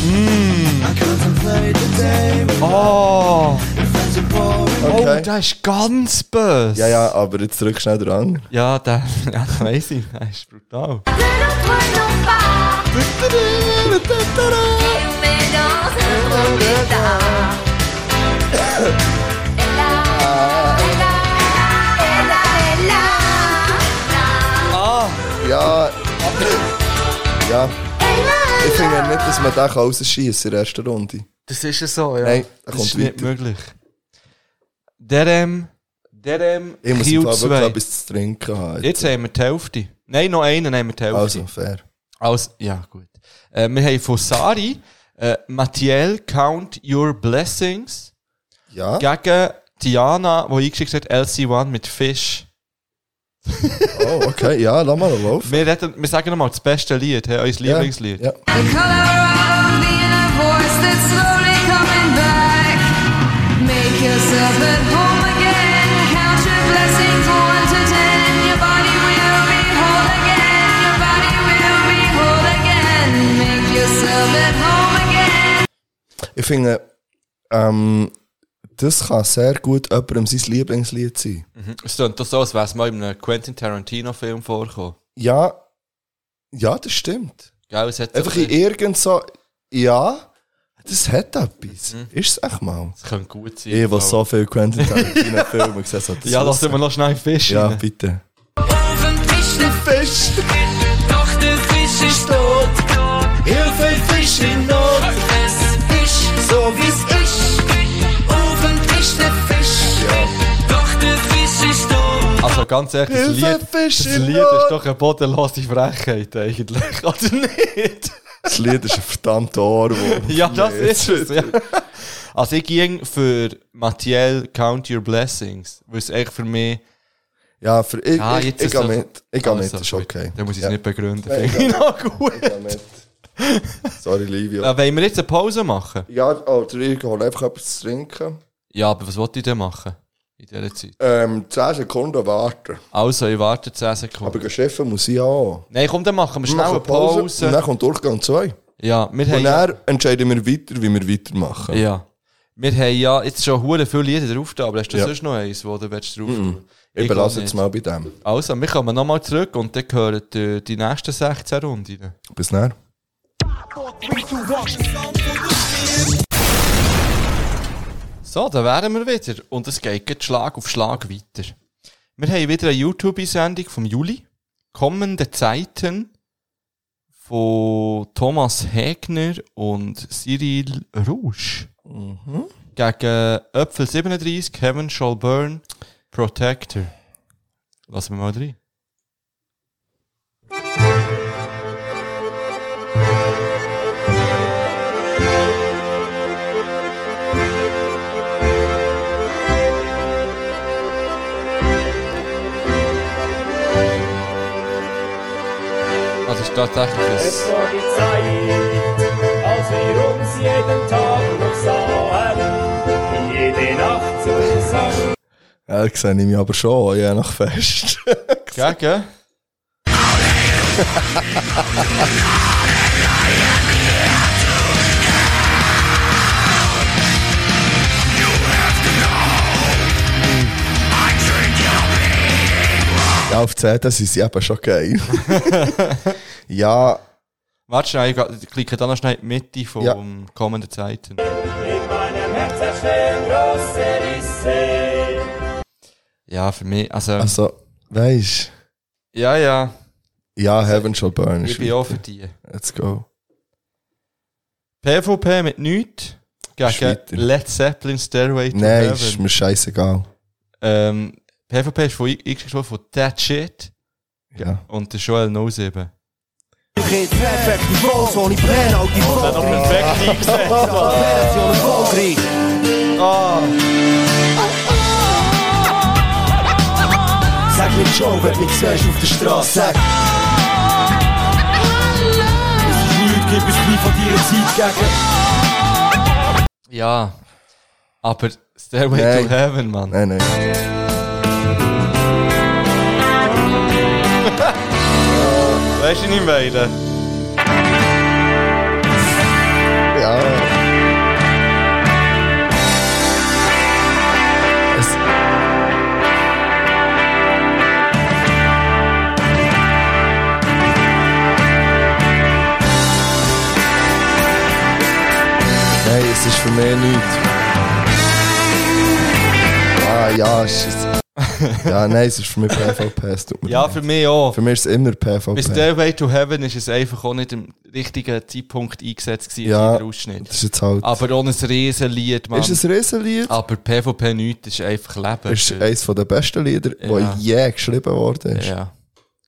Speaker 3: Hmm. Oh, oh,
Speaker 4: Okay.
Speaker 3: der ist ganz böse.
Speaker 4: Ja, ja, aber jetzt drück schnell dran.
Speaker 3: Ja, der, ja, der weiss ich, der ist brutal.
Speaker 4: Ja. Ja. Ich finde nicht, dass man den rausschießen in der ersten Runde.
Speaker 3: Das ist ja so, ja.
Speaker 4: Nein, er
Speaker 3: das ist
Speaker 4: kommt
Speaker 3: nicht
Speaker 4: weiter.
Speaker 3: möglich. Derem, derem,
Speaker 4: Ich muss
Speaker 3: Kiel
Speaker 4: im Fall wirklich
Speaker 3: zwei.
Speaker 4: etwas zu trinken haben.
Speaker 3: Jetzt haben wir die Hälfte. Nein, noch einen haben wir die Hälfte.
Speaker 4: Also, fair.
Speaker 3: Also, ja, gut. Äh, wir haben von Sari, äh, Mathiel, Count Your Blessings,
Speaker 4: Ja,
Speaker 3: gegen Diana, die eingeschickt hat, LC1 mit Fish.
Speaker 4: oh, okay, ja, lass mal laufen.
Speaker 3: Wir, reden, wir sagen nochmal das beste Lied, hey, euer Lieblingslied.
Speaker 4: Ja.
Speaker 11: The color of the inner voice that's slowly coming back. Make yourself at home again. Count your blessings one to ten. Your body will be whole again. Your body will be whole again. Make yourself at home again.
Speaker 4: Ich finde, ähm, das kann sehr gut jemandem sein Lieblingslied sein.
Speaker 3: Es klingt doch so, als wäre es mal in einem Quentin Tarantino-Film vorgekommen.
Speaker 4: Ja, ja, das stimmt.
Speaker 3: Gell, es hat so
Speaker 4: Einfach in
Speaker 3: ein-
Speaker 4: irgend so, ja, das hat etwas.
Speaker 3: Mhm.
Speaker 4: Ist es echt mal.
Speaker 3: Es könnte gut sein.
Speaker 4: Ich, was so viel Quentin Tarantino-Filme gesehen habe. das
Speaker 3: ja,
Speaker 4: muss-
Speaker 3: lassen wir noch schnell Fisch
Speaker 4: Ja,
Speaker 3: rein.
Speaker 4: bitte.
Speaker 8: Doch der Fisch ist tot. Hilfe, Fisch in Not. Es Fisch, so wie's ich. Ofen ist der Fisch. Doch der Fisch ist tot.
Speaker 3: Also ganz ehrlich, das
Speaker 4: Hilfe,
Speaker 3: Lied,
Speaker 4: Fisch
Speaker 3: das
Speaker 4: in
Speaker 3: Lied
Speaker 4: Not.
Speaker 3: ist doch eine bodenlose Frechheit eigentlich. Oder nicht?
Speaker 4: Das Lied ist ein verdammter Ohrwurm.
Speaker 3: Ja, das ist es. Ja. Also ich ging für Mathiel Count Your Blessings, weil es echt für mich...
Speaker 4: Ja, für ich,
Speaker 3: Ah,
Speaker 4: ich,
Speaker 3: jetzt
Speaker 4: ich
Speaker 3: ist
Speaker 4: gehe
Speaker 3: das-
Speaker 4: mit. Ich gehe mit,
Speaker 3: Also,
Speaker 4: ist
Speaker 3: gut.
Speaker 4: okay.
Speaker 3: Dann muss ich es
Speaker 4: Ja.
Speaker 3: nicht begründen.
Speaker 4: Nein,
Speaker 3: Finde ich noch gut.
Speaker 4: Ich gehe mit. Sorry, Livio.
Speaker 3: Äh, wollen wir jetzt eine Pause machen?
Speaker 4: Ja, oh, oder ich hole einfach etwas zu trinken.
Speaker 3: Ja, aber was wollte ich denn machen in dieser Zeit?
Speaker 4: Ähm, 10 Sekunden warten.
Speaker 3: Also, ich warte 10 Sekunden.
Speaker 4: Aber Geschäfte muss ich auch.
Speaker 3: Nein, komm, dann machen wir schnell eine
Speaker 4: Machen
Speaker 3: Pause.
Speaker 4: Und dann kommt Durchgang 2.
Speaker 3: Ja, wir haben...
Speaker 4: Und dann entscheiden wir weiter, wie wir weitermachen.
Speaker 3: Ja. Wir haben ja jetzt schon hure viele Lieder drauf da, aber hast du
Speaker 4: Ja. Mhm.
Speaker 3: sonst noch eins, wo du willst drauf
Speaker 4: Ich
Speaker 3: glaub
Speaker 4: belasse
Speaker 3: nicht.
Speaker 4: jetzt mal bei dem.
Speaker 3: Also, wir kommen nochmal zurück und dann gehören die, die nächsten 16 Runden.
Speaker 4: Bis dann.
Speaker 3: So, da wären wir wieder. Und es geht gleich Schlag auf Schlag weiter. Wir haben wieder eine YouTube-Sendung vom Juli. Kommende Zeiten von Thomas Hegner und Cyril Rouge. Gegen Äpfel 37, Heaven Shall Burn, Protector. Lassen wir mal rein. Also, es ist tatsächlich
Speaker 15: Es
Speaker 3: ein
Speaker 15: war die Zeit, als wir uns jeden Tag noch sahen, jede Nacht zusammen.
Speaker 4: Ja, das sehe ich mich aber schon, ja, noch fest.
Speaker 3: Gegen?
Speaker 4: Ja, auf 10, das ist eben schon geil. ja,
Speaker 3: Warte schnell, ich geh- ich klicke dann noch schnell in die Mitte vom kommenden Zeiten.
Speaker 15: In meinem Herz erschweren große Risse.
Speaker 3: Ja, für mich, also,
Speaker 4: also, weisst
Speaker 3: ja, ja,
Speaker 4: ja, Heaven Shall Burn
Speaker 3: ich
Speaker 4: ist
Speaker 3: bin
Speaker 4: weiter.
Speaker 3: auch für die.
Speaker 4: Let's go.
Speaker 3: PvP mit nichts
Speaker 4: Ist
Speaker 3: gegen
Speaker 4: weiter.
Speaker 3: Led Zeppelin Stairway to
Speaker 4: Nein, ist
Speaker 3: Heaven.
Speaker 4: mir scheißegal.
Speaker 3: Ähm, PvP ist von eingeschickt worden von That Shit
Speaker 4: Ja.
Speaker 3: und der Joel 07.
Speaker 16: Geht perfekt die Wolf und ich brenne auch die Wolf. Und dann noch perfekt eingesetzt. Operation Wolfkrieg. Sag mir schon, wenn du mich siehst auf der Straße, sag. Leute, gib uns nie von deiner Zeit gegen.
Speaker 3: Ja, aber Stairway
Speaker 4: Nein.
Speaker 3: to Heaven, Mann.
Speaker 4: Nein, nein.
Speaker 3: Weißt du nicht mehr?
Speaker 4: Ja. Es, Nein, es ist für mich nichts. Ah, ja, es ist. Ja, nein, es ist für mich PvP. Es tut mir
Speaker 3: Ja,
Speaker 4: leid.
Speaker 3: für mich auch.
Speaker 4: Für mich ist es immer PvP.
Speaker 3: Bei Stairway to Heaven ist es einfach auch nicht im richtigen Zeitpunkt eingesetzt gewesen,
Speaker 4: Ja,
Speaker 3: der Ausschnitt.
Speaker 4: das ist jetzt halt-
Speaker 3: Aber ohne ein Riesenlied, Ah, Mann.
Speaker 4: Ist es ein Riesenlied?
Speaker 3: Aber PvP nichts ist einfach Leben.
Speaker 4: ist eines der besten Lieder,
Speaker 3: Ja.
Speaker 4: das je geschrieben worden ist.
Speaker 3: Ja,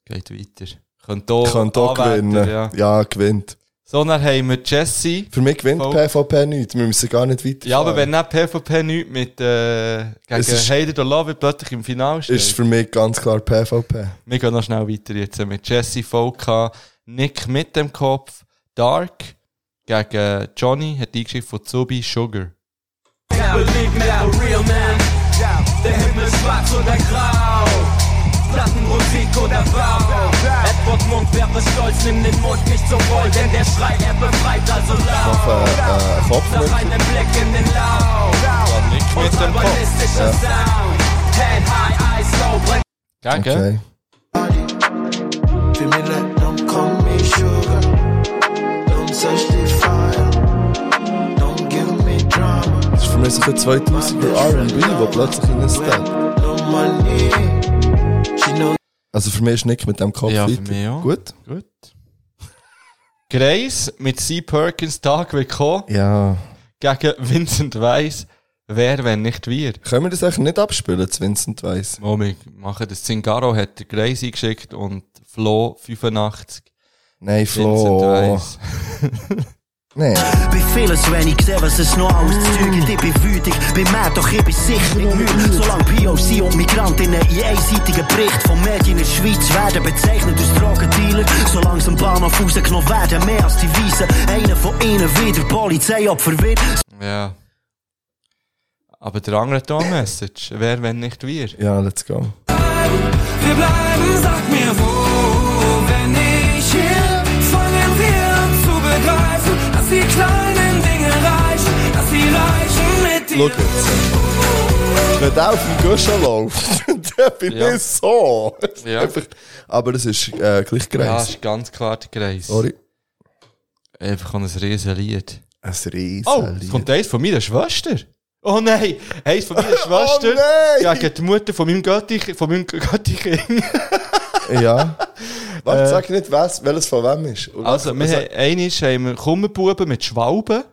Speaker 3: geht weiter. Könnte auch,
Speaker 4: Könnte auch
Speaker 3: anwärter,
Speaker 4: gewinnen.
Speaker 3: Ja.
Speaker 4: Ja. gewinnt.
Speaker 3: So, dann haben wir Jesse.
Speaker 4: Für mich gewinnt
Speaker 3: Voll.
Speaker 4: PvP nicht. Wir müssen gar nicht weiter.
Speaker 3: Ja, aber wenn nicht PvP nichts mit äh, gegen
Speaker 4: Es ist-
Speaker 3: Hater oder Love It plötzlich im Finale steht.
Speaker 4: Ist für mich ganz klar PvP.
Speaker 3: Wir gehen noch schnell weiter jetzt mit Jesse VK, Nick mit dem Kopf, Dark gegen Johnny, hat die Geschichte von Zubi Sugar.
Speaker 7: Beleg mir a real man. Der Himmel schwarz oder grau. Plattenmusik oder Bau. Edward Mund wäre stolz, nimm den Mund nicht so voll, denn der Schrei, er befreit also laut.
Speaker 4: Auf äh, äh, Kopf.
Speaker 7: Nach einem Blick in den Lauf.
Speaker 3: Nick mit dem Kopf.
Speaker 7: Ballistischer Sound. Head high, eyes low, bring
Speaker 3: Gegen?
Speaker 4: Okay.
Speaker 13: Feel me like, don't call me sugar. Don't touch the fire. Don't give me drama.
Speaker 4: Das ist für mich so ein 2000er R&B, der plötzlich in den Step.
Speaker 13: No money. She knows.
Speaker 4: Also für mich ist Nick mit dem Kopf
Speaker 3: Ja, für
Speaker 4: weiter.
Speaker 3: mich auch.
Speaker 4: Gut?
Speaker 3: Gut. Grace mit C. Perkins Tag willkommen
Speaker 4: Ja.
Speaker 3: gegen Vincent Weiss. Wer, wenn nicht wir?
Speaker 4: Können wir das eigentlich nicht abspielen, zu Vincent Weiss?
Speaker 3: Oh, wir machen das. Zingaro hat der Grace eingeschickt und Flo 85
Speaker 4: Nein, Flo.
Speaker 3: Vincent
Speaker 4: Nein.
Speaker 17: Bei vielen zu wenig gesehen, was es noch alles zu tun gibt. Ich bin wütig, bei mir doch ich bin sicher nicht müde. Solange POC und Migrantinnen in E einseitigen Bericht von Medien in der Schweiz werden bezeichnet als Drogendealer. Solange es am Bahnhof rausgenommen werden, mehr als die Weisen. Einer von ihnen wieder Polizeiopfer wird.
Speaker 3: Ja. Aber der andere Ton-Message, wer, wenn nicht wir?
Speaker 4: Ja, let's go.
Speaker 18: Wir bleiben, sag mir wo, wenn ich hier fangen wir an zu begreifen, dass die kleinen Dinge reichen, dass die Reichen mit dir.
Speaker 4: Schau jetzt. Wenn der auf dem Guschen läuft, dann bin
Speaker 3: Ja.
Speaker 4: ich so.
Speaker 3: Ja.
Speaker 4: Einfach, aber es ist äh, gleich
Speaker 3: Ja,
Speaker 4: gereist.
Speaker 3: ist ganz klar der Kreis.
Speaker 4: Sorry.
Speaker 3: Einfach ein riesen Lied.
Speaker 4: Ein riesen
Speaker 3: Oh, es kommt eins von meiner Schwester. Oh nein, eins von meiner Schwester gegen die Mutter von meinem Götti, von meinem Götti-Kind.
Speaker 4: Ja. Warte,
Speaker 3: Äh.
Speaker 4: sag nicht, was, welches von wem ist. Und
Speaker 3: Also,
Speaker 4: dann-
Speaker 3: wir
Speaker 4: sag-
Speaker 3: haben, einmal haben wir Kummerbuben mit Schwalben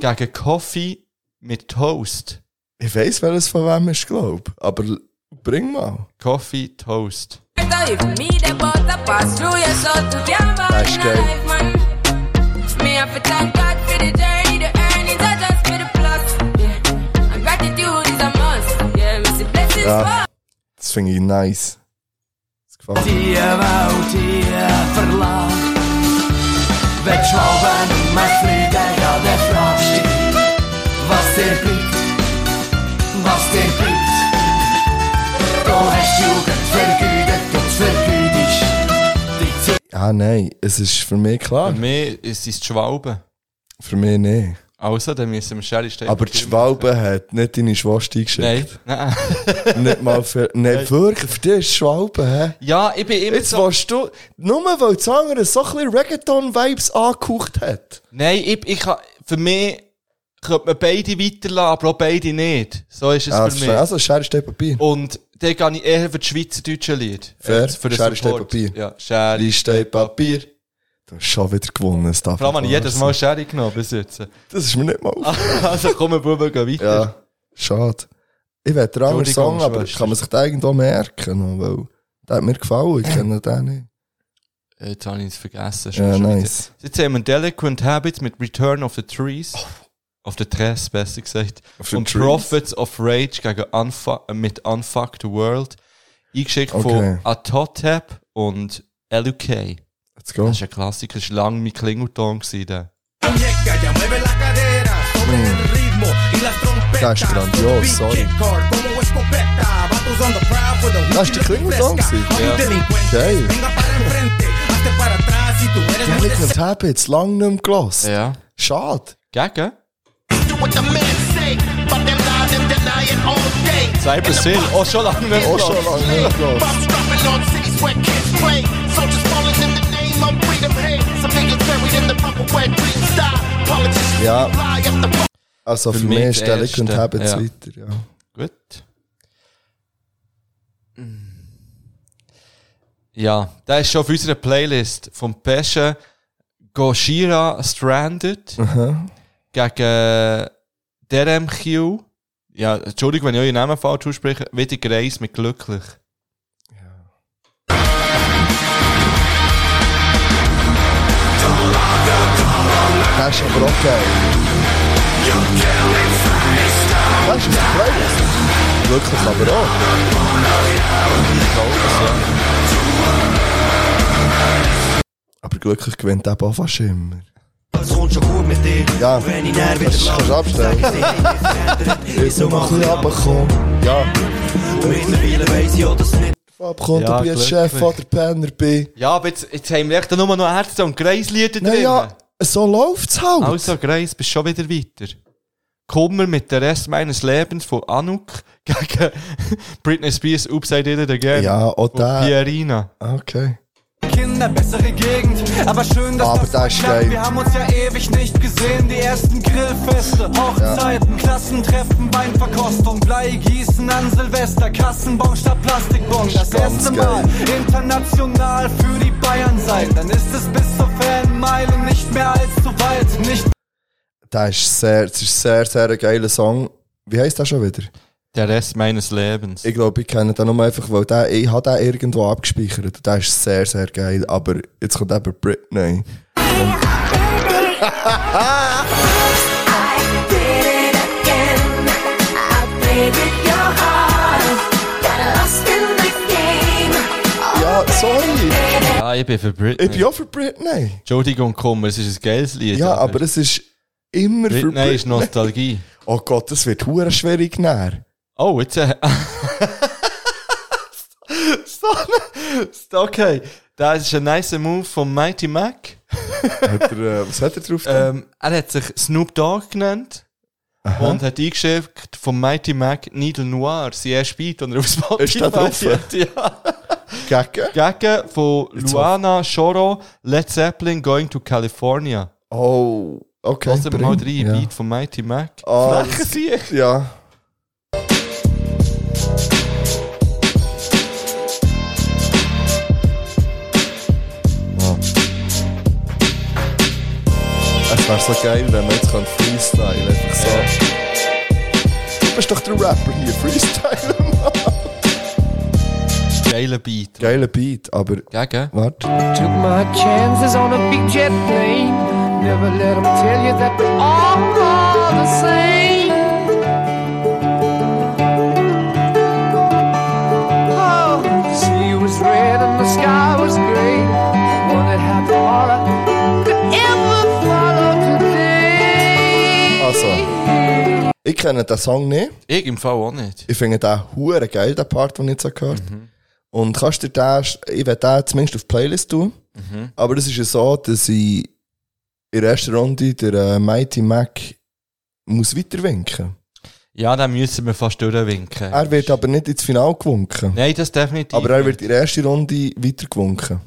Speaker 3: gegen Kaffee mit Toast.
Speaker 4: Ich weiss, welches von wem ist, glaube ich. Aber l- bring mal.
Speaker 3: Kaffee, Toast.
Speaker 11: Estoy humilde, bota pass through your soul to gamble
Speaker 4: That is
Speaker 11: in
Speaker 4: good.
Speaker 11: a life, man. Me have to thank God for the journey, the earnings are just for the plus. Yeah. And gratitude is a must. Yeah, we see blessings
Speaker 4: Ja.
Speaker 11: fall.
Speaker 4: Das finde ich nice. Das gefällt
Speaker 5: Die Welt hier verlacht. Wenn Schwalben mein Frieden, ja, dann fragst du dich, was dir bleibt, was dir bleibt. Du hast Jugend vergeudet und vergeudest.
Speaker 4: Ah, nein, es ist für mich klar.
Speaker 3: Für mich ist es die Schwalben.
Speaker 4: Für mich nicht.
Speaker 3: Also, dann müssen wir Schere stehen.
Speaker 4: Aber die Schwalbe hat nicht deine Schwester eingeschickt.
Speaker 3: Nein.
Speaker 4: nicht mal für. Nein,
Speaker 3: Nein.
Speaker 4: wirklich, für dich ist Schwalbe, hä?
Speaker 3: Ja, ich bin immer
Speaker 4: Jetzt willst du. Nur weil das andere so ein bisschen Reggaeton-Vibes angehaucht hat.
Speaker 3: Nein, ich, ich, kann- für mich könnte man beide weiterlassen, aber auch beide nicht. So ist es
Speaker 4: Ah,
Speaker 3: für
Speaker 4: das
Speaker 3: mich.
Speaker 4: ist- also, Schere, Stein, Papier.
Speaker 3: Und dann gehe ich eher für die schweizerdeutsche Lied.
Speaker 4: Fair.
Speaker 3: Äh, Für den
Speaker 4: Schere, Stein,
Speaker 3: Support.
Speaker 4: Papier.
Speaker 3: Ja, Schere.
Speaker 4: Liste, Papier. Du hast schon wieder gewonnen, Staffel.
Speaker 3: Vor allem habe ich jedes Mal Schere genommen bis jetzt.
Speaker 4: Das ist mir nicht mal
Speaker 3: Ah.
Speaker 4: aufgefallen.
Speaker 3: Also komm, wir Buben, gehen weiter.
Speaker 4: Ja, schade. Ich will den anderen
Speaker 3: Entschuldigung,
Speaker 4: Song, aber
Speaker 3: Schwester.
Speaker 4: kann man sich den irgendwo merken, noch, weil der hat mir gefallen, ich kenne den nicht.
Speaker 3: Äh, Jetzt habe ich es vergessen.
Speaker 4: Ja,
Speaker 3: wieder.
Speaker 4: nice.
Speaker 3: Jetzt haben wir Delinquent Habits mit Return of the Trees. Of the Tres, besser gesagt.
Speaker 4: the
Speaker 3: Und
Speaker 4: Oh. Trees.
Speaker 3: Prophets of Rage gegen Unfu äh, mit Unfucked World. Eingeschickt
Speaker 4: Okay.
Speaker 3: von Atotep und LUK.
Speaker 4: Let's go.
Speaker 3: Das ist ein Klassiker, das war lange mein Klingelton. gewesen, der.
Speaker 15: muñeca ya mueve la cadera sobre el ritmo y las trompetas.
Speaker 4: Está grandioso,
Speaker 15: Beat
Speaker 4: sorry.
Speaker 15: kick hard como escopeta. Vatos on the prowl for the
Speaker 4: Das ist der Klingelton. gewesen.
Speaker 15: Ja.
Speaker 4: Geil.
Speaker 15: Hazte para atrás y tú eres muy
Speaker 4: Delicate Habits, lang nicht mehr gehört.
Speaker 3: Ja.
Speaker 4: Schade.
Speaker 3: Gegen?
Speaker 12: Cyber
Speaker 3: Cypress Hill, auch schon lange nicht
Speaker 12: Auch schon
Speaker 3: gehört.
Speaker 12: lange nicht gehört.
Speaker 4: Ja. Also
Speaker 3: Für
Speaker 4: für,
Speaker 3: mich
Speaker 4: mich ist
Speaker 3: der
Speaker 4: Delicate
Speaker 3: erste,
Speaker 4: Habits
Speaker 3: ja.
Speaker 4: weiter, ja.
Speaker 3: Gut. Ja, der ist schon auf unserer Playlist vom Pesche Gojira Stranded
Speaker 4: Aha.
Speaker 3: gegen DRMQ. Ja, Entschuldigung, wenn ich euren Namen falsch ausspreche. Wieder Grace mit Glücklich.
Speaker 4: Das ist aber auch geil. Das ist ein Playlist. Wirklich aber auch. Aber glücklich gewinnt eben auch fast immer.
Speaker 10: Es kommt schon gut mit dir.
Speaker 4: Ja,
Speaker 10: Wenn ich näher wieder
Speaker 4: das kannst du abstellen. Ich soll mal ein bisschen runterkommen. Ja.
Speaker 10: Und mittlerweile weiss ich auch, dass nicht.
Speaker 4: Abkommt,
Speaker 3: Ja,
Speaker 4: ob ich jetzt
Speaker 3: glücklich.
Speaker 4: Chef oder Penner bin.
Speaker 3: Ja, aber jetzt, jetzt haben wir echt nur noch Herzen und Kreislieder drin.
Speaker 4: Naja, so läuft's halt.
Speaker 3: Also, Grace, bist schon wieder weiter. Kummer mit der Rest meines Lebens von Anouk gegen Britney Spears Oops, I Did It Again.
Speaker 4: Ja, auch
Speaker 3: Von
Speaker 4: der.
Speaker 3: Pierina.
Speaker 4: Okay.
Speaker 5: Kinder, bessere Gegend, aber schön, dass
Speaker 4: Aber
Speaker 5: das
Speaker 4: da ist
Speaker 5: klappt.
Speaker 4: geil.
Speaker 5: Wir haben uns ja ewig nicht gesehen, die ersten Grillfeste, Hochzeiten, Klassentreffen, Weinverkostung, Bleigießen an Silvester, Kassenbon statt Plastikbon. Das erste Mal international für die Bayern sein, dann ist es bis zur Fanmeile nicht mehr allzu weit, nicht
Speaker 4: Das ist sehr, das ist sehr, sehr ein geiler Song. Wie heisst der schon wieder?
Speaker 3: Der Rest meines Lebens.
Speaker 4: Ich glaube, ich kenne den nur einfach, weil der, ich habe den irgendwo abgespeichert. Der ist sehr, sehr geil. Aber jetzt kommt eben Britney. Ja, sorry.
Speaker 3: Ja, ich bin für Britney.
Speaker 4: Ich bin auch für Britney.
Speaker 3: Entschuldigung, komm, es ist ein geiles Lied.
Speaker 4: Ja, aber es ist immer für
Speaker 3: Britney. Britney ist Nostalgie.
Speaker 4: Oh Gott, das wird hure schwierig näher.
Speaker 3: Oh, jetzt. Äh, so, so, okay, das ist ein nice Move von Mighty Mac.
Speaker 4: hat er, äh, was hat er drauf?
Speaker 3: Ähm, er hat sich Snoop Dogg genannt. Und hat eingeschickt von Mighty Mac Needle Noir, sein erster Beat, und er auf Spotify
Speaker 4: Ist der drauf?
Speaker 3: hat, Ja.
Speaker 4: Gecke?
Speaker 3: Gecke von
Speaker 4: Jetzt
Speaker 3: Luana Shoro, Led Zeppelin Going to California.
Speaker 4: Oh, okay.
Speaker 3: Lassen wir mal
Speaker 4: bring,
Speaker 3: rein,
Speaker 4: ja.
Speaker 3: Beat von Mighty Mac.
Speaker 4: Ah,
Speaker 3: Fläche
Speaker 4: das-
Speaker 3: sich.
Speaker 4: Ja. Wow. Es wäre so geil, wenn man jetzt kann freestylen einfach so. Du bist doch der Rapper hier, Freestyle.
Speaker 3: Geiler Beat.
Speaker 4: Geiler Beat, aber.
Speaker 3: Gegen?
Speaker 4: Warte.
Speaker 19: Took my chances on a big jet plane. Never let 'em tell you that we're all the same. Oh, the sea was red and the sky was gray. Wondered how tomorrow could ever follow today.
Speaker 4: Also, ich kenne den Song nicht.
Speaker 3: Ich im Fall auch nicht.
Speaker 4: Ich finde den hure geil, den Part, den ich jetzt so gehört Und kannst du den, ich will den zumindest auf die Playlist tun.
Speaker 3: Mhm.
Speaker 4: Aber es ist ja so, dass ich in der ersten Runde der äh, Mighty Mac muss weiterwinken.
Speaker 3: Ja, dann müssen wir fast durchwinken.
Speaker 4: Er wird aber nicht ins Finale gewunken.
Speaker 3: Nein, das definitiv.
Speaker 4: Aber er wird in der ersten Runde weitergewunken.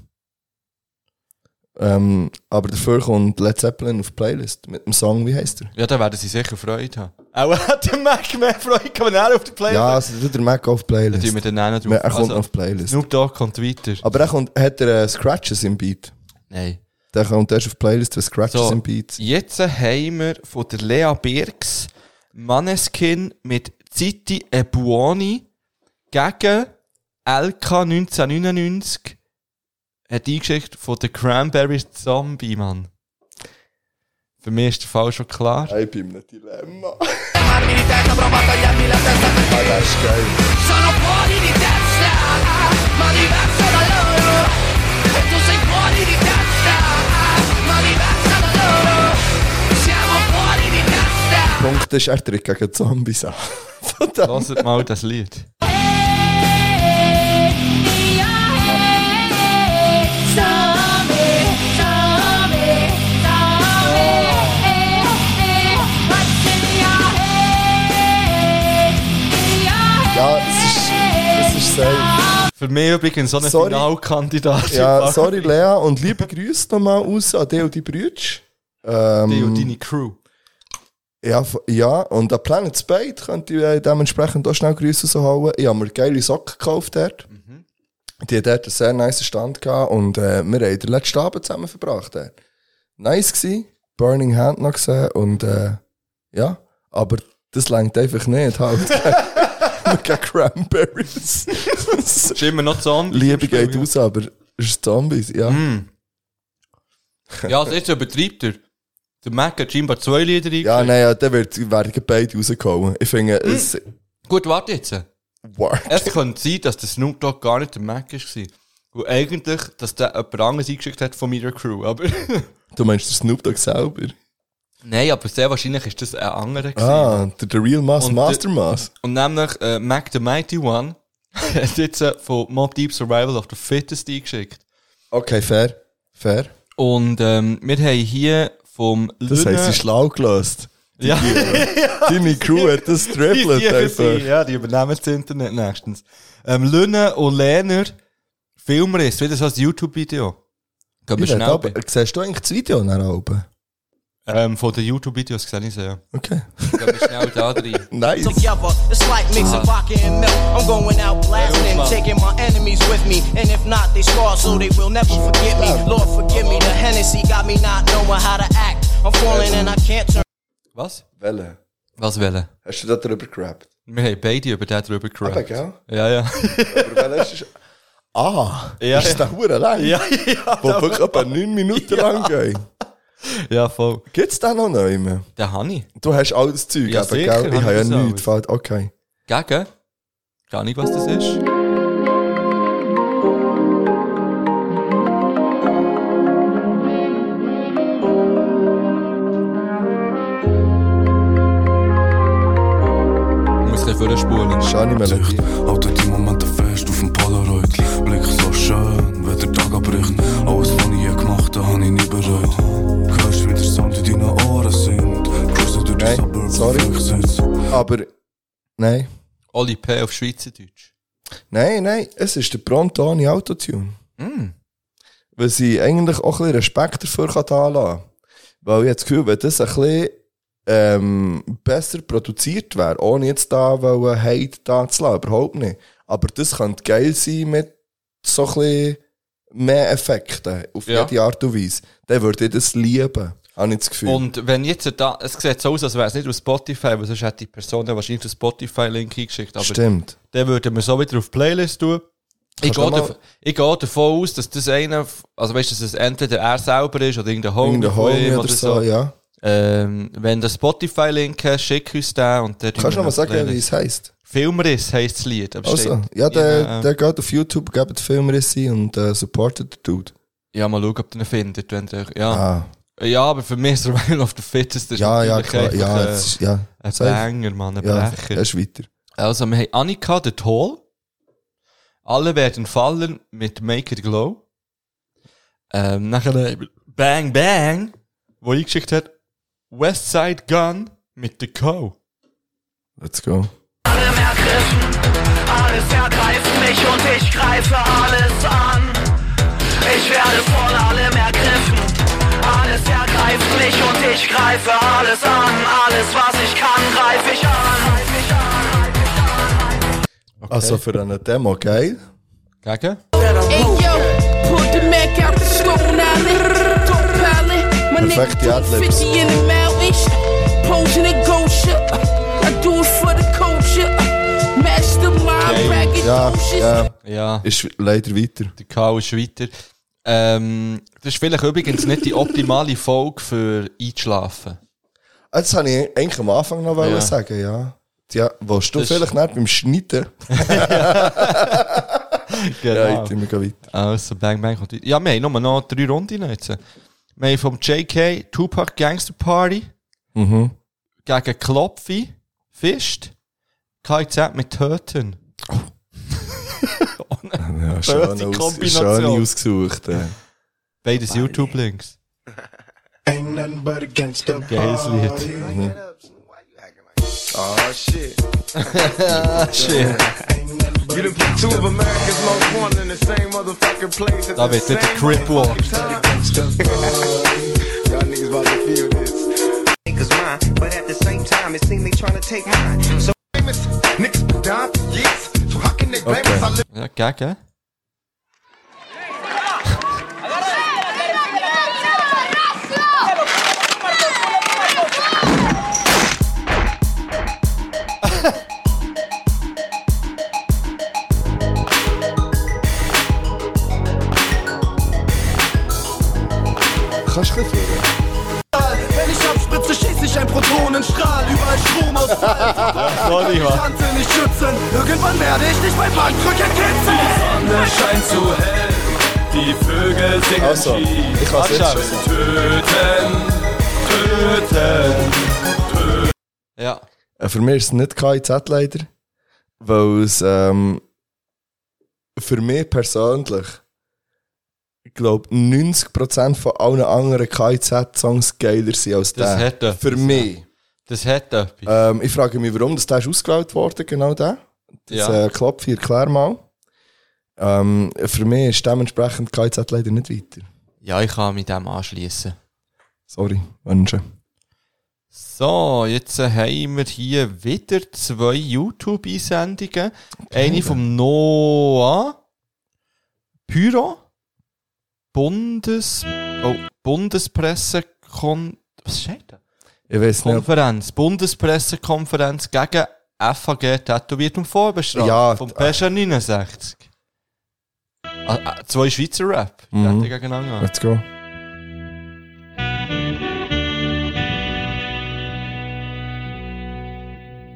Speaker 4: Ähm, aber dafür kommt Led Zeppelin auf die Playlist mit dem Song, wie heißt er?
Speaker 3: Ja, da werden sie sicher Freude haben. Auch hat der Mac mehr Freude, wenn er auf die Playlist
Speaker 4: Ja, also tut der Mac auf die Playlist.
Speaker 3: Dann tun wir den auch noch drauf.
Speaker 4: Er kommt
Speaker 3: Also,
Speaker 4: noch auf die Playlist.
Speaker 3: Snoop Dogg kommt weiter.
Speaker 4: Aber er kommt, hat er äh, Scratches im Beat?
Speaker 3: Nein.
Speaker 4: Der kommt erst auf die Playlist, wenn Scratches
Speaker 3: So,
Speaker 4: im Beat
Speaker 3: jetzt haben wir von der Lea Birks Maneskin mit Ziti Ebuoni gegen LK 1999 hat eingeschickt von der Cranberries Zombie, Mann. Für mich ist der Fall schon klar.
Speaker 4: Ich bin im Dilemma.
Speaker 8: Sono fuori di testa, ma diverso da loro. E tu sei fuori di testa, ma diverso da loro. Siamo fuori di testa.
Speaker 4: Punkt ist, er tritt gegen Zombies an.
Speaker 3: Hört mal das Lied.
Speaker 4: Ja, es ist, es ist safe.
Speaker 3: Für mich übrigens so ein
Speaker 4: Sorry.
Speaker 3: Finalkandidat.
Speaker 4: Ja, sorry Lea und liebe Grüße nochmal raus an dich und die Brütsch. Ähm,
Speaker 3: Die und deine Crew.
Speaker 4: Ja, f- ja, und an Planet Spade könnte ich äh, dementsprechend auch schnell Grüße raushauen. Ich habe mir geile Socken gekauft dort. Die hat dort einen sehr nice Stand gehabt und äh, wir haben den letzten Abend zusammen verbracht. Dort. Nice gsi, Burning Hand noch gesehen und äh, ja, aber das längt einfach nicht halt. Mega Cranberries. ist
Speaker 3: immer noch Zombies.
Speaker 4: Liebe geht raus, aber es ist Zombies, ja.
Speaker 3: Ja, also jetzt übertreibt er. Der Mac hat scheinbar zwei Lieder
Speaker 4: Ja, nein, ja, dann wird- werden beide rausgehauen. Ich finde, es.
Speaker 3: Gut, warte jetzt.
Speaker 4: Warte.
Speaker 3: Es könnte sein, dass der Snoop Dogg gar nicht der Mac war. Und eigentlich, dass der jemand anderes eingeschickt hat von meiner Crew, aber...
Speaker 4: Du meinst den Snoop Dogg selber?
Speaker 3: Nein, aber sehr wahrscheinlich ist das ein anderer gewesen.
Speaker 4: Ah, der, der Real Mass,
Speaker 3: Und
Speaker 4: Master
Speaker 3: der-
Speaker 4: Mass.
Speaker 3: Und nämlich äh, Mac the Mighty One hat jetzt äh, von Mob Deep Survival of the Fittest eingeschickt.
Speaker 4: Okay, fair. Fair.
Speaker 3: Und ähm, wir haben hier vom
Speaker 4: Das
Speaker 3: Lüne-
Speaker 4: haben sie schlau gelöst. Die-
Speaker 3: Ja.
Speaker 4: Deine Crew hat das
Speaker 3: Die
Speaker 4: Triplet
Speaker 3: Viecher sind-
Speaker 4: einfach.
Speaker 3: Ja, die übernehmen das Internet nächstens. Ähm, Lüne und Lehner, Filmriss, wieder so ein YouTube-Video. Gehen wir
Speaker 4: Ich
Speaker 3: schnell
Speaker 4: werd
Speaker 3: bei-
Speaker 4: ab- Siehst du eigentlich das Video nach oben?
Speaker 3: ähm, Von den YouTube-Videos sehe ich sie ja.
Speaker 4: Okay.
Speaker 3: Gehen wir schnell da rein.
Speaker 4: Nice.
Speaker 20: Together, it's like mixing
Speaker 10: Uh-huh.
Speaker 3: Ah.
Speaker 20: vodka and milk. I'm going out blasting,
Speaker 3: Milk.
Speaker 20: taking my enemies with me. And if not, they scar so they will never forget me. Lord, forgive me. The Hennessy got me not knowing how to act. I'm falling and I can't turn.
Speaker 3: Was?
Speaker 4: Welle.
Speaker 3: Was Welle?
Speaker 4: Hast du da drüber gerappt?
Speaker 3: Wir haben beide über den drüber gerappt.
Speaker 4: Eben, gell?
Speaker 3: Ja, ja.
Speaker 4: Aber wenn es ist. Ah,
Speaker 3: Ja,
Speaker 4: ist
Speaker 3: ja.
Speaker 4: der Huren lang?
Speaker 3: Ja, ja,
Speaker 4: Wo
Speaker 3: der-
Speaker 4: wirklich etwa 9 Minuten lang gehen.
Speaker 3: Ja, voll.
Speaker 4: Gibt es den noch nicht mehr?
Speaker 3: Den habe ich.
Speaker 4: Du hast all das Zeug,
Speaker 3: Ja,
Speaker 4: aber
Speaker 3: sicher
Speaker 4: gell? Ich
Speaker 3: hab
Speaker 4: habe ja
Speaker 3: ich das
Speaker 4: nichts. Fällt- Okay.
Speaker 3: Gegen? Keine Ahnung, was das ist. Muss ich für eine Spule.
Speaker 4: Schöne Melodie.
Speaker 10: Alter, die Momente fest auf dem Polaroid. Blick so schön, wenn der Tag abbricht. Alles, was ich je gemacht habe, habe ich nie bereut. Hörst, wie der Sound in deinen Ohren singt. Cruisen durch die Suburban, sorry.
Speaker 4: Aber, nein.
Speaker 3: Oli P. auf Schweizerdeutsch.
Speaker 4: Nein, nein, es ist der Pronto ohne Autotune.
Speaker 3: Mm.
Speaker 4: Weil sie eigentlich auch ein bisschen Respekt dafür kann anlassen kann. Weil ich habe das Gefühl, wenn das ein bisschen ähm, besser produziert wäre, ohne jetzt da wollen, Hate da zu lassen, überhaupt nicht. Aber das könnte geil sein mit so ein bisschen mehr Effekten auf
Speaker 3: Ja.
Speaker 4: jede Art und Weise. Dann würde ich das lieben, habe ich das Gefühl.
Speaker 3: Und wenn jetzt da, es sieht so aus, als wäre es nicht auf Spotify, weil sonst hätte die Person ja wahrscheinlich den Spotify-Link hingeschickt. Aber
Speaker 4: Stimmt.
Speaker 3: Dann würden wir so wieder auf Playlist tun. Ich
Speaker 4: Kannst du
Speaker 3: gehe,
Speaker 4: mal-
Speaker 3: dav ich gehe davon aus, dass das einer, also weißt du, dass es entweder er selber ist oder irgendein Homie.
Speaker 4: Irgendein
Speaker 3: von
Speaker 4: Homie
Speaker 3: ihm
Speaker 4: oder so, ja.
Speaker 3: Ähm, wenn du einen Spotify-Link hast, schick uns den und der
Speaker 4: Kannst du noch mal sagen, wie es heisst?
Speaker 3: Filmriss heisst das Lied. aber
Speaker 4: Also,
Speaker 3: steht-
Speaker 4: ja, der,
Speaker 3: äh,
Speaker 4: der geht auf YouTube, gebt Filmrisse ein und äh, supportet den Dude.
Speaker 3: Ja, mal schauen, ob du ihn findet. Wenn der, ja.
Speaker 4: Ah.
Speaker 3: ja, aber für mich ist Survival of the Fittest ist
Speaker 4: Ja, ja,
Speaker 3: natürlich
Speaker 4: klar.
Speaker 3: einfach
Speaker 4: Ja,
Speaker 3: ein-
Speaker 4: das ist- ja.
Speaker 3: ein
Speaker 4: Safe.
Speaker 3: Banger, Mann, ein
Speaker 4: Ja,
Speaker 3: Brecher.
Speaker 4: er ist weiter.
Speaker 3: Also, wir haben Annika, der Toll. Alle werden fallen mit Make It Glow. Ähm, nachher haben wir Bang Bang, wo eingeschickt hat Westside Gun mit The Co.
Speaker 4: Let's go.
Speaker 21: Alles ergreift mich und ich greife alles an. Ich werde von allem ergriffen. Alles ergreift mich und ich greife alles an. Alles, was ich kann, greife ich an.
Speaker 4: Also für eine Demo, geil.
Speaker 3: Gegen?
Speaker 5: Hey yo, pull the Mac out the stone alley, dope pallet. My
Speaker 4: Perfect, the
Speaker 5: nigga
Speaker 4: ad-libs.
Speaker 5: 50 in the Maui, posing in Gosha. I do it for the culture. Mastermind, ragged
Speaker 4: Ja,
Speaker 5: douches.
Speaker 4: ja.
Speaker 3: Ja.
Speaker 4: Ist leider weiter.
Speaker 3: Der K ist weiter. Ähm, das ist vielleicht übrigens nicht die optimale Folge für Einschlafen.
Speaker 4: Ah, Das wollte ich eigentlich am Anfang noch
Speaker 3: Ja.
Speaker 4: sagen, ja. Ja, willst du
Speaker 3: Das-
Speaker 4: vielleicht nicht beim Schneiden?
Speaker 3: Genau.
Speaker 4: Ja, ich tue mir gleich weiter.
Speaker 3: Also, Ah, Bang Bang kommt weiter. Ja, wir haben nur noch drei Runden jetzt. Wir haben vom JK Tupac Gangster Party
Speaker 4: Mhm.
Speaker 3: gegen Klopfi, Fist, KZ mit Töten.
Speaker 4: Oh. Ja, nou,
Speaker 3: Böse
Speaker 4: schön aus,
Speaker 3: Kombination.
Speaker 4: schön ausgesucht. Äh.
Speaker 3: Beides YouTube-Links.
Speaker 15: Ain't nothing but against the
Speaker 3: Geiles Lied. Mhm.
Speaker 15: Oh shit.
Speaker 3: Shit.
Speaker 15: You done put two of America's most wanted in the same motherfucking place at
Speaker 3: Da
Speaker 15: the
Speaker 3: wird nicht der
Speaker 15: same
Speaker 3: Crip Walk.
Speaker 15: Y'all niggas about to feel this. Niggas mine, but at the same time, it seems they trying to take mine. So famous niggas die for years. So how can they blame us? I live
Speaker 3: Ja, gegen.
Speaker 4: Kannst du ein bisschen führen?
Speaker 15: Wenn ich abspritze, schieß ich ein Protonenstrahl Überall Strom aus
Speaker 3: Sorry,
Speaker 15: Ich kannte nicht schützen Irgendwann werde ich dich bei Bankdrücken kitzeln Die Sonne scheint zu hell Die Vögel singen
Speaker 4: Also, ich
Speaker 15: weiß
Speaker 4: kann's jetzt schon sagen.
Speaker 15: Töten, töten,
Speaker 3: Ja.
Speaker 4: Äh, Für mich ist es nicht KIZ leider, weil es ähm, für mich persönlich, ich glaube, 90% von allen anderen KIZ-Songs geiler sind als
Speaker 3: Das
Speaker 4: der.
Speaker 3: hat etwas,
Speaker 4: Für mich.
Speaker 3: Das hat etwas.
Speaker 4: Ähm, ich frage mich, warum das der ist ausgewählt worden, genau der. Das
Speaker 3: Ja.
Speaker 4: äh, Klopf hier, klär mal. Ähm, für mich ist dementsprechend KZ leider nicht weiter.
Speaker 3: Ja, ich kann mich dem anschließen.
Speaker 4: Sorry, Wünsche.
Speaker 3: So, jetzt äh, haben wir hier wieder zwei YouTube-Einsendungen. Eine vom Noah Pyro. Bundes, oh, Bundespressekon, was steht da?
Speaker 4: Ich weiß nicht.
Speaker 3: Konferenz. Bundespressekonferenz gegen FAG tätowiert und vorbestraft.
Speaker 4: Ja,
Speaker 3: vom Pesha 69. Ah, ah, zwei Schweizer Rap.
Speaker 4: Mhm.
Speaker 3: Mhm. gegeneinander.
Speaker 4: Let's go.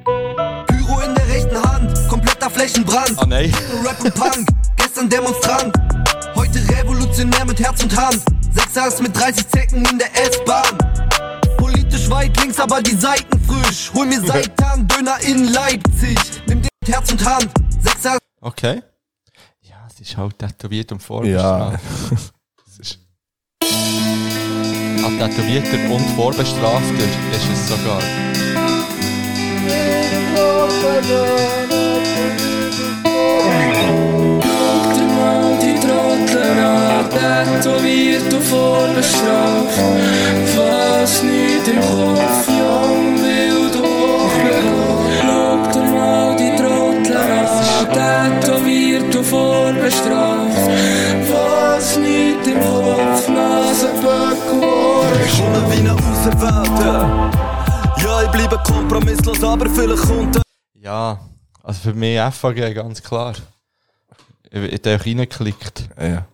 Speaker 5: Pyro in der rechten Hand, kompletter Flächenbrand.
Speaker 3: Oh nein.
Speaker 5: Rap und Punk, gestern Demonstrant, heute revolutionär mit Herz und Hand. Sechser ist mit 30 Zecken in der S-Bahn. Politisch weit links, aber die Seiten frisch. Hol mir Seitan, Döner in Leipzig. Nimm den mit Herz und Hand. Sechser ist
Speaker 3: Okay. Ja, es ist halt tätowiert und
Speaker 4: Ja.
Speaker 3: vorbestraft. Es ist. Ah, tätowierter und vorbestrafter ist es sogar.
Speaker 22: Tätowiert und vorbestraft, was nicht im Kopf, jung, wild und hochbegabt. Schau dir mal die Trottel an, tätowiert und vorbestraft, was nicht im Kopf, e Nasenböckel,
Speaker 5: Ich komme wie ein Auserwählter. Ja, ich bleibe kompromisslos, aber vielleicht kommt der
Speaker 3: Ja, also für mich FAG ganz klar. Ich ich hab auch reingeklickt.
Speaker 4: Ja.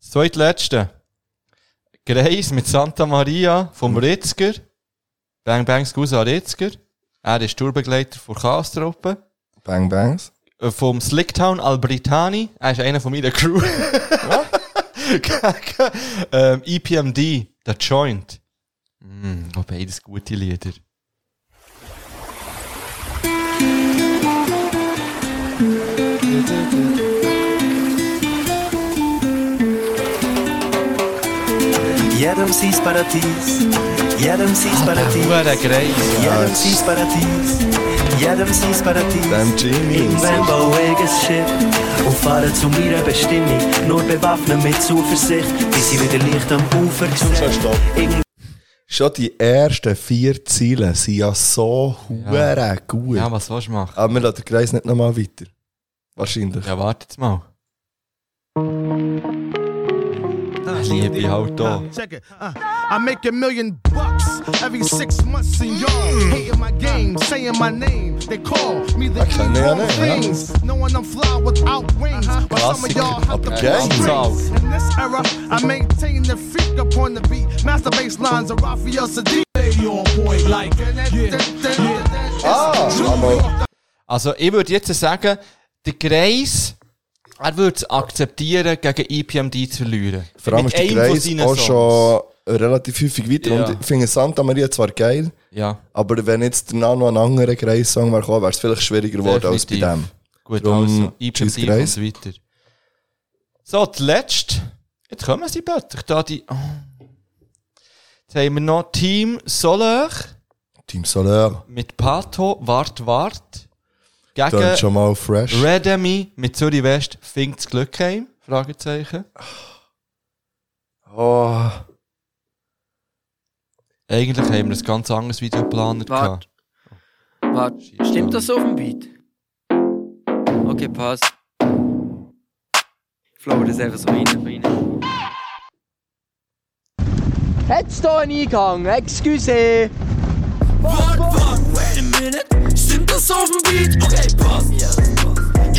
Speaker 3: Das zweitletzte. Greis mit Santa Maria vom Ritzger. Bang Bangs Gusa Ritzger. Er ist Tourbegleiter von Kastruppe.
Speaker 4: Bang Bangs.
Speaker 3: Äh, Vom Slicktown Albritani. Er ist einer von meiner Crew. ähm, EPMD, The Joint. Mm, oh, beides gute Lieder.
Speaker 17: Jedem sein Paradies, jedem sein Paradies.
Speaker 3: Hure Greis.
Speaker 17: Jedem sein Paradies, jedem sein Paradies. Beim
Speaker 4: Genie.
Speaker 17: Irgendwann baue ich ein Schiff und fahre zu meiner Bestimmung. Nur bewaffnet mit Zuversicht, bis ich wieder Licht am Ufer sehe.
Speaker 4: Schon die ersten vier Ziele sind ja so hure gut.
Speaker 3: Ja, was willst du machen?
Speaker 4: Aber wir lassen den Kreis nicht nochmal weiter. Wahrscheinlich.
Speaker 3: Ja, wartet mal. Ich liebe halt da.
Speaker 9: Check it. Uh, I make a million bucks every six months in yards. Hating my game, saying my name. They call me the
Speaker 4: Okay,
Speaker 9: king
Speaker 4: yeah,
Speaker 9: of all
Speaker 4: yeah.
Speaker 9: things. Knowing I'm fly without wings. But some of
Speaker 4: Classic.
Speaker 9: y'all have
Speaker 4: Okay.
Speaker 9: to pull
Speaker 4: Gangs out.
Speaker 9: strings. In this era, I maintain the freak upon the beat. Master bass lines of Raphael Sadiq. on point like
Speaker 3: Also, ich würde jetzt sagen, der Greis, er würde es akzeptieren, gegen E EPMD zu verlieren.
Speaker 4: Vor allem
Speaker 3: Mit
Speaker 4: ist der
Speaker 3: einem von
Speaker 4: Kreis
Speaker 3: seinen
Speaker 4: auch
Speaker 3: Songs.
Speaker 4: schon relativ häufig weiter.
Speaker 3: Ja.
Speaker 4: Und ich finde Santa Maria zwar geil,
Speaker 3: Ja.
Speaker 4: aber wenn jetzt danach noch ein anderer Kreis-Song wäre, wäre es vielleicht schwieriger geworden als bei
Speaker 3: Definitiv.
Speaker 4: dem.
Speaker 3: Gut,
Speaker 4: Darum,
Speaker 3: also,
Speaker 4: tschüss,
Speaker 3: EPMD
Speaker 4: Kreis.
Speaker 3: kommt weiter. So, die letzte. Jetzt kommen sie plötzlich. Da die. Oh. Jetzt haben wir noch Team Soler
Speaker 4: Team Soler.
Speaker 3: mit Pato, Wart, Wart.
Speaker 4: Klingt schon mal fresh.
Speaker 3: Redemy mit Zürich West. Fängt das Glück heim? Fragezeichen.
Speaker 4: Oh.
Speaker 3: Eigentlich haben wir ein ganz anderes Video geplant.
Speaker 10: Warte. Warte, stimmt das auf dem Beat? Okay, passt. Flow das einfach so rein. rein.
Speaker 12: Jetzt hier ein Eingang, excuse.
Speaker 10: Warte, warte, wait a minute. Stimmt das auf dem Beat? Okay, passt. Ich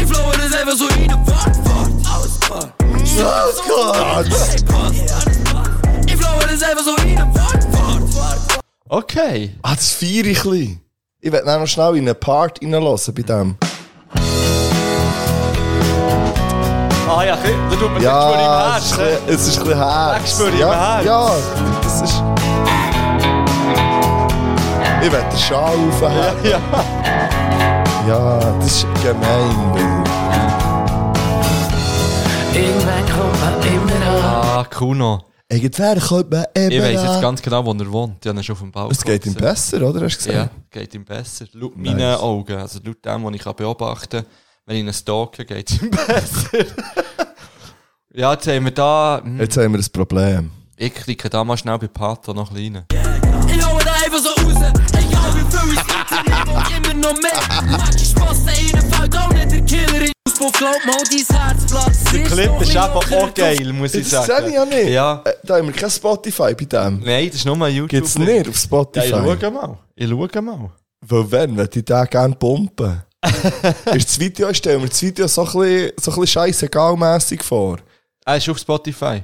Speaker 10: flow das einfach so rein. Warte, warte, alles klar. Stimmt das auf dem Beat? Okay, passt. Ich flow das einfach so rein. Warte, warte, warte.
Speaker 3: Okay.
Speaker 4: Ah, das feier ich ein bisschen. Ich werde noch schnell in einen Part reinlassen bei dem.
Speaker 3: Ah ja, da tut man
Speaker 4: Ja,
Speaker 3: das
Speaker 4: es ist ein bisschen- es ist
Speaker 3: spür ich im
Speaker 4: ein bisschen Herz.
Speaker 3: Das spür ich im
Speaker 4: ja,
Speaker 3: Herz.
Speaker 4: ja, das ist... Ich werde den Schal aufheben.
Speaker 3: Ja,
Speaker 4: ja. das ist gemein. Baby.
Speaker 12: Irgendwann kommt man immer an.
Speaker 3: Ah, Kuno.
Speaker 4: Irgendwer kommt man eben
Speaker 3: Ich weiß
Speaker 4: an.
Speaker 3: jetzt ganz genau, wo er wohnt. Ja, er ist auf dem Balkon.
Speaker 4: Es geht ihm
Speaker 3: gesehen.
Speaker 4: besser, oder? Hast du gesehen?
Speaker 3: Ja, geht ihm besser. Laut
Speaker 4: Nice.
Speaker 3: meinen Augen, also laut dem, was ich kann beobachten kann, wenn ich ihn stalke, geht es ihm besser. ja, jetzt haben wir da... hm,
Speaker 4: Jetzt haben wir ein Problem.
Speaker 3: Ich klicke da mal schnell bei Pato noch rein.
Speaker 10: Ich hau da einfach so raus. Egal wie viel ich funktioniert und immer noch mehr. Manche Spassen in Fällt auch nicht der Killer in Ausbruch. Glaub mal, dein Herz platzt.
Speaker 3: Der Clip ist eben auch geil, muss ich
Speaker 4: Das
Speaker 3: sagen.
Speaker 4: sehe ich ja nicht.
Speaker 3: Ja.
Speaker 4: Äh, Da haben wir kein Spotify bei dem.
Speaker 3: Nein, das ist nur YouTube.
Speaker 4: Gibt's nicht auf Spotify?
Speaker 3: Ja, ich schau mal. Ich schau mal.
Speaker 4: Weil wenn, wenn die den gerne pumpen. ist das Video, ich stelle mir das Video so ein bisschen, so ein bisschen scheissegalmässig vor.
Speaker 3: Er Ah, ist auf Spotify.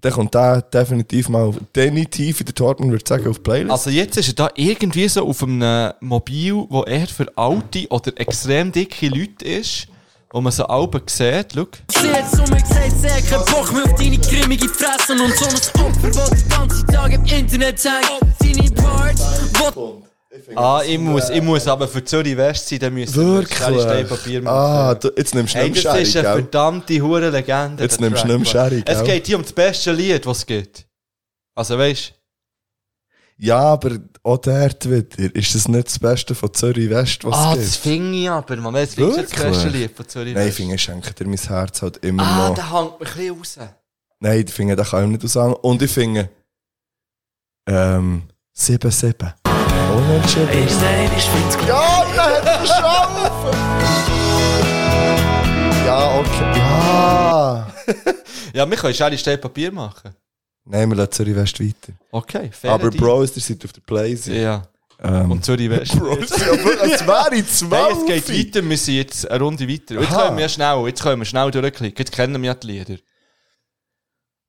Speaker 4: Dann kommt der definitiv mal, auf- definitiv in der Torben würde ich sagen, auf die Playlist.
Speaker 3: Also jetzt ist er da irgendwie so auf einem Mobil, wo eher für alte oder extrem dicke Leute ist, wo man so Alben sieht, schau.
Speaker 10: Jetzt um mich gesagt, sehr kein Bock mehr auf deine grimmige Fresse und so ein Opfer, das den ganzen Tag im Internet hängt. Deine Parts, wo...
Speaker 3: Ah, ich muss, ich muss aber für Zürich West sein, dann müssen wir schnell Steinpapier machen.
Speaker 4: Ah, du, jetzt nimmst du
Speaker 3: Hey,
Speaker 4: nicht
Speaker 3: das
Speaker 4: mehr
Speaker 3: ist
Speaker 4: Schere,
Speaker 3: eine
Speaker 4: gell?
Speaker 3: verdammte hure Legende.
Speaker 4: Jetzt
Speaker 3: der
Speaker 4: nimmst du
Speaker 3: Track,
Speaker 4: nicht mehr
Speaker 3: Mann.
Speaker 4: Schere,
Speaker 3: Es
Speaker 4: gell?
Speaker 3: geht hier um das beste Lied, was es gibt. Also weißt
Speaker 4: Ja, aber auch dort wieder. Ist das nicht das Beste von Zürich West,
Speaker 3: du,
Speaker 4: was
Speaker 3: ah,
Speaker 4: es gibt?
Speaker 3: das finde ich aber, man, das ist das beste Lied von Zürich
Speaker 4: Nein, ich
Speaker 3: West.
Speaker 4: finde, ich schenke dir mein Herz halt immer
Speaker 3: Ah,
Speaker 4: noch.
Speaker 3: der hängt mich ein bisschen raus.
Speaker 4: Nein, ich finde, das kann ich ihm nicht aussagen. Und ich finde, ähm, 7-7. Unentschieden.
Speaker 16: Ja, da hat er
Speaker 4: Ja, okay. Ja.
Speaker 3: ja, wir können Schere, Stein, Papier machen.
Speaker 4: Nein, wir lassen Zürich West weiter.
Speaker 3: Okay, fair
Speaker 4: Aber
Speaker 3: Deal.
Speaker 4: Bros, ihr seid auf der Playsee.
Speaker 3: Ja.
Speaker 4: Ähm,
Speaker 3: Und Zürich West.
Speaker 4: Bros, ja, aber es wäre zwei.
Speaker 3: Nein, es geht weiter, wir sind jetzt eine Runde weiter. Jetzt
Speaker 4: Aha.
Speaker 3: können wir schnell, jetzt können wir schnell durchklicken, jetzt kennen wir ja die Lieder.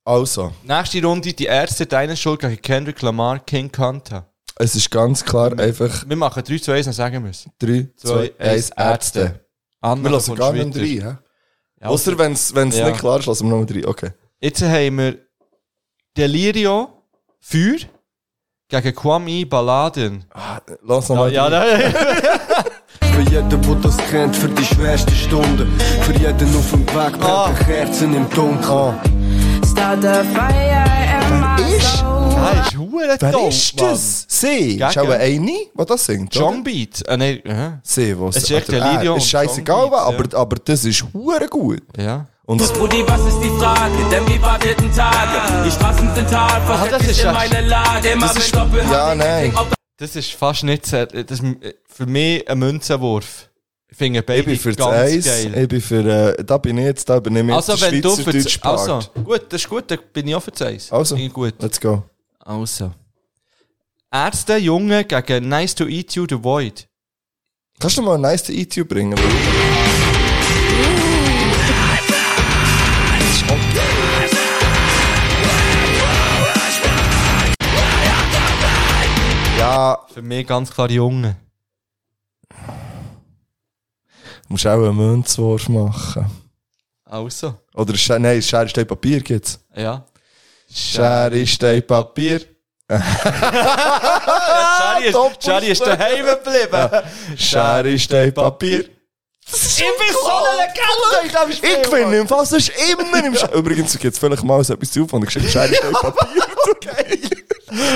Speaker 4: Also,
Speaker 3: Nächste Runde, die erste deine Schuld gegen Kendrick Lamar, King Kanta.
Speaker 4: es ist ganz klar einfach
Speaker 3: Wir machen 3, 2, 1, dann sagen wir es.
Speaker 4: 3, 2, 1, Ärzte. Wir lassen gar nicht mehr rein. hä? Ausser wenn es
Speaker 3: Ja.
Speaker 4: nicht klar ist, lassen wir noch mal rein. Okay.
Speaker 3: Jetzt haben wir Delirio, Feuer, gegen Kwame Balladen.
Speaker 4: Ah, lass nochmal
Speaker 3: Ja, nein.
Speaker 7: Für jeden, der das kennt, für die schwerste Stunde. Für jeden auf dem Weg,
Speaker 3: Ah.
Speaker 7: brennt ein Kerzen im Dunkeln.
Speaker 11: Start the fire in my soul.
Speaker 3: Ah, ist hure
Speaker 4: Wer
Speaker 3: dumm,
Speaker 4: ist
Speaker 3: Mann.
Speaker 4: das? Sie?
Speaker 3: Ja,
Speaker 4: ist auch
Speaker 3: gell.
Speaker 4: eine, die das singt, oder?
Speaker 3: John Beat. Ah, nein, aha.
Speaker 4: Sie, was? Ah,
Speaker 3: Es ist echt
Speaker 4: oder
Speaker 3: ein
Speaker 4: er.
Speaker 3: Lied, ja,
Speaker 4: Ist
Speaker 3: und
Speaker 4: scheißegal,
Speaker 3: Song
Speaker 4: was,
Speaker 3: gibt's,
Speaker 4: aber, aber das ist hure gut.
Speaker 3: Ja.
Speaker 4: Und
Speaker 10: Brudi, was ist die Frage? Denn die warteten Tage, die Straßen sind hart,
Speaker 3: Ah, das
Speaker 10: versetzt
Speaker 3: ist
Speaker 10: sich in
Speaker 3: ja-
Speaker 10: meine Lage. Immer
Speaker 3: das
Speaker 10: wenn
Speaker 3: ist-
Speaker 10: Doppelhand,
Speaker 3: Ja,
Speaker 10: ich
Speaker 3: nein.
Speaker 10: denk, ob-
Speaker 3: Das ist fast nicht so, äh, das ist für mich ein Münzenwurf. Ich finde beide
Speaker 4: ich bin für das
Speaker 3: ganz
Speaker 4: Eis,
Speaker 3: geil.
Speaker 4: ich bin für, äh, da bin ich jetzt, da bin ich mit
Speaker 3: Also, wenn du für
Speaker 4: Schweizerdeutsch
Speaker 3: das, also,
Speaker 4: Part.
Speaker 3: gut, das ist gut, dann bin ich auch für das Eis.
Speaker 4: Also,
Speaker 3: Finde ich gut.
Speaker 4: let's go.
Speaker 3: Also. Ärzte, Junge gegen Nice to Eat You, The Void.
Speaker 4: Kannst du mal ein nice E E2 bringen? bitte? Ja.
Speaker 3: Für mich ganz klar Junge.
Speaker 4: Du musst auch einen Münzwurf machen.
Speaker 3: Also.
Speaker 4: Oder Sch nein, Schere, Stein, Papier gibt's.
Speaker 3: Ja.
Speaker 4: Schere, Stein, Papier.
Speaker 3: Charlie ist, Charlie ist daheim geblieben.
Speaker 4: Schere, Stein, Papier.
Speaker 3: Ich bin so eine Legende in diesem Spiel.
Speaker 4: Ich gewinne im Fall, sonst immer im Schere. Übrigens, jetzt vielleicht mal so etwas zu von der Geschichte Schere, Stein, Papier.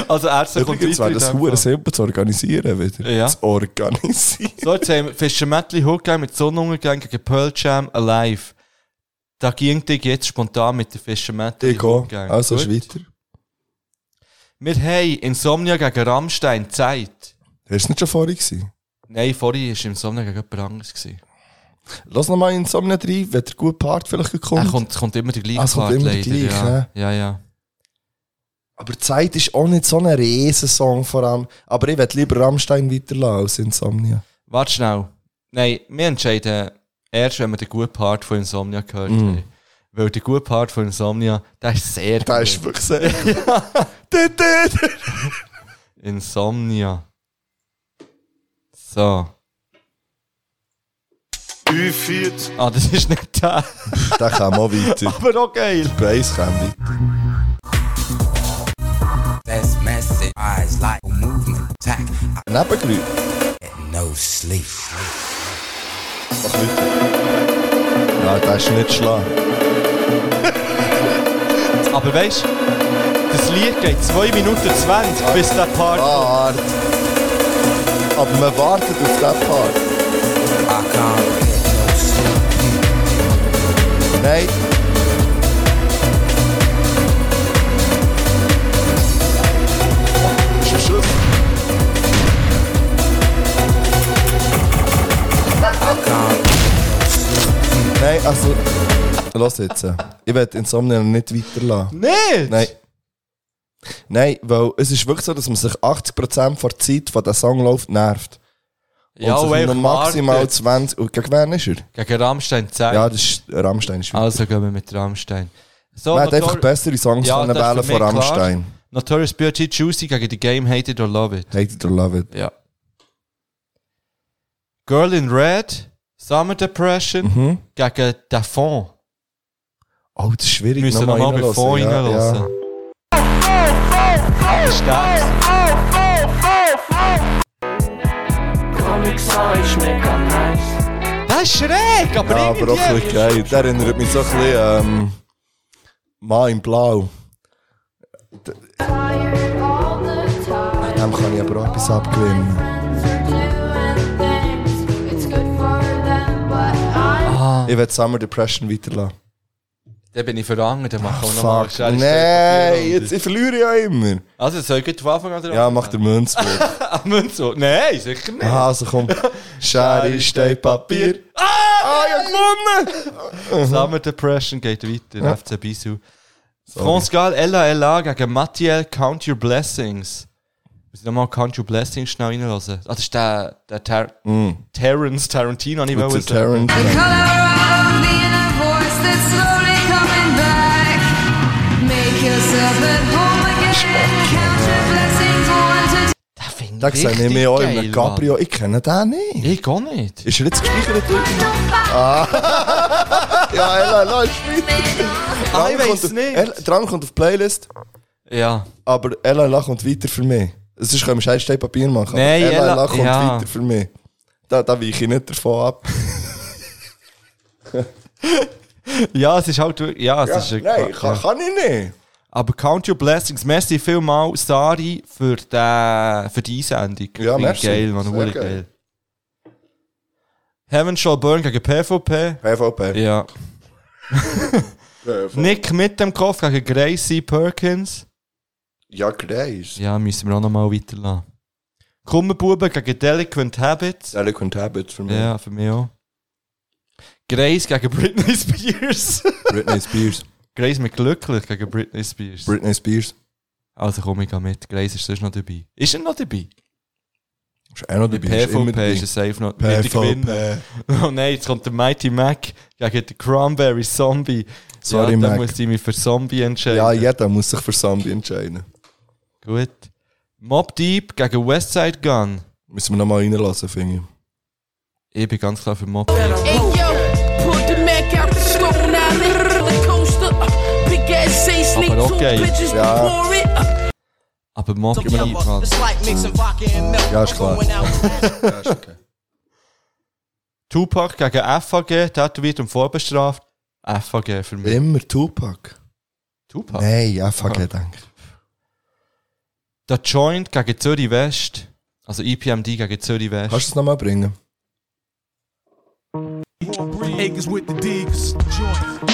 Speaker 3: Also, Ärzte kommt
Speaker 4: Übrigens
Speaker 3: weiter
Speaker 4: wäre
Speaker 3: in
Speaker 4: das
Speaker 3: dem
Speaker 4: hure
Speaker 3: Fall.
Speaker 4: simpel zu organisieren wieder.
Speaker 3: Ja.
Speaker 4: Zu organisieren.
Speaker 3: So, jetzt haben wir Fischermättli Hookgang mit Sonnenuntergang gegen Pearl Jam Alive. Da ging dich jetzt spontan mit der Fischermättli
Speaker 4: Ich auch. Also, ist weiter.
Speaker 3: Wir haben Insomnia gegen Rammstein Zeit.
Speaker 4: Hast du nicht schon vorhin gewesen?
Speaker 3: Nein, vorhin war Insomnia gegen jemand anderes. gewesen.
Speaker 4: Lass noch mal in Somnia rein, wenn der gute Part vielleicht kommt.
Speaker 3: Er kommt, es kommt immer der gleiche
Speaker 4: Ah, es kommt immer der
Speaker 3: leider,
Speaker 4: gleiche,
Speaker 3: ja.
Speaker 4: ne?
Speaker 3: ja, ja.
Speaker 4: Aber Zeit ist auch nicht so ein Riesensong vor allem. Aber ich würde lieber Rammstein weiterlassen als Insomnia.
Speaker 3: Warte schnell. Nein, wir entscheiden erst, wenn wir den guten Part von Insomnia gehört
Speaker 4: Mm.
Speaker 3: haben. Weil der gute Part von Insomnia, der ist sehr der gut. Der ist
Speaker 4: wirklich sehr
Speaker 3: Insomnia. So. Ah, das ist nicht der.
Speaker 4: Der kam auch weiter.
Speaker 3: Aber auch geil.
Speaker 4: Der Bass kam weiter.
Speaker 14: That's message. Eyes like a movement. Attack.
Speaker 4: Nebengeräusch.
Speaker 14: No sleep.
Speaker 4: Ja, der ist nicht schlau.
Speaker 3: Aber weißt du, das Lied geht 2 Minuten 20, bis der Part.
Speaker 4: Part. Aber man wartet auf den Part. Nein. Ist ein Schuss. Nein, also. Lass jetzt. äh, Ich werde Insomnia nicht weiterlassen.
Speaker 3: Nicht?
Speaker 4: Nein. Nein, weil es ist wirklich so, dass man sich 80% von der Zeit, von der Song läuft, nervt.
Speaker 3: Ja,
Speaker 4: und
Speaker 3: und
Speaker 4: sich
Speaker 3: einfach
Speaker 4: nur maximal
Speaker 3: warten.
Speaker 4: 20. Und gegen wen ist er?
Speaker 3: Gegen Rammstein 10.
Speaker 4: Ja, das ist Rammstein. Ist
Speaker 3: also gehen wir mit Rammstein. So,
Speaker 4: Man hat
Speaker 3: Notor-
Speaker 4: einfach bessere Songs
Speaker 3: Ja,
Speaker 4: können
Speaker 3: das ist
Speaker 4: wählen
Speaker 3: für mich
Speaker 4: von Rammstein.
Speaker 3: klar. Notorious B.I.G. Juicy gegen die Game Hate It or Love It.
Speaker 4: Hate it or love it.
Speaker 3: Ja. Girl in Red, Summer Depression eh,
Speaker 4: Mhm.
Speaker 3: gegen Da Fond.
Speaker 4: Oh, das ist schwierig.
Speaker 3: Müssen wir
Speaker 4: nochmal
Speaker 3: mal bei Fond
Speaker 4: reinhören, ja,
Speaker 3: reinlassen. Das ist schräg, aber
Speaker 4: Ja, aber auch ein bisschen geil. Der erinnert mich so ein bisschen ähm, Mann im Blau. D- Dem kann ich aber auch etwas abgewinnen. Ich will Ah. Summer Depression weiterlassen.
Speaker 3: Dann bin ich verrangen, dann machen wir nochmal
Speaker 4: Ah, Fuck, nein, jetzt, ich verliere ja immer.
Speaker 3: Also, soll ich gleich von Anfang an dran?
Speaker 4: Ja, mach den Münzwurf.
Speaker 3: Ah, Münzo? Nein, sicher nicht.
Speaker 4: Ah, also komm. Schere, Stein, Papier.
Speaker 3: Ah, ich hab gewonnen! Summer Depression geht weiter,
Speaker 4: Ja.
Speaker 3: FC Bisou.
Speaker 4: Sorry.
Speaker 3: France Gall, LA, LA gegen Mathiel, Count Your Blessings. Muss ich nochmal Count Your Blessings schnell reinhören? Ah, das ist der, der Ter
Speaker 4: Mm.
Speaker 3: Terrence Tarantino, hab ich
Speaker 4: Mit
Speaker 3: wollte
Speaker 4: der
Speaker 3: sagen.
Speaker 4: Tarantino. Da sehe ich mich auch in einem Cabrio. Ich kenne den nicht.
Speaker 3: Ich gar nicht.
Speaker 4: Ist er jetzt gespeichert? irgendwo? Ah. ja, Ella, lass weiter.
Speaker 3: Ah, ich
Speaker 4: Dran
Speaker 3: weiss
Speaker 4: kommt-
Speaker 3: nicht.
Speaker 4: Ella- Dran kommt auf die Playlist,
Speaker 3: Ja.
Speaker 4: aber Ella, La kommt weiter für mich. Sonst können wir scheiß Stein Papier machen. aber
Speaker 3: Nein,
Speaker 4: Ella,
Speaker 3: Ella-
Speaker 4: La kommt
Speaker 3: ja.
Speaker 4: weiter für mich. Da, da weiche ich nicht davon ab.
Speaker 3: Ja, es ist halt wirklich. Ja, es
Speaker 4: Ja,
Speaker 3: ist
Speaker 4: nein, kann- kann ich nicht.
Speaker 3: Aber Count Your Blessings, merci vielmals, Sari, für, den, für die Einsendung.
Speaker 4: Ja,
Speaker 3: Finde ich
Speaker 4: merci.
Speaker 3: Geil, Mann,
Speaker 4: Sehr
Speaker 3: geil.
Speaker 4: geil.
Speaker 3: geil. Heaven Shall Burn gegen PvP.
Speaker 4: PvP.
Speaker 3: Ja. Nick mit dem Kopf gegen Gracie Perkins.
Speaker 4: Ja, Grace.
Speaker 3: Ja, müssen wir auch nochmal weiterlassen. Kummerbuben gegen Delinquent Habits.
Speaker 4: Eloquent Habits für mich.
Speaker 3: Ja, für mich auch. Grace gegen Britney Spears.
Speaker 4: Britney Spears.
Speaker 3: Grace mit glücklich gegen Britney Spears.
Speaker 4: Britney Spears.
Speaker 3: Also komm, ich geh mit. Grace ist sonst noch dabei. Ist er noch dabei?
Speaker 4: Ist auch noch dabei. ist immer dabei.
Speaker 3: PvP ist er safe noch. Wird er
Speaker 4: PvP.
Speaker 3: gewinnen? Oh nein, jetzt kommt der Mighty Mac gegen den Cranberry Zombie.
Speaker 4: Sorry,
Speaker 3: ja,
Speaker 4: Mac.
Speaker 3: Dann muss ich mich für Zombie entscheiden.
Speaker 4: Ja, jeder muss sich für Zombie entscheiden.
Speaker 3: Gut. Mob Deep gegen Westside Gun.
Speaker 4: Müssen wir nochmal reinlassen, finde ich.
Speaker 3: Ich bin ganz klar für Mob Deep.
Speaker 23: Hey yo, pulled the Mac out the stone alley, the coaster, uh, big ass say sneak
Speaker 3: Aber
Speaker 23: two
Speaker 3: okay.
Speaker 23: bitches
Speaker 3: Ja.
Speaker 23: before it. Uh,
Speaker 3: Aber Mob Deep, Mann.
Speaker 20: It's like mixing vodka and milk.
Speaker 3: Ja, ist klar.
Speaker 20: I'm going out
Speaker 3: Tupac gegen FAG, tätowiert und vorbestraft. FAG für mich.
Speaker 4: Immer Tupac.
Speaker 3: Tupac?
Speaker 4: Nein, FAG,
Speaker 3: Aha.
Speaker 4: denke ich.
Speaker 3: Der Joint gegen Zürich West. Also IPMD gegen Zürich West.
Speaker 4: Kannst du es nochmal bringen?
Speaker 9: Acres with the digs.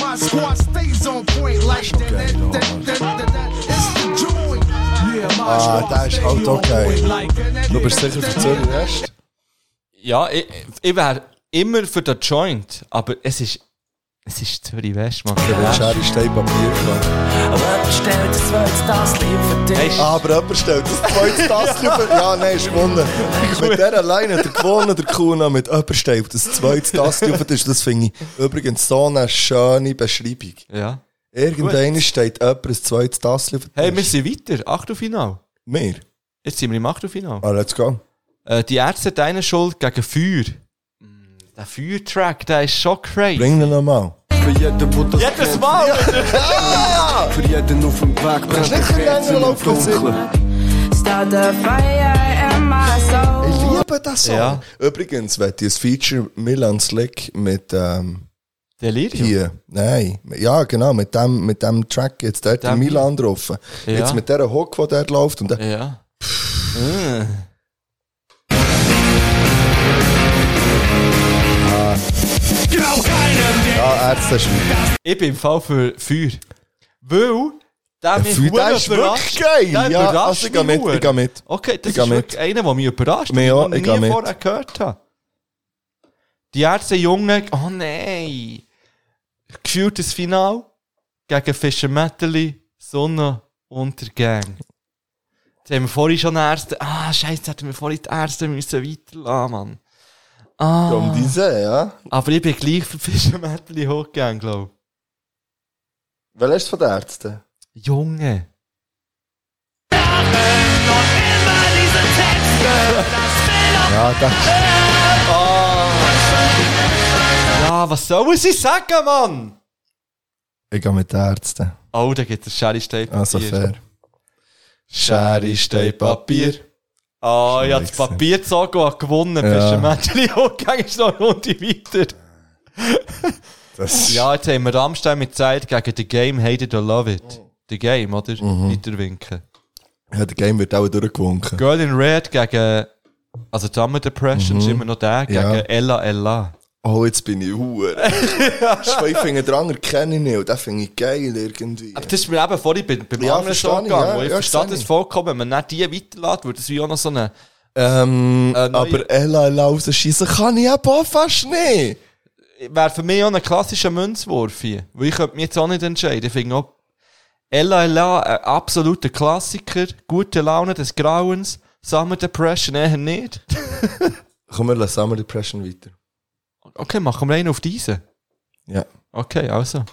Speaker 9: My squad stays on point like that. that, that, that, that, that. It's the joint. Yeah, my
Speaker 4: Ah,
Speaker 9: squad
Speaker 4: der ist
Speaker 9: stays
Speaker 4: halt
Speaker 9: on
Speaker 4: auch geil.
Speaker 9: point like that, that,
Speaker 4: Du
Speaker 9: that,
Speaker 4: bist
Speaker 9: that,
Speaker 4: sicher
Speaker 9: that,
Speaker 4: für
Speaker 9: that.
Speaker 4: Zürich West?
Speaker 3: Ja, ich, ich wäre immer für den Joint, aber es ist. Es ist Zürich West, Mann.
Speaker 4: Ich will Schere, Stein, Papier machen. Ah, Aber jemand stellt das zweite Tassli über... Ja, nein, ist gewonnen. Mit der alleine hat er gewonnen, der Kuna. Mit jemand stellt das zweite Tassli auf den Tisch. Das finde ich übrigens so eine schöne Beschreibung.
Speaker 3: Ja.
Speaker 4: Irgendwann steht jemand ein zweites Tassli auf den
Speaker 3: Hey, wir
Speaker 4: Tisch.
Speaker 3: sind weiter. Achtelfinal.
Speaker 4: Mehr?
Speaker 3: Jetzt sind wir im Achtelfinal.
Speaker 4: Ah, let's go.
Speaker 3: Äh, die Ärzte deine Schuld gegen Feuer. Mm, Der Feuertrack, der ist schon crazy.
Speaker 4: Bring ihn nochmal.
Speaker 7: Für jeden, wo das
Speaker 3: Jedes
Speaker 7: kennt.
Speaker 3: Mal!
Speaker 7: Für jeden auf dem Weg brennt ein Kerzen im Dunkeln.
Speaker 11: Start a fire in my soul.
Speaker 4: Ich liebe das Song.
Speaker 11: Ja.
Speaker 4: Übrigens, wenn ich ein Feature Milan Slick mit ähm,
Speaker 3: Delirium?
Speaker 4: hier, nein, ja genau, mit dem, mit dem Track jetzt dort
Speaker 3: Dem-
Speaker 4: in Milan drauf.
Speaker 3: Ja.
Speaker 4: Jetzt mit dieser Hook, die dort läuft und der,
Speaker 3: Ja. Mm.
Speaker 4: ja, Ärzte ist
Speaker 3: Ich bin im Fall für Feuer. Weil, der mich
Speaker 4: Feuer, der
Speaker 3: verdammt
Speaker 4: ist wirklich
Speaker 3: überrascht.
Speaker 4: geil.
Speaker 3: Der
Speaker 4: Ja,
Speaker 3: überrascht
Speaker 4: also ich gehe mit,
Speaker 3: mich
Speaker 4: ich
Speaker 3: verdammt.
Speaker 4: gehe mit.
Speaker 3: Okay, das
Speaker 4: Ich gehe
Speaker 3: ist
Speaker 4: mit.
Speaker 3: wirklich einer, der mich überrascht,
Speaker 4: Mir
Speaker 3: den ich
Speaker 4: auch,
Speaker 3: noch
Speaker 4: ich gehe
Speaker 3: nie
Speaker 4: mit.
Speaker 3: vorher gehört habe. Die Ärzte Jungen, oh nein. Gefühltes Final gegen Fischer Metalli, Sonnenuntergang. Jetzt haben wir vorhin schon Ärzte, ah scheiße, hätten wir vorhin die Ärzte müssen weiterlassen, Mann. Ah.
Speaker 4: Um diese, ja.
Speaker 3: Aber ich bin gleich für Fischermäppchen hochgegangen, glaube
Speaker 4: Wer ist von den Ärzten?
Speaker 3: ich. Junge.
Speaker 4: Ja, das
Speaker 3: Ja, was sollen sie sagen, Mann?
Speaker 4: Ich gehe mit den Ärzten.
Speaker 3: Oh, da gibt es Sherry Steak
Speaker 4: Also fair.
Speaker 3: Schere, Stein, Papier. Ah, ich habe das Papier gezogen und habe gewonnen.
Speaker 4: Ja.
Speaker 3: Ja. Bist du ein Mädchen hochgegangen, ist noch eine Runde weiter.
Speaker 4: Das
Speaker 3: ja, jetzt haben wir Rammstein mit Zeit gegen The Game, Hate It or Love It. The Game, oder?
Speaker 4: Mhm.
Speaker 3: Weiterwinken.
Speaker 4: Ja, der Game wird auch durchgewunken.
Speaker 3: Girl in Red gegen, also Summer Depression
Speaker 4: Mhm.
Speaker 3: ist immer noch der, gegen
Speaker 4: Ja.
Speaker 3: Ella Ella.
Speaker 4: Oh, jetzt bin ich Huren. Zwei Finger dran erkenne ich nicht. und Den finde ich geil irgendwie.
Speaker 3: Aber das ist mir eben vorhin bei, beim
Speaker 4: Ja,
Speaker 3: anderen
Speaker 4: verstehe
Speaker 3: Song
Speaker 4: ich,
Speaker 3: gegangen,
Speaker 4: ja,
Speaker 3: wo ich
Speaker 4: ja,
Speaker 3: verstehe
Speaker 4: sehe
Speaker 3: das
Speaker 4: ich.
Speaker 3: vollkommen. Wenn man nicht die weiterlässt, würde das wie auch noch so eine...
Speaker 4: Ähm,
Speaker 3: Äh, neue-
Speaker 4: aber Ella Ella rausschießen kann ich eben auch fast nicht.
Speaker 3: Wäre für mich auch ein klassischer Münzwurf hier. Weil ich könnte mich jetzt auch nicht entscheiden. Ich finde auch Ella Ella ein absoluter Klassiker. Gute Laune des Grauens. Summer Depression eher nicht.
Speaker 4: Komm, wir lassen Summer Depression weiter.
Speaker 3: Okay, machen wir einen auf diese.
Speaker 4: Ja.
Speaker 3: Okay, also.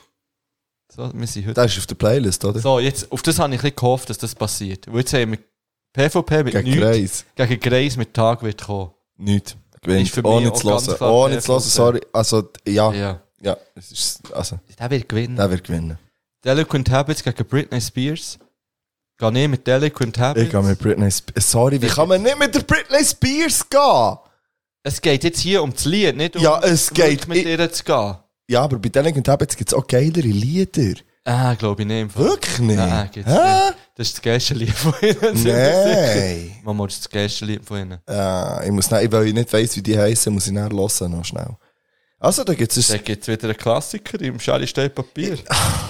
Speaker 3: So, wir sind heute.
Speaker 4: Das ist auf der Playlist, oder?
Speaker 3: So, jetzt, auf das habe ich ein bisschen gehofft, dass das passiert. Weil jetzt haben wir PvP mit
Speaker 4: Gegen
Speaker 3: nichts,
Speaker 4: Kreis.
Speaker 3: Gegen Greis mit Tag wird kommen.
Speaker 4: Nicht. Gewinnt.
Speaker 3: Ist für
Speaker 4: Ohne
Speaker 3: mich
Speaker 4: zu
Speaker 3: auch ganz
Speaker 4: hören.
Speaker 3: klar
Speaker 4: Ohne zu hören,
Speaker 3: PVC.
Speaker 4: Oh, sorry. Also, d- ja.
Speaker 3: Ja.
Speaker 4: Ja, es ist, also,
Speaker 3: Der wird gewinnen.
Speaker 4: der wird gewinnen.
Speaker 3: Delinquent Habits gegen Britney Spears. Geh nicht mit Delinquent Habits.
Speaker 4: Ich gehe mit Britney Spears. Sorry, wie kann man nicht mit der Britney Spears gehen?
Speaker 3: Es geht jetzt hier um das Lied, nicht um
Speaker 4: Ja, es geht-
Speaker 3: wirklich mit
Speaker 4: ich-
Speaker 3: ihr zu gehen.
Speaker 4: Ja, aber bei Delegant Habits gibt es auch geilere Lieder.
Speaker 3: Ah, glaube ich nicht. im Fall.
Speaker 4: Wirklich nicht?
Speaker 3: Nein, gibt's
Speaker 4: Hä?
Speaker 3: nicht. Das ist das geilste Lied von ihnen.
Speaker 4: Nein.
Speaker 3: Mama, das ist das geilste Lied von ihnen.
Speaker 4: Äh, ich muss nicht, weil ich nicht weiss, wie die heißen, muss ich nachher hören, noch schnell. Also, dus da gibt es.
Speaker 3: Da gibt es wieder einen Klassiker im Schere Stein Papier.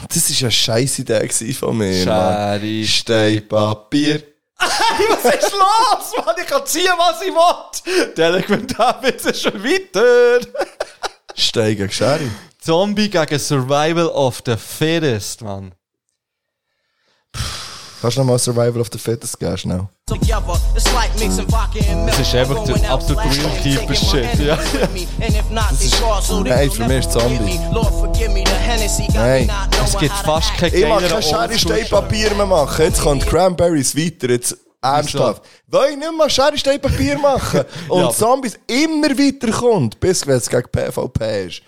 Speaker 4: Das ist eine scheiß Idee gewesen von mir. Mann.
Speaker 3: Schere
Speaker 4: Stein, Papier.
Speaker 3: was ist los, Mann? Ich kann ziehen, was ich will. Delinquent Habits ist schon weiter.
Speaker 4: Stein gegen Schere.
Speaker 3: Zombie gegen Survival of the Fittest, Mann.
Speaker 4: Kannst du nochmal Survival of the Fittest gehen, schnell?
Speaker 20: Together, it's like mixing vodka and milk.
Speaker 3: Das ist einfach der
Speaker 20: Going out
Speaker 3: absolut
Speaker 20: last
Speaker 3: real
Speaker 20: and
Speaker 3: deeper
Speaker 20: taking my
Speaker 3: shit, ja.
Speaker 20: enemies with me. And if not, they score, so they
Speaker 4: Nein,
Speaker 20: will
Speaker 4: für mich ist
Speaker 20: never forgive
Speaker 4: Zombie.
Speaker 20: me. Lord, forgive me, the Hennessy got me
Speaker 4: Nein.
Speaker 20: not knowing
Speaker 3: Es gibt
Speaker 20: how to
Speaker 3: fast
Speaker 20: act.
Speaker 3: keinen
Speaker 4: Ich mag
Speaker 3: geileren
Speaker 4: keine Schere,
Speaker 3: Oldschooler-
Speaker 4: Stein, Papier mehr machen. Jetzt kommt Cranberries weiter. Jetzt ernsthaft. Weil ich nicht mehr Schere, Stein, Papier machen. Und
Speaker 3: aber-
Speaker 4: Zombies immer weiterkommt, bis wenn es gegen PvP ist.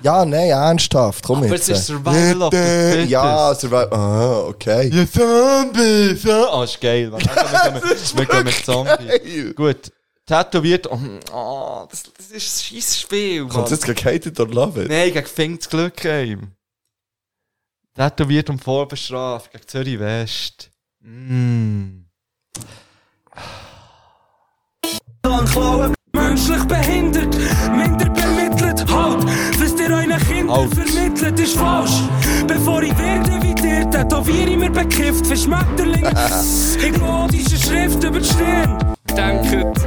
Speaker 4: Ja, nein, ernsthaft. Komm
Speaker 3: Aber
Speaker 4: jetzt. äh.
Speaker 3: es ist Survival of the Fittest.
Speaker 4: Ja, Survival. Ah, okay.
Speaker 3: Ja, Zombies! Ah, oh, ist geil. Mann. Also, wir gehen mit, wir gehen mit Zombies.
Speaker 4: Geil.
Speaker 3: Gut. Tätowiert. Oh, oh, das, das ist ein scheiß Spiel.
Speaker 4: Kommt
Speaker 3: Mann.
Speaker 4: jetzt gegen Hated or Love It?
Speaker 3: Nein, gegen Fing das Glück heim. Tätowiert und vorbestraft. Gegen Zürich West. Mm.
Speaker 8: Klauen, menschlich behindert, minder belittelt. Halt, was ihr euren Kindern
Speaker 3: Halt.
Speaker 8: vermittelt, ist falsch. Bevor ich werde wie dir, tätowiere ich mir bekifft für Schmetterlinge. in glodische Schrift über die Stirn. Denkt,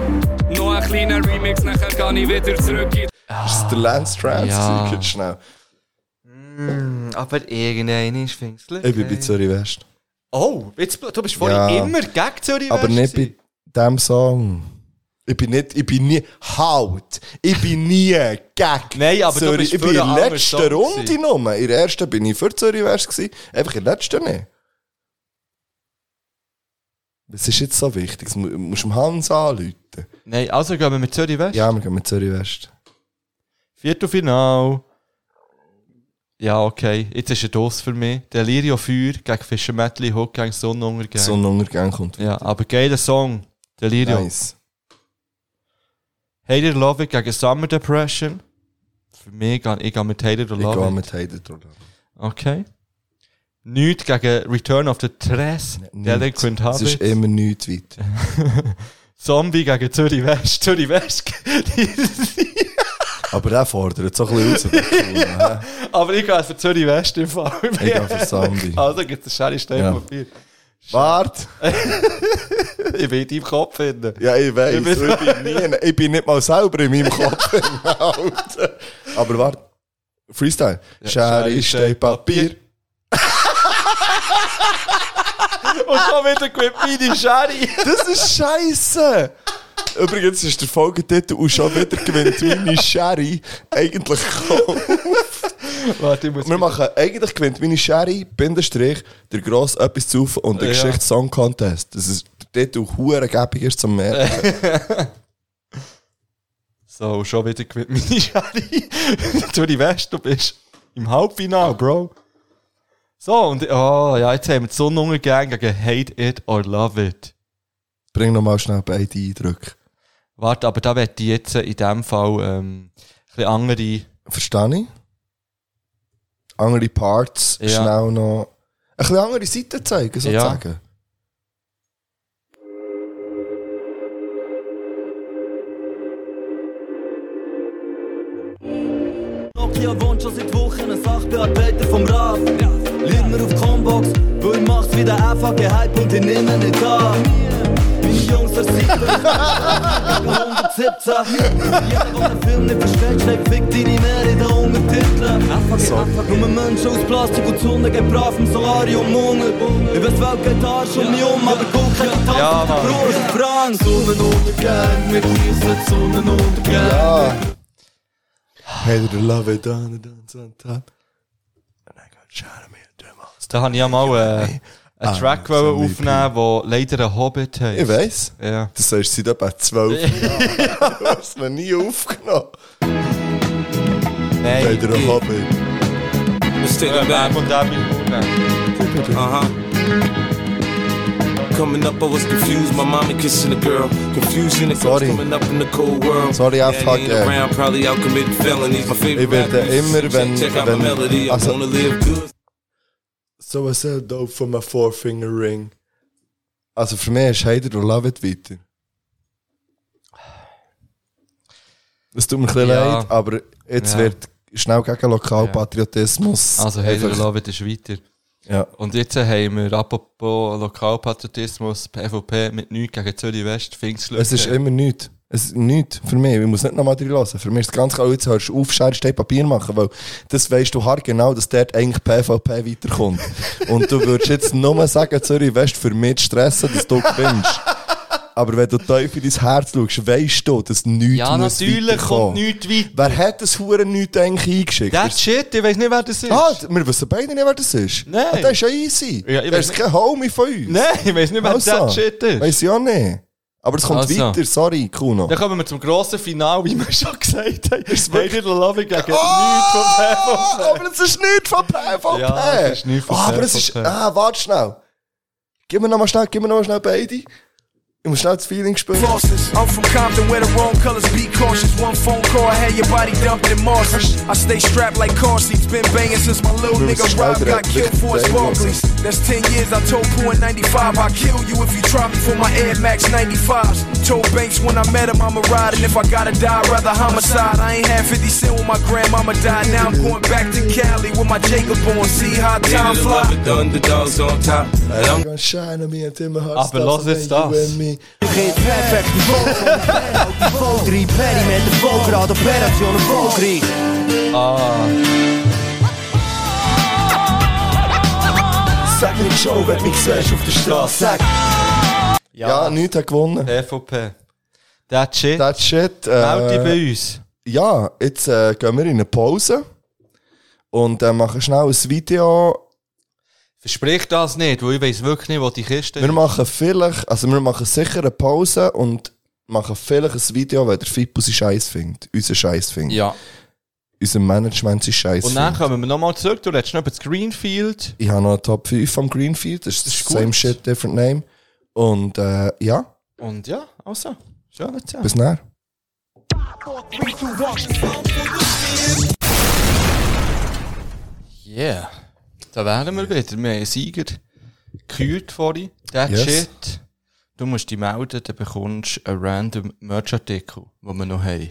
Speaker 8: noch ein kleiner Remix, nachher gehe ich wieder zurück in
Speaker 4: Ist der Lance Trance?
Speaker 3: Ja.
Speaker 4: Jetzt Schnell.
Speaker 3: Mm, aber irgendein ist Fing das Glück.
Speaker 4: Ich bin bei
Speaker 3: heim.
Speaker 4: Zürich West.
Speaker 3: Oh, jetzt, du bist vorhin
Speaker 4: Ja.
Speaker 3: immer gegen Zürich West.
Speaker 4: Aber nicht
Speaker 3: gewesen.
Speaker 4: bei diesem Song. Ich bin nicht, ich bin nie, halt! Ich bin nie gegen
Speaker 3: Nein, aber du
Speaker 4: Zürich.
Speaker 3: bist
Speaker 4: Ich
Speaker 3: für
Speaker 4: bin in
Speaker 3: einen
Speaker 4: der
Speaker 3: anderen Song
Speaker 4: letzten
Speaker 3: gewesen.
Speaker 4: Runde genommen. In der ersten bin ich für Zürich West gewesen. Einfach in der letzten nicht. Das ist jetzt so wichtig. Das mu- musst du Hans anrufen.
Speaker 3: Nein, also gehen wir mit Zürich West.
Speaker 4: Ja, wir gehen mit Zürich West.
Speaker 3: Viertelfinal. Ja, okay. Jetzt ist er Dos für mich. Delirio Feuer gegen Fischermädchen, Hook gegen Sonnenuntergang.
Speaker 4: Sonnenuntergang kommt.
Speaker 3: ja, aber geiler Song. Delirio.
Speaker 4: Nice.
Speaker 3: Hater Love It gegen Summer Depression. Für mich, gehe- ich gehe mit Hater
Speaker 4: Ich
Speaker 3: Love
Speaker 4: gehe
Speaker 3: It.
Speaker 4: mit Heide drüber.
Speaker 3: Okay. Nichts gegen eh, Return of the Tres. Delinquent
Speaker 4: Nichts. Es ist
Speaker 3: Habits.
Speaker 4: immer nichts weiter.
Speaker 3: Zombie gegen Zürich West. Zürich West.
Speaker 4: Aber der fordert so ein bisschen raus. ja.
Speaker 3: aber ich gehe für Zürich West im Fall.
Speaker 4: Ich gehe für Zombie.
Speaker 3: Also gibt es eine Schere Stein
Speaker 4: Ja.
Speaker 3: Papier.
Speaker 4: Warte!
Speaker 3: Ich will dich im Kopf finden.
Speaker 4: Ja, ich weiß. Ich
Speaker 3: Ich bin-
Speaker 4: bin, nie, ich bin nicht mal selber in meinem Kopf. Alter. Aber warte. Freestyle. Schere, Stein,
Speaker 3: Schere, Stein,
Speaker 4: Papier.
Speaker 3: Und schon wieder gewinnt meine Schere.
Speaker 4: Das ist scheiße. Übrigens ist der Folgetitel und schon wieder gewinnt meine Sherry eigentlich kaum.
Speaker 3: Warte, ich muss
Speaker 4: Wir machen eigentlich gewinnt meine Sherry, Bindestrich, der gross etwas zu auf und der
Speaker 3: Ja.
Speaker 4: Geschichte Song Contest. Dus Das ist der Titel, hure gäbig ist zum Merken.
Speaker 3: So, schon wieder gewinnt meine Schari. Turi West, du bist im Halbfinale, Bro. So, und oh, ja, jetzt haben wir die Sonnenuntergang gegen Hate It or Love It.
Speaker 4: Bring nochmal schnell beide Eindrücke.
Speaker 3: Warte, aber da wird ich jetzt in dem Fall ähm, ein bisschen andere.
Speaker 4: Verstehe ich? Andere Parts,
Speaker 3: Ja.
Speaker 4: schnell noch. Ein bisschen andere Seiten zeigen, sozusagen.
Speaker 13: Nokia wohnt schon seit Wochen ein Sachbearbeiter vom RAF. Liegt mir auf Combox, weil ich mach's wie der FAG-Hype und ich nehme nicht an. Meine Jungs versichern, 117. Jeder, der den Film nicht versteht, schlägt fick deine Mehr in den Untertiteln. FAG, FAG, nur ein Mensch aus Plastik und die Sonne geht brav im Solarium unter. Ich weiß, Welt geht Arsch um mich um, aber guck, keine Tasse
Speaker 3: Ja,
Speaker 13: auf der
Speaker 3: Mann.
Speaker 13: Brust. Frank, Sonnenuntergang, wir genießen die Sonnenuntergang.
Speaker 4: Ja. Ah. Hey, the love it, done, done, done, done.
Speaker 3: Da habe ich ja mal äh, einen Track
Speaker 4: Ah, so
Speaker 3: wollen aufnehmen, der leider ein Hobbit heißt.
Speaker 4: Ich weiss.
Speaker 3: Ja.
Speaker 4: Das heißt, seit etwa 12 Jahren. Das noch nie aufgenommen.
Speaker 3: Nein.
Speaker 4: Leider ein Hobby.
Speaker 13: Still
Speaker 3: back. Und da bin ich
Speaker 13: Uh huh. Coming up, I was confused. My mommy kissing a girl. Confusion that Sorry. coming up in the cold world.
Speaker 4: Sorry, I
Speaker 13: Daddy
Speaker 4: fucked
Speaker 13: ain't
Speaker 4: up.
Speaker 13: around, probably out committing felonies. My favorite
Speaker 4: Ich werde
Speaker 13: rapper used to
Speaker 4: immer, wenn-
Speaker 13: check out my
Speaker 4: wenn-
Speaker 13: melody. I
Speaker 4: also-
Speaker 13: wanna live good.
Speaker 4: So I said dope from a four finger ring. Also für mich ist Heider und Love it weiter. Es tut mir ein bisschen
Speaker 3: Ja.
Speaker 4: leid, aber jetzt
Speaker 3: Ja.
Speaker 4: wird schnell gegen Lokalpatriotismus.
Speaker 3: Also Heider
Speaker 4: einfach-
Speaker 3: Love ist weiter.
Speaker 4: Ja.
Speaker 3: Und jetzt haben wir apropos Lokalpatriotismus, PvP mit 9 gegen Zürich West, Pfingstschlüssel.
Speaker 4: Es ist immer nichts. Es ist nichts für mich. Ich muss nicht nochmal drin hören. Für mich ist es ganz klar, jetzt hörst du auf, Schere, Stein, Papier machen, weil das weisst du haargenau, dass dort eigentlich PvP weiterkommt. Und du würdest jetzt nur sagen, Zürich West, für mich zu stressen, dass du gewinnst. Aber wenn du tief in dein Herz schaust, weisst du, dass nichts
Speaker 3: Ja,
Speaker 4: muss
Speaker 3: natürlich
Speaker 4: weiterkommen.
Speaker 3: kommt nichts weiter.
Speaker 4: Wer hat das Huren nichts eigentlich eingeschickt?
Speaker 3: That shit, ich weiß nicht, wer das ist.
Speaker 4: Ah, wir wissen beide nicht, wer das ist.
Speaker 3: Nein.
Speaker 4: Ah, das ist ja easy.
Speaker 3: Ja, ich
Speaker 4: das
Speaker 3: weiss
Speaker 4: ist
Speaker 3: nicht-
Speaker 4: kein Homie von uns.
Speaker 3: Nein, ich weiss nicht, wer that shit ist.
Speaker 4: Also, Weiss ich auch nicht. Aber es kommt
Speaker 3: Also.
Speaker 4: weiter, sorry, Kuno.
Speaker 3: Dann kommen wir zum grossen Finale, wie wir schon gesagt haben. Heider Love gegen 9
Speaker 4: Ah!
Speaker 3: von PvP.
Speaker 4: Oh, aber das ist nicht von PvP.
Speaker 3: Ja, das ist nicht von
Speaker 4: Ah, aber das ist.
Speaker 3: PvP.
Speaker 4: Ah, warte schnell. Gib mir nochmal schnell, gib mir nochmal schnell beide. Ich muss schnell das Feeling spüren.
Speaker 15: Losses. I'm from Compton where the wrong colors be cautious. One phone call, I had your body dumped in Marshes. I stay strapped like car seats. Been banging since my little
Speaker 4: Maybe
Speaker 15: nigga
Speaker 4: some
Speaker 15: Rob
Speaker 4: other
Speaker 15: got
Speaker 4: that
Speaker 15: killed for his
Speaker 4: big
Speaker 15: Barclays. That's 10 years. I told Pooh in 95, I'll kill you if you try me for my Air Max 95s. Told Banks when I met him, I'm a ride. And if I gotta die, I'd rather homicide. I ain't had 50 cent when my grandmama died. Now I'm going back to Cali with my Jacob on. See how time
Speaker 13: Hated to love
Speaker 15: flies.
Speaker 13: it, the underdogs on top. And I'm
Speaker 4: Gonna shine on me until my heart
Speaker 13: Aber los
Speaker 4: stops,
Speaker 13: jetzt
Speaker 4: and you
Speaker 13: das.
Speaker 4: and me.
Speaker 13: Geht
Speaker 4: perfekt, die
Speaker 13: die
Speaker 4: Wolf,
Speaker 13: die Perry met de Volkrad, Operation Volkrieg.
Speaker 3: Ah.
Speaker 4: Sag nicht schon, wenn du mich siehst auf der Straße. Sag. Ja, nichts hat gewonnen.
Speaker 3: PvP. That shit.
Speaker 4: That shit. Äh,
Speaker 3: Meld dich bei uns.
Speaker 4: Ja, jetzt äh, gehen wir in eine Pause und äh, machen schnell ein Video.
Speaker 3: Versprich das nicht, weil ich weiß wirklich nicht, wo die Kiste
Speaker 4: Wir machen vielleicht, also wir machen sicher eine Pause und machen vielleicht ein Video, wenn der Fippo sie Scheiß findet. Unser Scheiß findet.
Speaker 3: Ja.
Speaker 4: Unser Management sie Scheiß
Speaker 3: Und dann
Speaker 4: findet.
Speaker 3: kommen wir nochmal zurück. Du redest noch über das Greenfield.
Speaker 4: Ich habe noch eine Top 5 vom Greenfield. Das ist, das
Speaker 3: gut.
Speaker 4: same shit, different name. Und äh, ja,
Speaker 3: Und ja, also. Schön erzählen.
Speaker 4: bis näher.
Speaker 3: Yeah. Da wären wir wieder. Wir haben einen Sieger gekürt vorhin. That
Speaker 4: Yes.
Speaker 3: shit. Du musst dich melden, dann bekommst du einen random Merch-Artikel, den wir noch haben.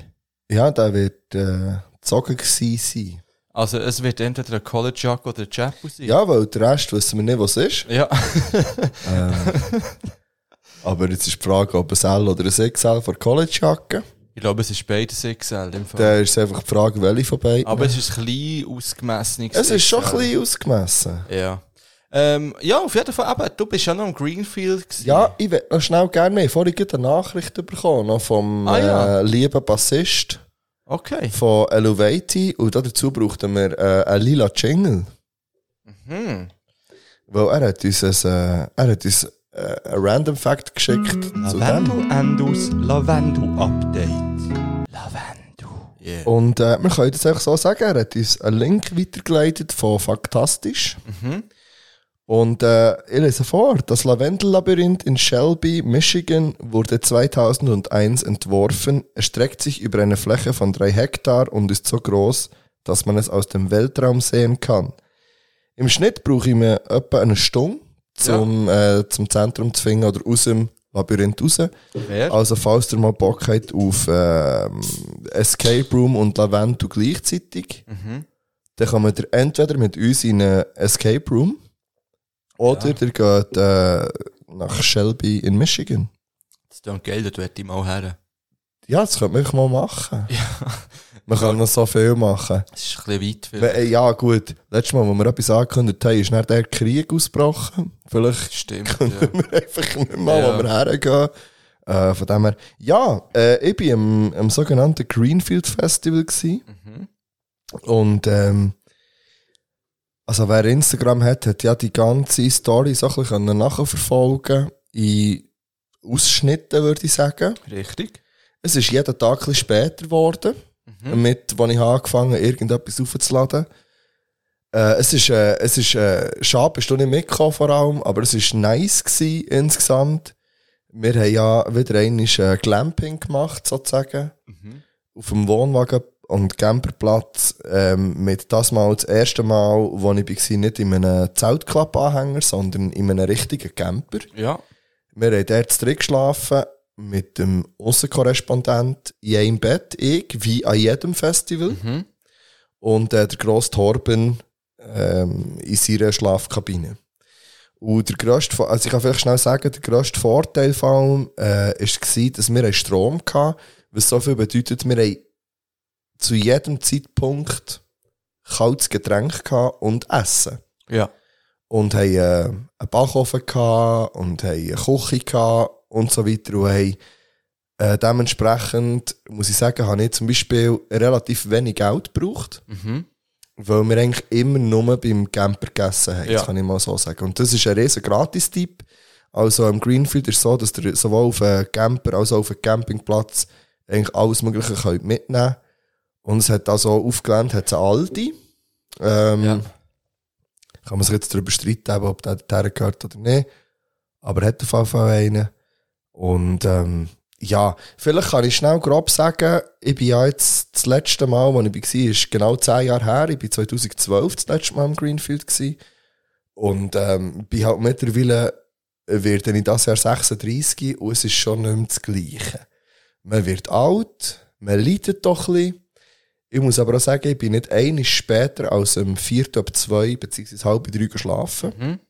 Speaker 4: Ja, der wird äh, gezogen gewesen sein.
Speaker 3: Also es wird entweder ein College Jack oder ein Chapo sein.
Speaker 4: Ja, weil der Rest wissen wir nicht, was es ist.
Speaker 3: Ja.
Speaker 4: ähm, aber jetzt ist die Frage, ob ein L oder ein XL von College-Jacke.
Speaker 3: Ich glaube, es ist beides XL im Fall.
Speaker 4: Da ist einfach die Frage, welche von beiden.
Speaker 3: Aber es ist ein klein ausgemessenes
Speaker 4: Es ist schon
Speaker 3: XL.
Speaker 4: klein ausgemessen.
Speaker 3: Ja. Ähm, ja, auf jeden Fall, eben, du bist ja noch im Greenfield. Gewesen.
Speaker 4: Ja, ich will noch schnell gerne mehr. Vorhin gerade eine Nachricht bekommen noch vom
Speaker 3: Ah, ja.
Speaker 4: äh, lieben Bassist
Speaker 3: okay.
Speaker 4: von Eluvati. Und dazu brauchten wir äh, einen lila Jingle.
Speaker 3: Hm.
Speaker 4: Weil er hat uns, ein, äh, er hat uns äh, einen Random Fact geschickt
Speaker 3: Mhm.
Speaker 4: zu dem.
Speaker 3: Lavendel Endus Lavendel Update.
Speaker 4: Und äh, wir können jetzt einfach so sagen, er hat uns einen Link weitergeleitet von Faktastisch.
Speaker 3: Mhm.
Speaker 4: Und äh, ich lese vor, das Lavendellabyrinth in Shelby, Michigan wurde 2001 entworfen, erstreckt sich über eine Fläche von drei Hektar und ist so groß, dass man es aus dem Weltraum sehen kann. Im Schnitt brauche ich mir etwa eine Stunde, zum, äh, zum Zentrum zu finden oder aus dem Labyrinth raus.
Speaker 3: Wer?
Speaker 4: Also falls ihr mal Bock habt auf ähm, Escape Room und Lavendel gleichzeitig,
Speaker 3: Mhm.
Speaker 4: dann kommt ihr entweder mit uns in einen Escape Room oder ihr geht äh, nach Shelby in Michigan.
Speaker 3: Das klingt geil, das hätte ich mal her.
Speaker 4: Ja, das könnte man echt mal machen. Man kann noch so viel machen.
Speaker 3: Das ist ein bisschen weit. vielleicht.
Speaker 4: Weil, äh, Ja gut, letztes Mal, wo wir etwas angekündigt haben, ist dann der Krieg ausgebrochen. Vielleicht
Speaker 3: Stimmt,
Speaker 4: können
Speaker 3: ja.
Speaker 4: wir einfach nicht mal,
Speaker 3: Ja.
Speaker 4: wo wir hergehen. Äh, von dem her, ja, äh, ich war am, am sogenannten Greenfield Festival. Gewesen.
Speaker 3: Mhm.
Speaker 4: Und ähm, also wer Instagram hat, hat ja die ganze Story so ein bisschen nachverfolgen in Ausschnitten, würde ich sagen.
Speaker 3: Richtig.
Speaker 4: Es ist jeden Tag ein bisschen später geworden, mit, als ich angefangen habe, irgendetwas aufzuladen. Äh, es ist, äh, es ist, äh, schade, bist du nicht mitgekommen vor allem, aber es ist nice gewesen insgesamt. Wir haben ja wieder einmal äh, Glamping gemacht, sozusagen. Auf dem Wohnwagen und Camperplatz, ähm, mit das Mal, das erste Mal, wo ich war, nicht in einem Zeltklappanhänger, sondern in einem richtigen Camper.
Speaker 3: Ja.
Speaker 4: Wir haben dort zu dritt geschlafen mit dem Aussenkorrespondent in einem Bett, ich, wie an jedem Festival. Und äh, der grosse Torben ähm, in seiner Schlafkabine. Und der grösste, Vor- also ich kann vielleicht schnell sagen, der grösste Vorteil vor allem äh, war, dass wir einen Strom hatten, was so viel bedeutet, wir haben zu jedem Zeitpunkt kaltes Getränk gehabt und Essen
Speaker 3: Ja.
Speaker 4: und haben äh, einen Backofen gehabt und haben eine Küche gehabt und so weiter und haben, äh, dementsprechend muss ich sagen, habe ich zum Beispiel relativ wenig Geld gebraucht,
Speaker 3: Mhm.
Speaker 4: weil wir eigentlich immer nur beim Camper gegessen haben,
Speaker 3: Ja.
Speaker 4: das kann ich mal so sagen. Und das ist ein riesen Gratis-Tipp. Also im Greenfield ist es so, dass ihr sowohl auf einem Camper als auch auf einem Campingplatz eigentlich alles Mögliche könnt mitnehmen könnt. Und es hat also aufgelernt, hat es eine Aldi. Ähm, Kann man sich jetzt darüber streiten, eben, ob der dorthin gehört oder nicht. Aber hat auf jeden Fall einen. Und ähm, ja, vielleicht kann ich schnell grob sagen, ich bin ja jetzt das letzte Mal, als ich war, ist genau zehn Jahre her. Ich war 2012 das letzte Mal im Greenfield. Gewesen. Und ähm, bin halt mittlerweile, äh, werde ich das Jahr 36 und es ist schon nicht mehr das Gleiche. Man wird alt, man leidet doch ein bisschen. Ich muss aber auch sagen, ich bin nicht einiges später als am 4. ab 2 bzw. halb 3 geschlafen.
Speaker 3: Hm?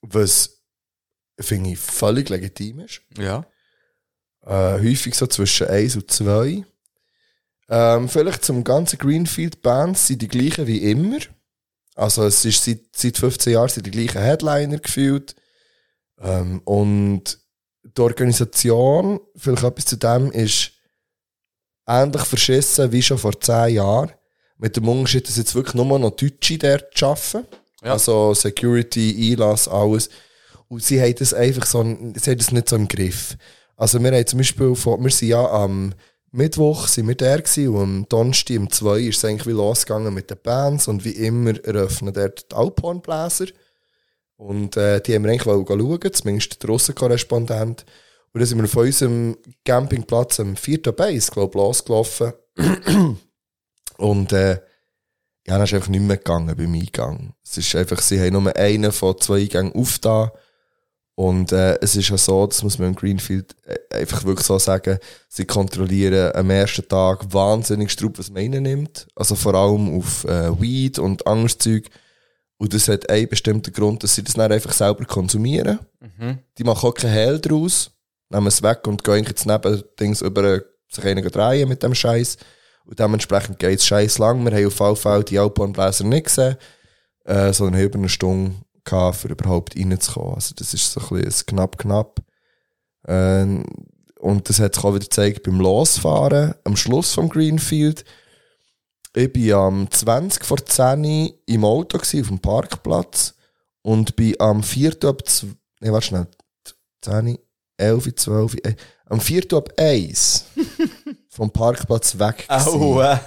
Speaker 4: Was finde ich völlig legitim ist.
Speaker 3: Ja.
Speaker 4: Äh, häufig so zwischen 1 und 2. Ähm, vielleicht zum ganzen Greenfield Bands sind die gleichen wie immer. Also es ist seit, seit 15 Jahren sind die gleichen Headliner gefühlt. Ähm, und die Organisation, vielleicht etwas zu dem, ist ähnlich verschissen wie schon vor 10 Jahren. Mit dem Unterschied, dass jetzt wirklich nur noch Deutsche dort arbeiten. Also Security, Einlass, alles. Und sie haben das einfach so, sie haben das nicht so im Griff. Also wir haben zum Beispiel, von, wir sind ja am Mittwoch sind wir da gewesen und am Donnerstag um 2 ist es eigentlich wie losgegangen mit den Bands und wie immer eröffnen dort die Alphornbläser. Und äh, die haben wir eigentlich wollen schauen, zumindest der Russenkorrespondent. Und dann sind wir von unserem Campingplatz am vierten Base, glaube ich, losgelaufen. Und äh, ja, dann ist einfach nicht mehr gegangen beim Eingang. Es ist einfach, sie haben nur einen von zwei Eingängen aufgetan. Und äh, es ist ja so, das muss man im Greenfield äh, einfach wirklich so sagen, sie kontrollieren am ersten Tag wahnsinnig straub, was man nimmt. Also vor allem auf äh, Weed und anderes Zeug. Und das hat einen bestimmten Grund, dass sie das dann einfach selber konsumieren.
Speaker 3: Mhm.
Speaker 4: Die machen auch keinen Hehl draus, nehmen es weg und gehen jetzt neben Dings über äh, sich einen drehen mit dem Scheiß. Und dementsprechend geht es scheiß lang. Wir haben auf VV die Alpenbläser nicht gesehen, äh, sondern haben über eine Stunde gehabt, um überhaupt reinzukommen. Also das ist so ein bisschen ein knapp, knapp. Ähm, und das hat sich auch wieder gezeigt beim Losfahren, am Schluss vom Greenfield. Ich war am 20 vor 10 Uhr im Auto gewesen, auf dem Parkplatz und bin am 4. ab 2, nee, warte schnell, 10, 11, 12, äh, am 4. ab 1 vom Parkplatz weg
Speaker 3: Aua.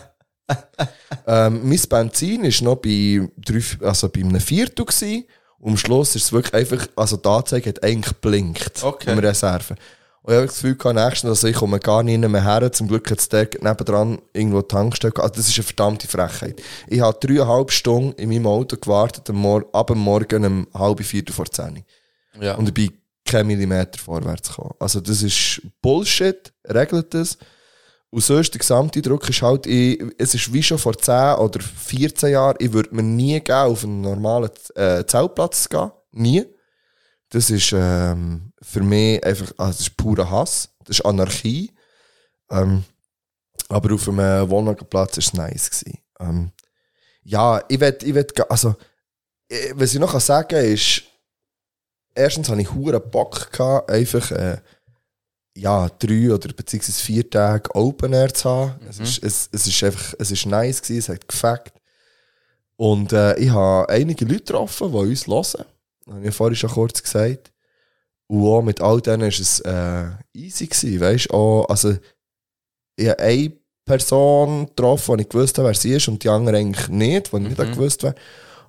Speaker 4: ähm, mein Benzin war noch bei, drei, also bei einem Viertel. Gewesen. Und am Schluss ist es wirklich einfach, also die Anzeige hat eigentlich geblinkt
Speaker 3: Okay.
Speaker 4: im Reserve. Und ich habe das Gefühl, gehabt, nächstens, also ich komme gar nicht mehr her. Zum Glück hat es dort nebendran irgendwo die Tankstelle gehabt. Also das ist eine verdammte Frechheit. Ich habe dreieinhalb Stunden in meinem Auto gewartet, am Mor ab dem Morgen um halb vier vor zehn.
Speaker 3: Ja.
Speaker 4: Und ich bin keinen Millimeter vorwärts gekommen. Also das ist Bullshit, regelt das. Und sonst, der gesamte Druck ist halt, ich, es ist wie schon vor 10 oder 14 Jahren, ich würde mir nie geben, auf einen normalen äh, Zeltplatz zu gehen. Nie. Das ist ähm, für mich einfach, also das ist purer Hass, das ist Anarchie. Ähm, aber auf einem äh, Wohnwagenplatz war es nice. Gewesen. Ähm, ja, ich will, ich will, ga- also, äh, was ich noch sagen kann, ist, erstens hatte ich hure Bock, gehabt, einfach äh, ja, drei oder beziehungsweise vier Tage Open Air zu haben. Es,
Speaker 3: Mhm.
Speaker 4: ist, es, es ist einfach, es ist nice gewesen, es hat gefackt. Und äh, ich habe einige Leute getroffen, die uns hören. Das habe ich vorhin schon kurz gesagt. Und auch mit all denen war es äh, easy. Gewesen, weißt? Auch, also, ich habe eine Person getroffen, die ich gewusst habe, wer sie ist, und die andere eigentlich nicht, die ich nicht
Speaker 3: Mhm.
Speaker 4: gewusst habe.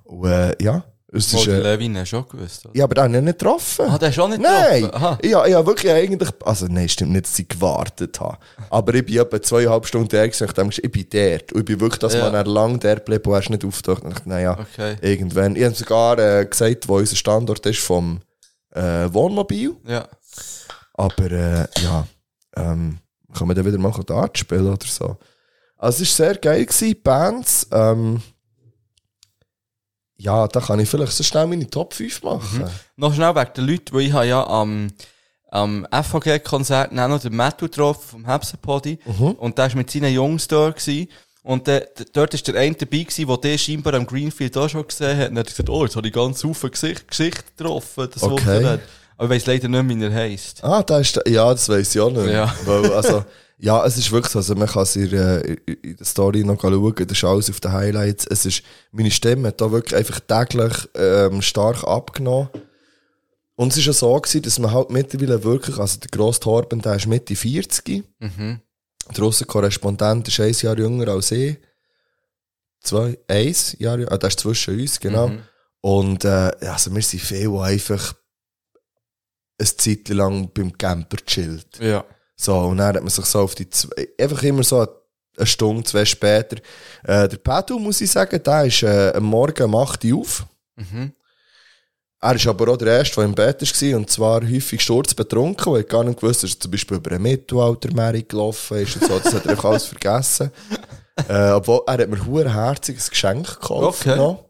Speaker 4: Und äh, ja, es
Speaker 3: Obwohl,
Speaker 4: ist.
Speaker 3: der
Speaker 4: Äh,
Speaker 3: Levin hast du auch gewusst. oder?
Speaker 4: ja, aber den habe ich nicht getroffen.
Speaker 3: Ah, den hast du auch nicht
Speaker 4: nein.
Speaker 3: getroffen? Aha.
Speaker 4: Ich, habe- ich habe wirklich eigentlich... Also nein, stimmt nicht, dass ich gewartet habe. Aber ich bin etwa zweieinhalb Stunden da gewesen und dachte, ich bin dort. Und ich bin wirklich, dass
Speaker 3: Ja.
Speaker 4: man dann lang der bleibt und erst nicht auftaucht. Und ich dachte, naja,
Speaker 3: Okay.
Speaker 4: irgendwann... Ich habe sogar äh, gesagt, wo unser Standort ist vom äh, Wohnmobil.
Speaker 3: Ja.
Speaker 4: Aber äh, ja, ähm, kann man dann wieder mal Dart spielen oder so. Also es war sehr geil, gewesen, Bands. Ähm, ja, da kann ich vielleicht so schnell meine Top 5 machen.
Speaker 3: Noch schnell wegen den Leuten, weil ich habe ja am, am FVG-Konzert dann noch den Matthew getroffen vom Hebsenpodi. Und der war mit seinen Jungs da. Gewesen. Und der, der, dort war der eine dabei, gewesen, der den scheinbar am Greenfield auch schon gesehen hat. Und er hat gesagt, oh, jetzt habe ich ganz viele Gesicht, Geschichte getroffen. Das
Speaker 4: Okay.
Speaker 3: Wochenende. Aber ich weiss leider nicht, mehr, wie er heisst.
Speaker 4: Ah, da ist der, ja, das weiß ich auch nicht.
Speaker 3: Ja.
Speaker 4: Weil, also, ja, es ist wirklich so, also man kann es in, der- in der Story noch schauen, das ist alles auf den Highlights. Es ist, meine Stimme hat da wirklich einfach täglich ähm, stark abgenommen. Und es war ja so, gewesen, dass man halt mittlerweile wirklich, also der grosse Torben, der ist Mitte 40.
Speaker 3: Mhm.
Speaker 4: Der Russenkorrespondent ist ein Jahr jünger als ich. Zwei, eins Jahr jünger, ah, der ist zwischen uns, genau.
Speaker 3: Mhm.
Speaker 4: Und äh, also wir sind viel die einfach ein Zeit lang beim Camper chillt.
Speaker 3: Ja.
Speaker 4: So, und dann hat man sich so auf die zwei, einfach immer so eine Stunde, zwei später. Äh, der Pedro, muss ich sagen, der ist äh, am Morgen um 8 Uhr auf.
Speaker 3: Mhm.
Speaker 4: Er war aber auch der Erste, der im Bett war, und zwar häufig sturzbetrunken, weil er gar nicht gewusst dass er zum Beispiel über eine Mittelaltermärkte gelaufen ist und so, das hat er einfach alles vergessen. Äh, obwohl, er hat mir ein herziges Geschenk gekauft.
Speaker 3: Okay.
Speaker 4: noch.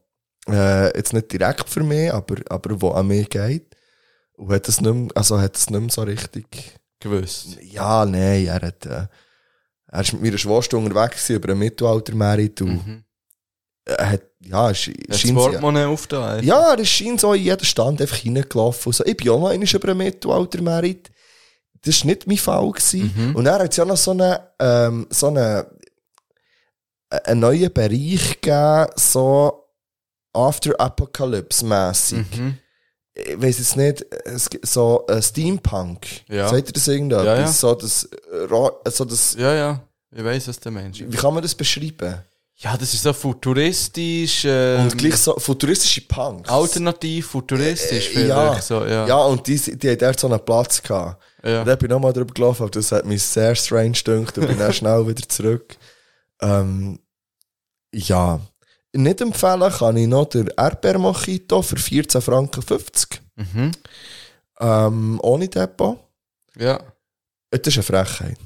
Speaker 4: Äh, jetzt nicht direkt für mich, aber, aber wo an mich geht. Und hat es nicht mehr, also hat es nicht mehr so richtig...
Speaker 3: Gewusst.
Speaker 4: Ja, nein, er hat... Äh, er ist mit meiner Schwester unterwegs gewesen über eine Mittelaltermärkte und
Speaker 3: Mhm.
Speaker 4: er hat... Ja, es
Speaker 3: Hat das
Speaker 4: scheint-
Speaker 3: Portemonnaie aufgetan?
Speaker 4: ja, er ist scheinbar so in jeden Stand einfach reingelaufen. Also, ich bin auch mal in einem Mittelaltermerit. Das war nicht mein Fall. Gewesen.
Speaker 3: Mhm.
Speaker 4: Und er hat es ja noch so einen, ähm, so einen, äh, einen neuen Bereich gegeben, so After Apocalypse-mässig.
Speaker 3: Mhm.
Speaker 4: Ich weiß jetzt nicht, es gibt so äh, Steampunk.
Speaker 3: Ja.
Speaker 4: Sagt ihr das irgendetwas?
Speaker 3: Ja, ja.
Speaker 4: So das, äh, Ra- so das,
Speaker 3: Ja, ja. Ich weiss, was der Mensch
Speaker 4: wie kann man das beschreiben?
Speaker 3: Ja, das ist so futuristisch. Ähm,
Speaker 4: Und gleich so futuristische Punks.
Speaker 3: Alternativ, futuristisch, vielleicht.
Speaker 4: ja.
Speaker 3: So, ja.
Speaker 4: ja, und die, die hat dort so einen Platz gehabt.
Speaker 3: Ja.
Speaker 4: Und da bin ich nochmal drüber gelaufen, aber das hat mich sehr strange gedünkt und bin dann schnell wieder zurück. Ähm, ja. Nicht empfehlen kann ich noch den Erdbeer Mojito für 14,50 Franken.
Speaker 3: Mhm.
Speaker 4: Ähm, ohne Depot.
Speaker 3: Ja.
Speaker 4: Das ist eine Frechheit.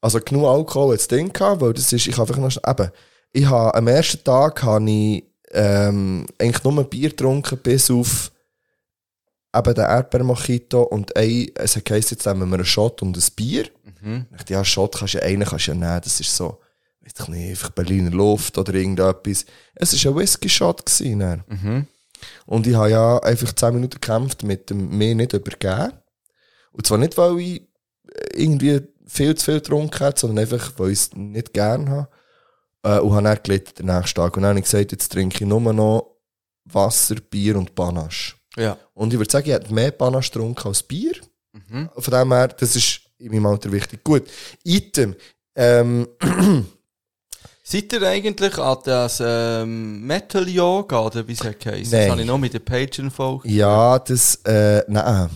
Speaker 4: Also genug Alkohol hat das Ding gehabt, weil das ist, ich habe einfach noch schnell- eben, ich habe am ersten Tag habe ich ähm, eigentlich nur Bier getrunken, bis auf eben den Erdbeermojito und ein, es hat geheißen, jetzt nehmen wir einen Shot und ein Bier.
Speaker 3: Mhm.
Speaker 4: Ich dachte, ja, Shot kannst du ja einen kannst du ja nehmen, das ist so, weiß ich nicht, einfach Berliner Luft oder irgendetwas. Es war ein Whisky-Shot gewesen. dann.
Speaker 3: Mhm.
Speaker 4: Und ich habe ja einfach 10 Minuten gekämpft mit dem mir nicht übergeben. Und zwar nicht, weil ich irgendwie viel zu viel getrunken hätte, sondern einfach, weil ich es nicht gern habe. Äh, und habe dann gelitten den nächsten Tag. Und dann habe ich gesagt, jetzt trinke ich nur noch Wasser, Bier und Panache.
Speaker 20: Ja.
Speaker 4: Und ich würde sagen, ich hätte mehr Panache getrunken als Bier. Von dem her, das ist in meinem Alter wichtig. Gut, Item. Ähm,
Speaker 20: Seid ihr eigentlich an das ähm, Metal Yoga oder wie es heisst? Das
Speaker 4: Nein.
Speaker 20: habe ich noch mit der Patreon folge
Speaker 4: ja, das, äh, nein.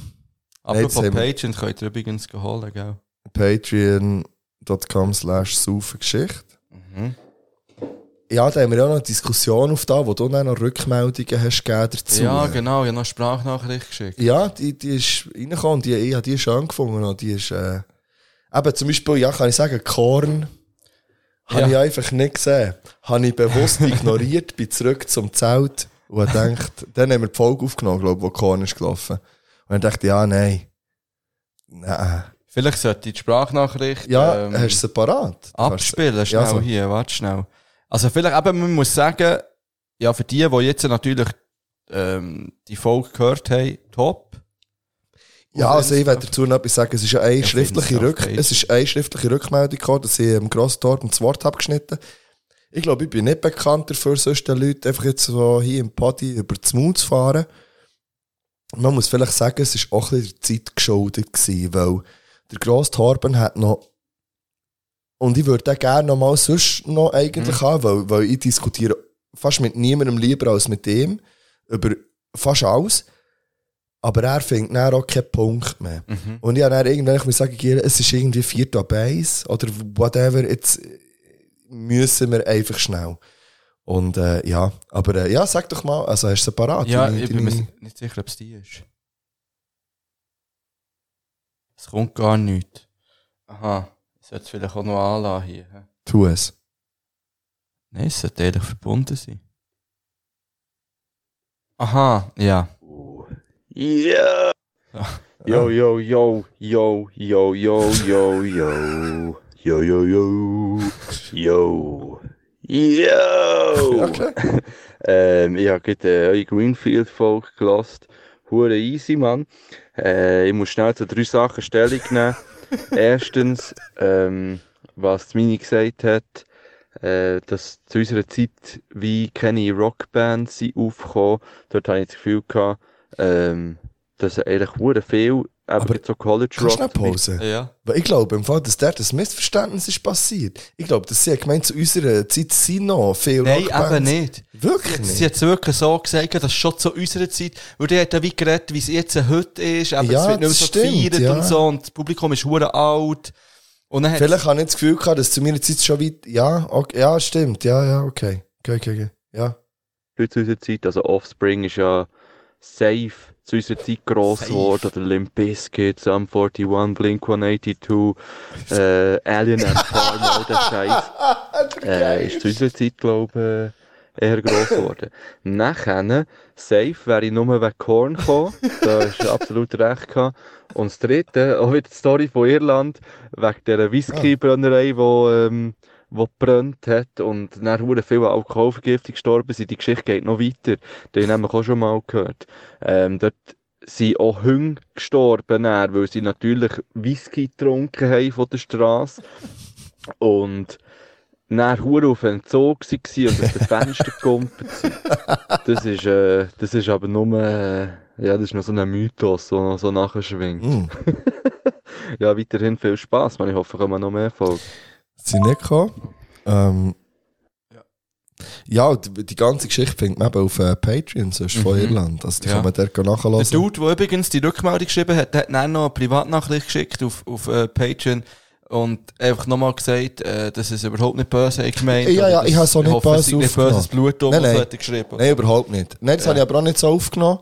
Speaker 20: Apropos
Speaker 4: Nein, jetzt haben wir-
Speaker 20: Patreon könnt ihr übrigens holen, gell?
Speaker 4: patreon.com slash saufengeschichte. Ja, da haben wir ja noch eine Diskussion auf da, wo du dann noch Rückmeldungen hast gegeben dazu.
Speaker 20: Ja, genau, ich habe noch Sprachnachricht geschickt.
Speaker 4: Ja, die, die ist reingekommen und die, ich habe die schön gefunden. Und die ist, äh, eben zum Beispiel, ja, kann ich sagen, Korn habe
Speaker 20: Ja.
Speaker 4: ich einfach nicht gesehen. Habe ich bewusst ignoriert, bin zurück zum Zelt und habe gedacht, dann haben wir die Folge aufgenommen, glaube ich, wo Korn ist gelaufen. Und dann dachte ich, ja, nein. Nein.
Speaker 20: Vielleicht sollte ich die Sprachnachricht. ähm,
Speaker 4: Ja,
Speaker 3: Ähm,
Speaker 4: hast du sie parat?
Speaker 20: Abspielen,
Speaker 4: Kannst du-
Speaker 20: schnell
Speaker 4: Ja, so.
Speaker 20: hier, warte schnell. Also, vielleicht eben, man muss sagen, ja, für die, die jetzt natürlich ähm, die Folge gehört haben, top.
Speaker 4: Ja, also ich werde dazu noch etwas sagen. Es ist ja eine,
Speaker 20: Ja,
Speaker 4: schriftliche,
Speaker 20: find's
Speaker 4: Rück
Speaker 20: okay.
Speaker 4: es ist eine schriftliche Rückmeldung gekommen, dass ich im grossen Tor das Wort habe geschnitten. Ich glaube, ich bin nicht bekannt dafür, sonst den Leuten einfach jetzt so hier im Party über das Maul zu fahren. Man muss vielleicht sagen, es ist auch ein bisschen der Zeit geschuldet gewesen, weil der grosse Torben hat noch und ich würde den gerne noch mal sonst noch eigentlich haben, weil, weil ich diskutiere fast mit niemandem lieber als mit ihm über fast alles. Aber er findet dann auch keinen Punkt mehr.
Speaker 20: Mhm.
Speaker 4: Und ich habe dann irgendwann, ich muss sagen, Giel, es ist irgendwie 4 ab 1 oder whatever, jetzt müssen wir einfach schnell. Und äh, ja, aber äh, ja, sag doch mal, also hast du sie parat?
Speaker 20: Ja,
Speaker 4: Deine-
Speaker 20: ich bin
Speaker 4: deine-
Speaker 20: mir nicht sicher, ob es die ist. Es kommt gar nichts. Aha, ich sollte es vielleicht auch noch anlassen hier. hä?
Speaker 4: Tu es.
Speaker 20: Nein, es sollte eigentlich verbunden sein. Aha, ja.
Speaker 3: Yeah. Yo, yo, yo, yo, yo, yo, yo, yo. Yo, yo, yo. Yo. Yo. ähm, ich habe gerade äh, eure Greenfield-Folge gelost. Hure easy, Mann. Äh, ich muss schnell zu drei Sachen Stellung nehmen. Erstens, ähm, was die Mini gesagt hat, äh, dass zu unserer Zeit wie keine Rockbands sind aufgekommen. Dort habe ich das Gefühl gehabt, ähm, dass eigentlich hure viel, eben aber so College Rock.
Speaker 4: Kannst du nicht Pause? Weil ich glaube im Fall, dass dort ein Missverständnis ist passiert. Ich glaube, dass sie hat gemeint, zu unserer Zeit sind noch viele
Speaker 20: Nein,
Speaker 4: Rockbands.
Speaker 20: eben nicht.
Speaker 4: Wirklich
Speaker 20: Sie-
Speaker 4: nicht?
Speaker 20: Sie hat es wirklich so gesagt, dass schon zu unserer Zeit, weil die hat ja wie geredet, wie es jetzt heute ist, aber
Speaker 4: Ja,
Speaker 20: es wird nicht mehr
Speaker 4: das
Speaker 20: so
Speaker 4: stimmt,
Speaker 20: gefeiert
Speaker 4: ja.
Speaker 20: und so, und das Publikum ist hure alt. Und dann hat's-
Speaker 4: Vielleicht habe ich das Gefühl gehabt, dass zu meiner Zeit schon weit, ja, okay, ja, stimmt, ja, ja, okay. Okay, okay, okay. Ja.
Speaker 3: Leute zu unserer Zeit. Also Offspring ist ja safe zu unserer Zeit gross geworden. Oder Limp Bizkit, Sum 41, Blink 182, äh, Alien and Farm, all der Scheiß. äh, ist zu unserer Zeit, glaube ich, eher gross geworden. Nachher, safe wäre ich nur wegen Korn gekommen. da hast du absolut recht gehabt. Und das dritte, auch wieder die Story von Irland, wegen dieser Whisky-Brennerei, die, ähm, die gebrannt hat und dann wurde viel an Alkoholvergiftung gestorben sind. Die Geschichte geht noch weiter. Die haben wir auch schon mal gehört. Ähm, dort sind auch Hunde gestorben, dann, weil sie natürlich Whisky getrunken haben von der Straße und dann hure auf Entzug waren und aus den Fenster gekumpelt sind. Das ist, äh, das ist aber nur, äh, ja, das ist noch so ein Mythos, der noch so nachschwingt.
Speaker 4: Hm.
Speaker 3: ja, weiterhin viel Spass, man. Ich hoffe, wir kommen noch mehr Folgen.
Speaker 4: sind nicht gekommen. Ähm, ja, und die, die ganze Geschichte findet man eben auf äh, Patreon, sonst von
Speaker 20: Mhm.
Speaker 4: Irland. Also, die
Speaker 20: Ja.
Speaker 4: kann man dort
Speaker 20: Der
Speaker 4: nachlassen.
Speaker 20: Dude, der übrigens die Rückmeldung geschrieben hat, der hat dann noch eine Privatnachricht geschickt auf, auf äh, Patreon und einfach nochmal gesagt, äh, dass es überhaupt nicht böse hat gemeint.
Speaker 4: Ja,
Speaker 20: oder
Speaker 4: ja,
Speaker 20: dass-
Speaker 4: ich habe es auch nicht
Speaker 20: hoffe, es sei
Speaker 4: böse
Speaker 20: nicht
Speaker 4: aufgenommen.
Speaker 20: böses Blut um
Speaker 4: nein, nein.
Speaker 20: hat er geschrieben.
Speaker 4: nein, überhaupt nicht. Nein, das
Speaker 20: Ja.
Speaker 4: habe ich aber auch nicht so aufgenommen.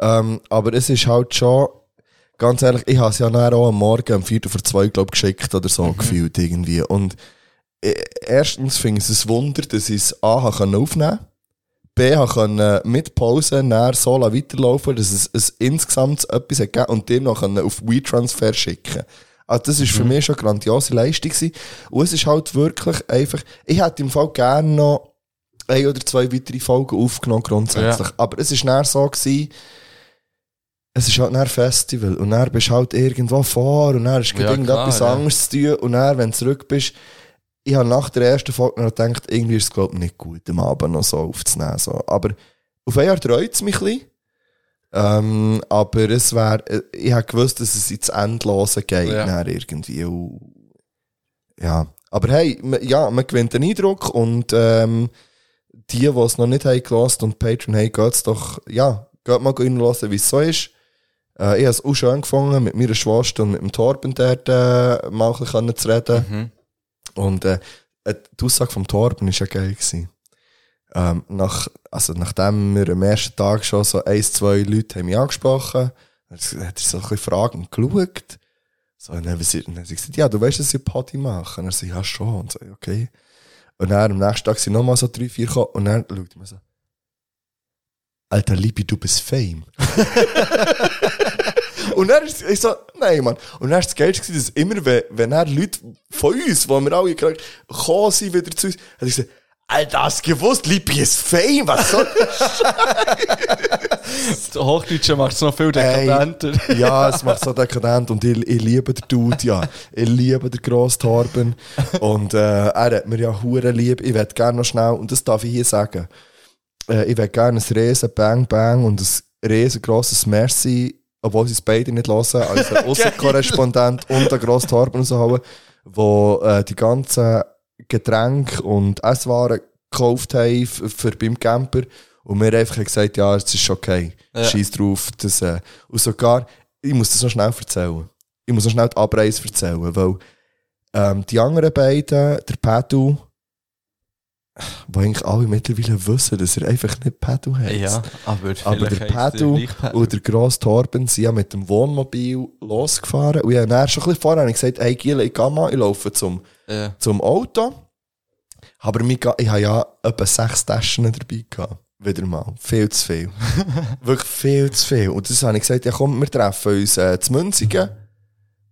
Speaker 4: Ähm, aber es ist halt schon, ganz ehrlich, ich habe es ja nachher auch am Morgen um 4 vor 2, glaube geschickt oder
Speaker 20: Mhm.
Speaker 4: so gefühlt irgendwie. Und äh, erstens finde ich es ein Wunder, dass ich es A habe können aufnehmen konnte. B habe können, äh, mit Pause näher so lassen weiterlaufen, dass es, es insgesamt etwas hat gegeben und dem noch können auf WeTransfer schicken. Also das
Speaker 3: Mhm.
Speaker 4: ist für mich schon eine grandiose Leistung gewesen. Und es ist halt wirklich einfach, ich hätte im Fall gerne noch ein oder zwei weitere Folgen aufgenommen grundsätzlich.
Speaker 3: Ja.
Speaker 4: Aber es war dann so, gewesen, es ist halt dann ein Festival und dann bist du halt irgendwo vor und dann ist
Speaker 3: Ja,
Speaker 4: ja, irgendetwas
Speaker 3: klar, ja.
Speaker 4: anderes zu tun und dann, wenn du zurück bist, ich habe nach der ersten Folge noch gedacht, irgendwie ist es glaube ich nicht gut, am Abend noch so aufzunehmen. So. Aber auf ein Jahr treut es mich ein bisschen. Ähm, aber es wäre, ich habe gewusst, dass es ins Endlose geht,
Speaker 3: Ja.
Speaker 4: dann irgendwie. Und ja, aber hey, m- ja, man gewinnt den Eindruck und ähm, die, die es noch nicht haben gelassen und Patreon haben, geht's doch, ja, geht mal reinlassen, wie es so ist. Äh, ich habe es auch schön gefunden, mit meiner Schwester und mit dem Torben dort äh, mal ein bisschen zu reden. Und äh, äh, die Aussage vom Torben war ja geil. Gewesen. Ähm, nach, also nachdem wir am ersten Tag schon so ein, zwei Leute haben mich angesprochen haben, hat er so ein bisschen fragend geschaut. So, und dann haben sie dann haben sie gesagt, ja, du weißt, dass sie Party machen. Und er so, ja, schon. Und so, ja, okay. Und dann am nächsten Tag sind nochmal so drei, vier gekommen und dann schaut er mir so, Alter, Liebe, du bist Fame. Und dann ist ich so, nein, Mann. Und dann war das Geilste, gewesen, dass immer, wenn, wenn er Leute von uns, die wir alle gekriegt haben, gekommen sind wieder zu uns, hat er gesagt, Alter, hast du gewusst, Liebe ist Fame, was soll
Speaker 3: Das Hochdeutsche macht es noch viel dekadenter.
Speaker 4: Ey, ja, es macht so dekadent und ich, ich liebe den Dude, ja. Ich liebe den grossen Torben. Und äh, er hat mir ja hure lieb. Ich würde gerne noch schnell, und das darf ich hier sagen, äh, ich würde gerne ein riesen Bang Bang und ein riesengroßes Merci, obwohl sie es beide nicht hören, als ein Aussenkorrespondent und ein grosser Torben raushauen, wo äh, die ganzen Getränke und Esswaren gekauft haben f- für beim Camper. Und wir einfach haben gesagt, ja, es ist okay.
Speaker 3: Ja.
Speaker 4: Scheiß drauf. Das, äh, und sogar, ich muss das noch schnell erzählen. Ich muss noch schnell die Abreise erzählen, weil ähm, die anderen beiden, der Pedro, wo eigentlich alle mittlerweile wissen, dass er einfach nicht Pedro hat.
Speaker 3: Ja, aber
Speaker 4: aber der
Speaker 3: vielleicht heisst er
Speaker 4: Pedro
Speaker 3: gleich Pedro.
Speaker 4: und der grosse Torben sind ja mit dem Wohnmobil losgefahren. Und ich habe dann schon ein bisschen vorher habe ich gesagt, hey Gil, ich gehe mal, ich laufe zum,
Speaker 3: Ja.
Speaker 4: zum Auto. Aber mir ga- ich habe ja etwa sechs Taschen dabei gehabt. Wieder mal. Viel zu viel. Wirklich viel zu viel. Und das habe ich gesagt, ja komm, wir treffen uns äh, zu Münzigen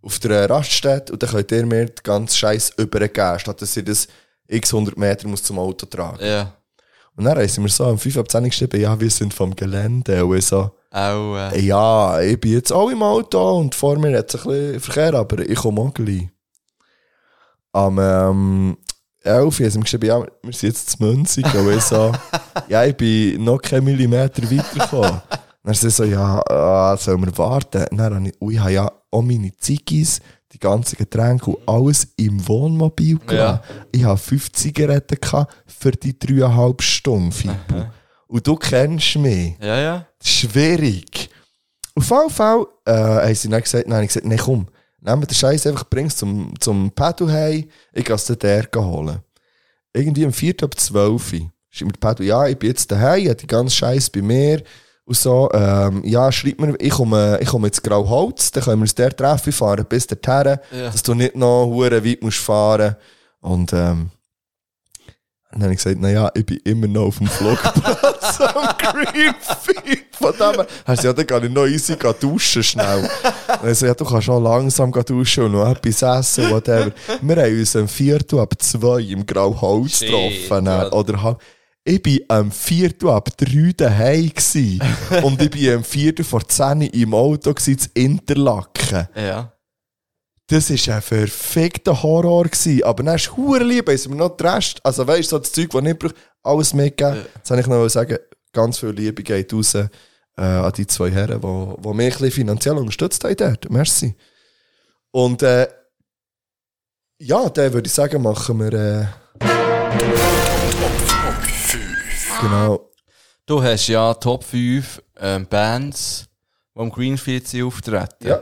Speaker 4: auf der äh, Raststätte und dann könnt ihr mir den ganzen Scheiß übergeben, statt dass ihr das x 100 Meter muss zum Auto tragen
Speaker 3: Ja.
Speaker 4: Und dann haben sie mir so um 5 ab 10 Uhr geschrieben, ja, wir sind vom Gelände. Und ich so,
Speaker 3: Auch, äh,
Speaker 4: ja, ich bin jetzt auch im Auto und vor mir hat es ein bisschen Verkehr, aber ich komme auch gleich. Am ähm, 11 Uhr haben sie mir geschrieben, ja, wir sind jetzt zu Münzig. Und ich so, ja, ich bin noch keinen Millimeter weitergekommen. Dann sind sie so, ja, äh, sollen wir warten? Und Dann habe ich, ui, ich habe ja auch meine Ziggis, die ganzen Getränke und alles im Wohnmobil gelassen. Ich habe fünf Zigaretten gehabt für die dreieinhalb Stunden, Fibu. Und du kennst mich.
Speaker 3: ja, ja.
Speaker 4: Schwierig. Auf jeden Fall äh, haben sie dann gesagt, nein, ich gesagt, nein, komm, nehmen wir den Scheiß einfach, bring es zum, zum Pedal heim, ich gehe es den Derg holen. Irgendwie am 4. ab 12 Uhr schreibt mir der Pedal, ja, ich bin jetzt daheim, ich habe die ganze Scheiß bei mir und so, ähm, ja, schreib mir, ich komme, ich komme eh, jetzt Grauholz, dann können wir uns der treffen, fahren bis dorthin,
Speaker 3: Ja.
Speaker 4: dass du nicht noch hure weit musst fahren und ähm, dann habe ich gesagt, naja, ich bin immer noch auf dem Flugplatz am Greenfield. Von dem her, er sagt, ja, dann kann ich noch easy gehen duschen schnell. Und ich so, ja, du kannst schon langsam gehen duschen und noch etwas essen, whatever. Wir haben uns am Viertel ab zwei im Grauholz
Speaker 3: Shit,
Speaker 4: getroffen. äh,
Speaker 3: ja.
Speaker 4: Oder halb. Ich war am Viertel ab drei daheim gewesen. und ich war am Viertel vor zehn im Auto gewesen, zu Interlaken.
Speaker 3: Ja.
Speaker 4: Das war ein verfickter Horror. Gewesen. Aber dann hast du hure lieb, haben sie mir noch den Rest, also weißt du, so das Zeug, das ich nicht brauche, alles mitgegeben. Jetzt habe ich noch sagen, ganz viel Liebe geht raus äh, an die zwei Herren, die, die mich ein bisschen finanziell unterstützt haben dort. Merci. Und äh, ja, dann würde ich sagen, machen wir. Äh, genau.
Speaker 3: Du hast ja Top 5 ähm, Bands, die am Greenfield sind, auftreten.
Speaker 4: Ja.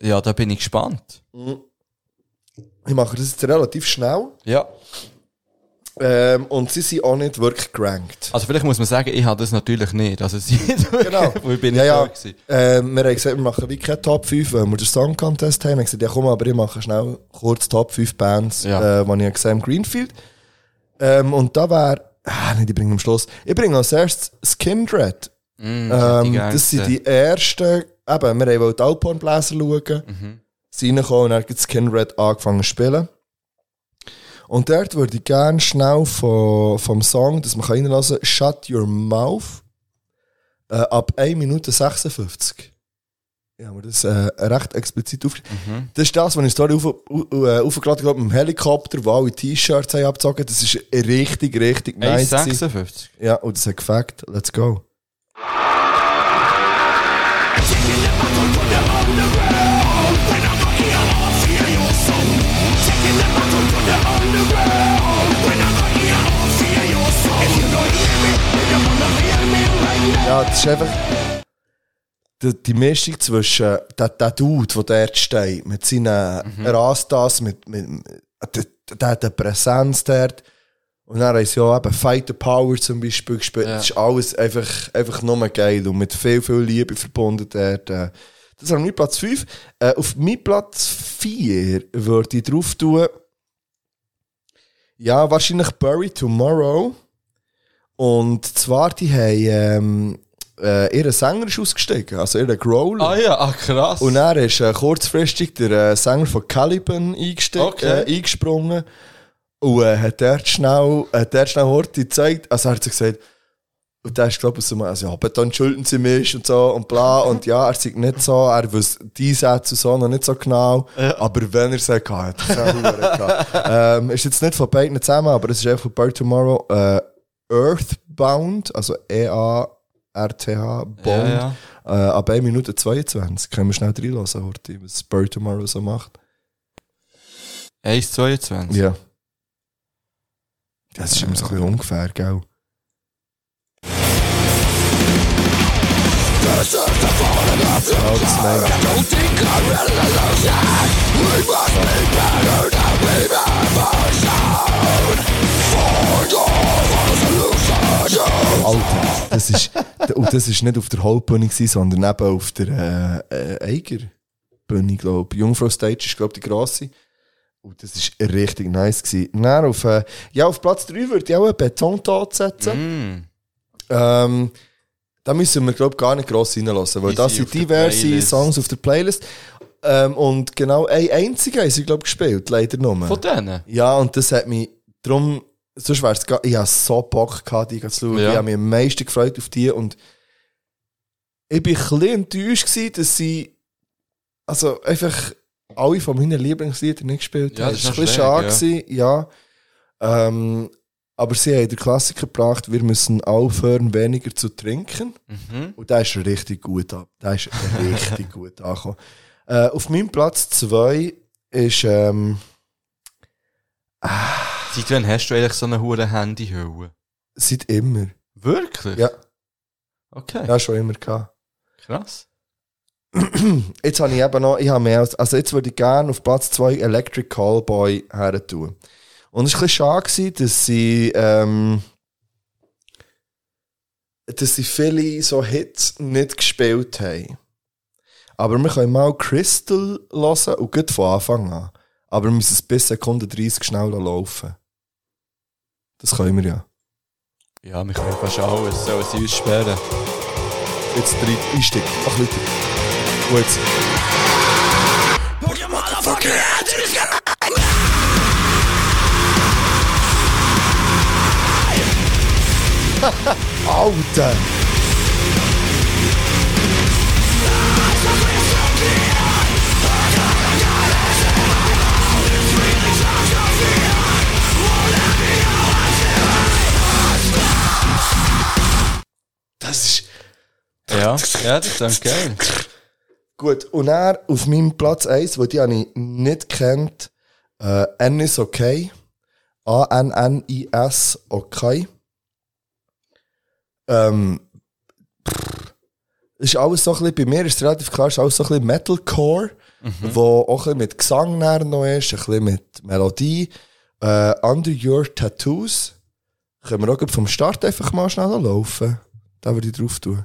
Speaker 3: Ja, da bin ich gespannt.
Speaker 4: Ich mache das jetzt relativ schnell.
Speaker 3: Ja.
Speaker 4: Ähm, und sie sind auch nicht wirklich gerankt.
Speaker 3: Also vielleicht muss man sagen, ich habe das natürlich nicht. Also sie
Speaker 4: Genau.
Speaker 3: ich bin
Speaker 4: ja,
Speaker 3: nicht
Speaker 4: ja.
Speaker 3: da gewesen.
Speaker 4: Ähm, wir haben gesagt, wir machen wie keine Top 5, weil wir den Song Contest haben. Wir haben gesagt, ja komm, aber ich mache schnell kurz Top 5 Bands,
Speaker 3: Ja.
Speaker 4: äh, die ich gesehen habe, im Greenfield. Ähm, und da wäre, ah, nicht, ich bringe am Schluss. Ich bringe als erstes das Kindred.
Speaker 3: Mm, das hätte ich
Speaker 4: ähm,
Speaker 3: gern
Speaker 4: das sind
Speaker 3: gesehen.
Speaker 4: die ersten, eben, wir wollten die Alphornbläser schauen,
Speaker 3: Mhm.
Speaker 4: sind reingekommen und dann hat das Kindred angefangen zu spielen. Und dort würde ich gerne schnell von, vom Song, dass man reinlassen kann, Shut Your Mouth, äh, ab 1 Minute 56. Ich habe mir das äh, recht explizit aufgeschrieben.
Speaker 3: Mhm.
Speaker 4: Das ist das, was ich Story auf, au- au- äh, aufgeladen habe mit dem Helikopter, wo alle T-Shirts haben abgezogen haben. Das ist richtig, richtig nice.
Speaker 3: 1,56.
Speaker 4: gewesen. Ja, und das hat gefackt. Let's go. Ja, das ist einfach die, die Mischung zwischen äh, der, der Dude, der dort steht, mit seinen Rastas, mit, mit, mit der, der, der Präsenz dort. Und dann haben sie ja eben Fight the Power zum Beispiel gespielt.
Speaker 3: Ja.
Speaker 4: Das ist alles einfach, einfach nur geil und mit viel, viel Liebe verbunden dort. äh. Das war mein Platz 5. Äh, auf meinem Platz 4 würde ich drauf tun, ja, wahrscheinlich Bury Tomorrow. Und zwar, die haben ähm, äh, ihren Sänger ist ausgestiegen, also ihren Growler.
Speaker 3: Ah ja, ah, krass.
Speaker 4: Und er ist äh, kurzfristig der äh, Sänger von Caliban eingestiegen,
Speaker 3: Okay.
Speaker 4: äh, eingesprungen und äh, hat dort schnell, hat dort schnell Horti gezeigt. Also er hat so gesagt, und der ist, glaube ich, so, mal, also, ja, aber dann schulden sie mich und so und bla. Und ja, er sagt nicht so, er wüsste die Sätze und so noch nicht so genau. Aber wenn er sie hatte, hat er sie auch gehabt. ähm, Ist jetzt nicht von beiden zusammen, aber es ist einfach von Bird Tomorrow äh, Earthbound, also E-A-R-T-H, Bound.
Speaker 3: Ja,
Speaker 4: Äh, ab 1 Minute 22. Können wir schnell reinlassen, Horti, was Bird Tomorrow so macht.
Speaker 3: 1,22.
Speaker 4: Ja. Das ist immer so ein bisschen ungefähr, gell? Oh, das meine ich. Alter, das ist, und das ist nicht auf der Hauptbühne, gewesen, sondern eben auf der äh, äh, Eigerbühne, glaube ich. Jungfrau Stage ist, glaube ich, die grosse. Und das ist richtig nice. Gewesen. Dann auf, äh, ja, auf Platz 3 würde ich auch einen Betontat setzen.
Speaker 3: Mm.
Speaker 4: Ähm, da müssen wir, glaube ich, gar nicht gross reinlassen, weil
Speaker 3: Die
Speaker 4: da
Speaker 3: sind auf
Speaker 4: sind
Speaker 3: der
Speaker 4: diverse
Speaker 3: Playlist.
Speaker 4: Songs auf der Playlist. Ähm, und genau ein einziger haben sie, glaube ich, gespielt, leider nur.
Speaker 3: Von denen?
Speaker 4: Ja, und das hat mich drum sonst wär's gar, ich hab so Bock gehabt, die zu schauen.
Speaker 3: Ja.
Speaker 4: Ich hab mich am meisten gefreut auf die und ich bin ein bisschen enttäuscht gewesen, dass sie also einfach alle von meinen Lieblingsliedern nicht gespielt
Speaker 3: Ja,
Speaker 4: haben.
Speaker 3: das
Speaker 4: Das war
Speaker 3: ist
Speaker 4: ein bisschen
Speaker 3: noch
Speaker 4: schade,
Speaker 3: schwierig,
Speaker 4: gewesen, ja. Ähm, aber sie haben den Klassiker gebracht, wir müssen aufhören, weniger zu trinken.
Speaker 3: Mhm.
Speaker 4: Und der ist richtig gut ab. Der ist richtig gut angekommen. Äh, auf meinem Platz 2 ist. Ähm,
Speaker 3: Seit wann hast du eigentlich so eine hohe Handyhülle?
Speaker 4: Seit immer.
Speaker 3: Wirklich?
Speaker 4: Ja.
Speaker 3: Okay.
Speaker 4: Ja, schon immer gehabt.
Speaker 3: Krass.
Speaker 4: jetzt habe ich eben noch, ich habe mehr als, also jetzt würde ich gerne auf Platz 2 Electric Callboy her tun. Und es war ein bisschen schade, gewesen, dass sie, ähm, dass sie viele so Hits nicht gespielt haben. Aber wir können mal Crystal hören und gut von Anfang an. Aber wir müssen es bis Sekunde 30 schnell laufen. Das können wir ja.
Speaker 3: Ja, wir können fast alles. Sollen sie uns sperren?
Speaker 4: Jetzt drei Einstieg. Ach, Leute. Und jetzt. Alter! Das ist.
Speaker 3: Ja, ja das ist geil.
Speaker 4: Gut, und er auf meinem Platz 1, wo die habe ich nicht kennt, äh, N is okay. A-N-N-I-S okay. Ähm, pff, ist alles so ein bisschen, bei mir ist es relativ klar, ist alles so ein bisschen Metalcore, wo auch ein bisschen mit Gesang näher noch ist, ein bisschen mit Melodie. Äh, Under Your Tattoos können wir auch gleich vom Start einfach mal schneller laufen. Da würde ich drauf tun.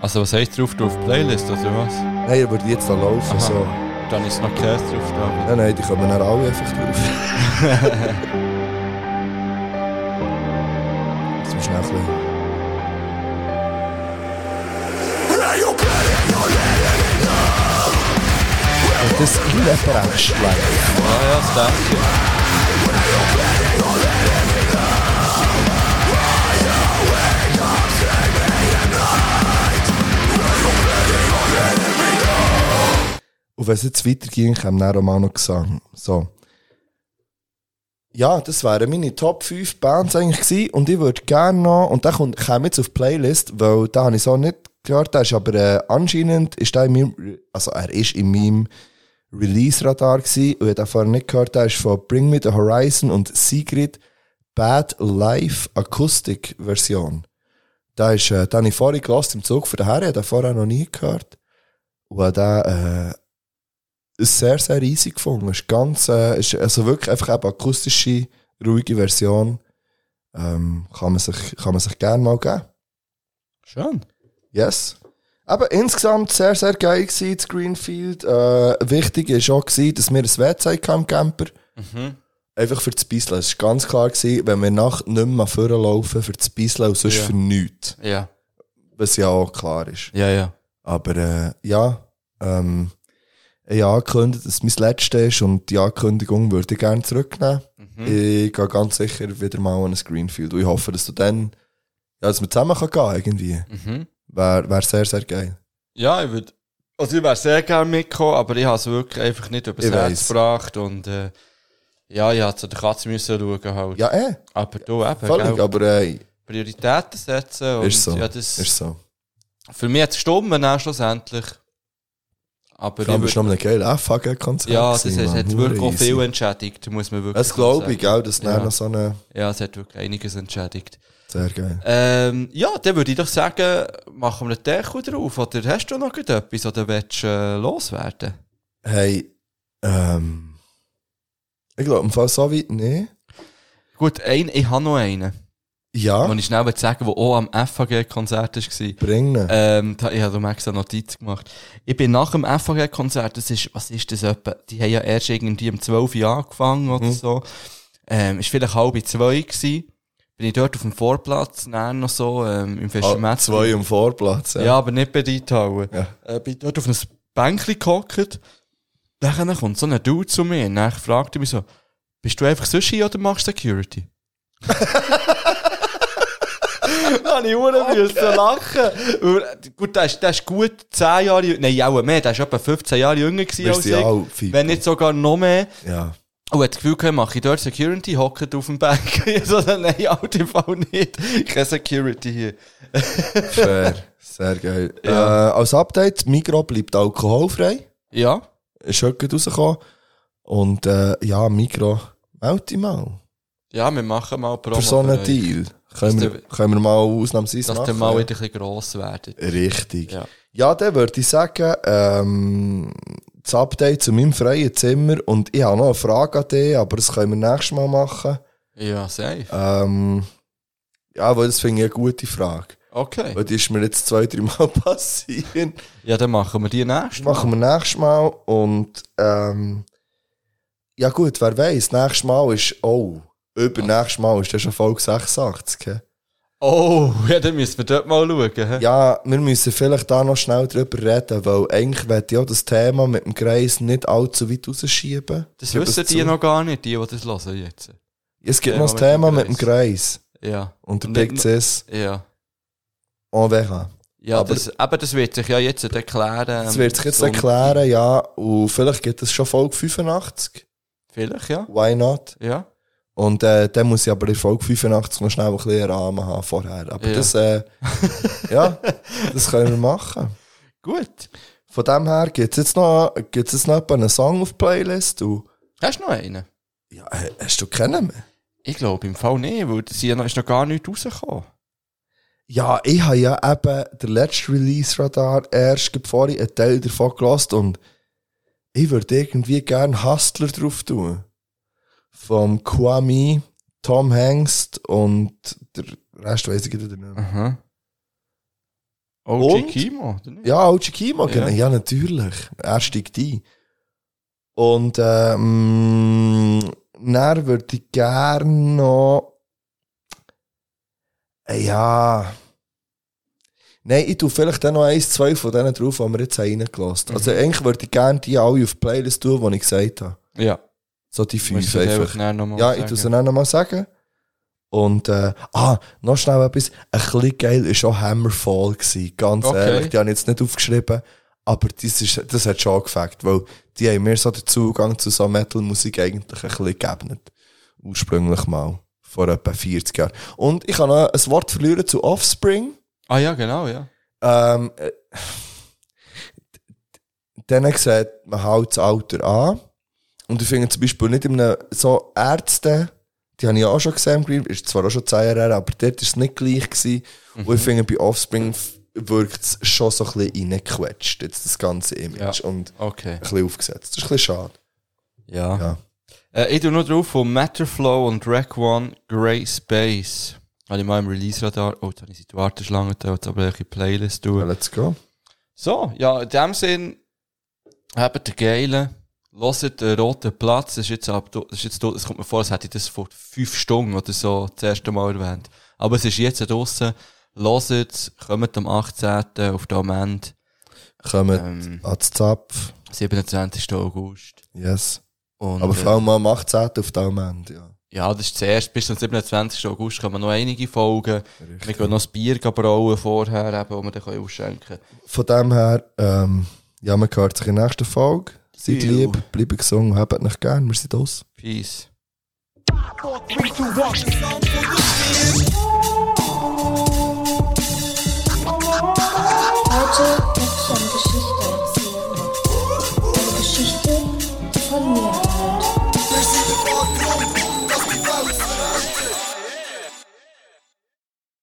Speaker 3: Also, was heißt drauf? Du auf Playlist oder was?
Speaker 4: Nein, aber die jetzt da laufen,
Speaker 3: Aha.
Speaker 4: so.
Speaker 3: Dann ist noch Käse drauf da.
Speaker 4: Nein, nein, die kommen dann alle einfach drauf. Jetzt musst du noch ein bisschen.
Speaker 22: Are you kidding? You're letting me know. Where
Speaker 4: Und das irgendjemand ernst bleibt.
Speaker 3: Ah, Ja, ja, das denke ich.
Speaker 4: Und wenn es jetzt weiterging, kam dann auch mal noch Gesang. So. Ja, das wären meine Top 5 Bands eigentlich gewesen. Und ich würde gerne noch, und der kommt, kam jetzt auf die Playlist, weil da habe ich so nicht gehört. Der ist aber äh, anscheinend, ist der in meinem, also er ist in meinem Release-Radar gewesen. Und ich habe den vorher nicht gehört. Der ist von Bring Me the Horizon und Sigrid Bad Life Acoustic Version. Da ist, äh, den habe ich vorhin gehört im Zug vorher. Ich habe den vorher noch nie gehört. Und habe den, äh, sehr, sehr easy gefunden. Es ist ganz, äh, ist also wirklich einfach eine akustische, ruhige Version. Ähm, kann, man sich, kann man sich gerne mal geben.
Speaker 3: Schön.
Speaker 4: Yes. Aber insgesamt sehr, sehr geil gewesen, das Greenfield. Äh, wichtig war auch, gewesen, dass wir ein Wettzeit hatten im Camper.
Speaker 3: Mhm.
Speaker 4: Einfach für das Bisseln. Es war ganz klar, gewesen, wenn wir nachts nicht mehr vorlaufen, für das Bisseln und sonst
Speaker 3: Ja.
Speaker 4: für nichts.
Speaker 3: Ja.
Speaker 4: Was ja auch klar ist.
Speaker 3: Ja, ja.
Speaker 4: Aber äh, ja, ähm, ich habe angekündigt, dass es mein letztes ist und die Ankündigung würde ich gerne zurücknehmen.
Speaker 3: Mhm.
Speaker 4: Ich gehe ganz sicher wieder mal an ein Greenfield und ich hoffe, dass du dann, ja, dass wir zusammen können gehen irgendwie.
Speaker 3: Mhm.
Speaker 4: Wäre wär sehr, sehr geil.
Speaker 3: Ja, ich würde. Also ich wäre sehr gerne mitgekommen, aber ich habe es wirklich einfach nicht übers
Speaker 4: Ich
Speaker 3: Herz
Speaker 4: weiss.
Speaker 3: gebracht und äh, ja, ich hätte zu der Katze müssen schauen halt.
Speaker 4: Ja, eh.
Speaker 3: Aber du eben,
Speaker 4: Völlig,
Speaker 3: gell?
Speaker 4: aber ey,
Speaker 3: Prioritäten setzen und
Speaker 4: ist so.
Speaker 3: ja, das
Speaker 4: Ist so.
Speaker 3: für mich hat es gestummen dann schlussendlich. Aber
Speaker 4: Ich glaube,
Speaker 3: ich
Speaker 4: es war
Speaker 3: würd-
Speaker 4: noch ein geiler FHG-Konzert.
Speaker 3: ja, das
Speaker 4: gewesen,
Speaker 3: hat,
Speaker 4: Mann.
Speaker 3: hat wirklich auch
Speaker 4: Hure
Speaker 3: viel
Speaker 4: easy.
Speaker 3: entschädigt, muss man wirklich
Speaker 4: Das glaube ich,
Speaker 3: sagen.
Speaker 4: gell, dass dann noch so eine-
Speaker 3: Ja, es hat wirklich einiges entschädigt.
Speaker 4: Sehr geil.
Speaker 3: Ähm, ja, dann würde ich doch sagen, machen wir einen Deko drauf. Oder hast du noch etwas, oder willst du äh, loswerden?
Speaker 4: Hey, ähm, ich glaube, im Fall so weit nicht.
Speaker 3: Gut, ein, ich habe noch einen.
Speaker 4: Ja.
Speaker 3: Und ich schnell will sagen, der auch am FAG-Konzert war.
Speaker 4: Bring ihn.
Speaker 3: Ähm, da, ich habe darum extra Notiz gemacht. Ich bin nach dem FAG-Konzert, das ist, was ist das etwa? Die haben ja erst irgendwie um 12 Uhr angefangen oder so. Ähm, ist vielleicht halb zwei gewesen. Bin ich dort auf dem Vorplatz, dann noch so, ähm, im
Speaker 4: Ah,
Speaker 3: Festival.
Speaker 4: zwei am Vorplatz.
Speaker 3: Ja, aber nicht bei Reithauen. Ja. Äh, bin dort auf ein Bänkchen gehockt. Dann kommt so ein Dude zu mir und dann fragt er mich so, bist du einfach Sushi oder machst du Security? Da habe ich Uhren müssen lachen. Weil, Gut, der ist, der ist gut 10 Jahre, jü- nein, auch mehr, der ist etwa 15 Jahre jünger gewesen
Speaker 4: Wir
Speaker 3: als
Speaker 4: sind
Speaker 3: also ich.
Speaker 4: alle Fico.
Speaker 3: wenn nicht sogar noch mehr.
Speaker 4: Ja.
Speaker 3: Und hat das Gefühl gehabt, mache ich dort Security, hockt auf dem Bank. so, nein, auf jeden Fall nicht. Keine Security hier.
Speaker 4: Fair. Sehr geil.
Speaker 3: Ja.
Speaker 4: Äh, als Update, Migro bleibt alkoholfrei.
Speaker 3: Ja.
Speaker 4: Ist heute gerade rausgekommen. Und äh, ja, Migro, melde dich mal.
Speaker 3: Ja, wir machen mal Promo.
Speaker 4: Für so einen
Speaker 3: euch.
Speaker 4: Deal.
Speaker 3: Dass
Speaker 4: Können wir,
Speaker 3: der-
Speaker 4: können wir mal ausnahmsweise
Speaker 3: Dass
Speaker 4: machen.
Speaker 3: der mal wieder ein bisschen gross werden.
Speaker 4: Richtig.
Speaker 3: Ja.
Speaker 4: Ja, dann würde ich sagen, ähm, das Update zu meinem freien Zimmer. Und ich habe noch eine Frage an dich, aber das können wir nächstes Mal machen.
Speaker 3: Ja, safe.
Speaker 4: Ähm, ja, weil das finde ich eine gute Frage.
Speaker 3: Okay.
Speaker 4: Weil die ist mir jetzt zwei, drei Mal passiert.
Speaker 3: Ja, dann machen wir die nächste.
Speaker 4: Machen wir nächstes Mal. Und ähm, ja gut, wer weiß, nächstes Mal ist, oh, übernächstes Mal ist das schon Folge 86. hä?
Speaker 3: Oh, ja, dann müssen wir dort mal schauen. hä?
Speaker 4: Ja, wir müssen vielleicht da noch schnell drüber reden, weil eigentlich möchte ich auch das Thema mit dem Kreis nicht allzu weit rausschieben.
Speaker 3: Das
Speaker 4: Gebe es
Speaker 3: wissen die
Speaker 4: zu.
Speaker 3: noch Äh, gar nicht, die, die das hören jetzt.
Speaker 4: Es gibt noch das Thema mit dem Kreis.
Speaker 3: Ja.
Speaker 4: Und der
Speaker 3: Nicht
Speaker 4: Big Oh,
Speaker 3: nur-
Speaker 4: Cis.
Speaker 3: Ja.
Speaker 4: En verra.
Speaker 3: Ja,
Speaker 4: Aber-
Speaker 3: aber das, aber das wird sich ja jetzt erklären.
Speaker 4: Das wird sich jetzt
Speaker 3: Sonntag.
Speaker 4: erklären, ja. Und vielleicht gibt es schon Folge 85.
Speaker 3: Vielleicht, ja.
Speaker 4: Why not?
Speaker 3: Ja.
Speaker 4: Und äh, dann muss ich aber in Folge 85 noch schnell ein bisschen einen Rahmen haben vorher. Aber
Speaker 3: Ja.
Speaker 4: das, äh, ja, das können wir machen.
Speaker 3: Gut.
Speaker 4: Von dem her gibt es jetzt noch, gibt's jetzt noch etwa einen Song auf die Playlist. Und,
Speaker 3: Hast du noch einen?
Speaker 4: Ja, äh, hast du keinen mehr?
Speaker 3: Ich glaube im Fall nicht, weil das hier noch- ist noch gar nicht rausgekommen.
Speaker 4: ja, ich habe ja eben den letzten Release-Radar erst gerade vorhin einen Teil davon gelost und ich würde irgendwie gerne Hustler drauf tun. Vom Kwame, Tom Hengst und der Rest weiss ich wieder nicht.
Speaker 3: Aha. OG
Speaker 4: Und-
Speaker 3: Kimo, oder nicht?
Speaker 4: Ja, OG Kimo,
Speaker 3: Ja.
Speaker 4: genau. Ja, natürlich. Er steigt ein. Und ähm, dann würde ich gerne noch. Ja. äh, Nein, ich tue vielleicht dann noch eins, zwei von denen drauf, die wir jetzt haben reingelassen haben.
Speaker 3: Mhm.
Speaker 4: Also eigentlich würde ich gerne die alle auf die Playlist tun, die ich gesagt habe.
Speaker 3: Ja.
Speaker 4: So die fünf
Speaker 3: Musst du das
Speaker 4: einfach.
Speaker 3: dann noch mal
Speaker 4: Ja, ich
Speaker 3: sagen.
Speaker 4: tue sie dann nochmal sagen. Und, äh, ah, noch schnell etwas. Ein bisschen geil war schon Hammerfall. Gewesen, ganz
Speaker 3: Okay.
Speaker 4: ehrlich. Die habe ich jetzt nicht aufgeschrieben. Aber das, ist, das hat schon gefällt, weil die haben mir so den Zugang zu so Metal-Musik eigentlich ein bisschen gegeben. Ursprünglich mal. Vor etwa 40 Jahren. Und ich kann noch ein Wort verlieren zu Offspring.
Speaker 3: Ah ja, genau, ja.
Speaker 4: Ähm, äh, denen sieht man halt das Alter an. Und ich finde zum Beispiel nicht in einem, so Ärzte, die habe ich auch schon gesehen, im Green, ist zwar auch schon 10 Jahre her, aber dort war es nicht gleich. Gewesen.
Speaker 3: Mhm.
Speaker 4: Und ich finde, bei Offspring f- wirkt es schon so ein bisschen reingequetscht, jetzt das ganze Image. Und
Speaker 3: okay.
Speaker 4: ein bisschen aufgesetzt. Das ist ein bisschen schade.
Speaker 3: Ja. Äh, ich tue noch drauf von Matterflow und Rack One Grey Space. Habe ich mal im Release-Radar. Oh, da habe ich sie die Warteschlange da, jetzt aber eine Playlist tun.
Speaker 4: let's go.
Speaker 3: So, ja, in dem Sinn, habt den geilen, hört den roten Platz. Das ist jetzt ab, das ist jetzt, es kommt mir vor, als hätte ich das vor fünf Stunden oder so das erste Mal erwähnt. Aber es ist jetzt draussen. Hört es, kommt am 18. auf den Moment.
Speaker 4: Kommt
Speaker 3: Ähm.
Speaker 4: ans Zapf.
Speaker 3: 27. August.
Speaker 4: Yes.
Speaker 3: Und,
Speaker 4: aber
Speaker 3: äh,
Speaker 4: vor allem am 18. auf dem Moment, ja.
Speaker 3: Ja, das ist zuerst. Bis zum 27. August kommen noch einige Folgen. Wir gehen noch ein Bier brauen vorher, eben, wo wir dann können ausschenken können.
Speaker 4: Von dem her, ähm, ja, man hört sich in der nächsten Folge. Seid
Speaker 3: Ew.
Speaker 4: lieb, bleibt gesund, habt euch gern, wir sind aus.
Speaker 3: Peace.
Speaker 9: Three, two, one.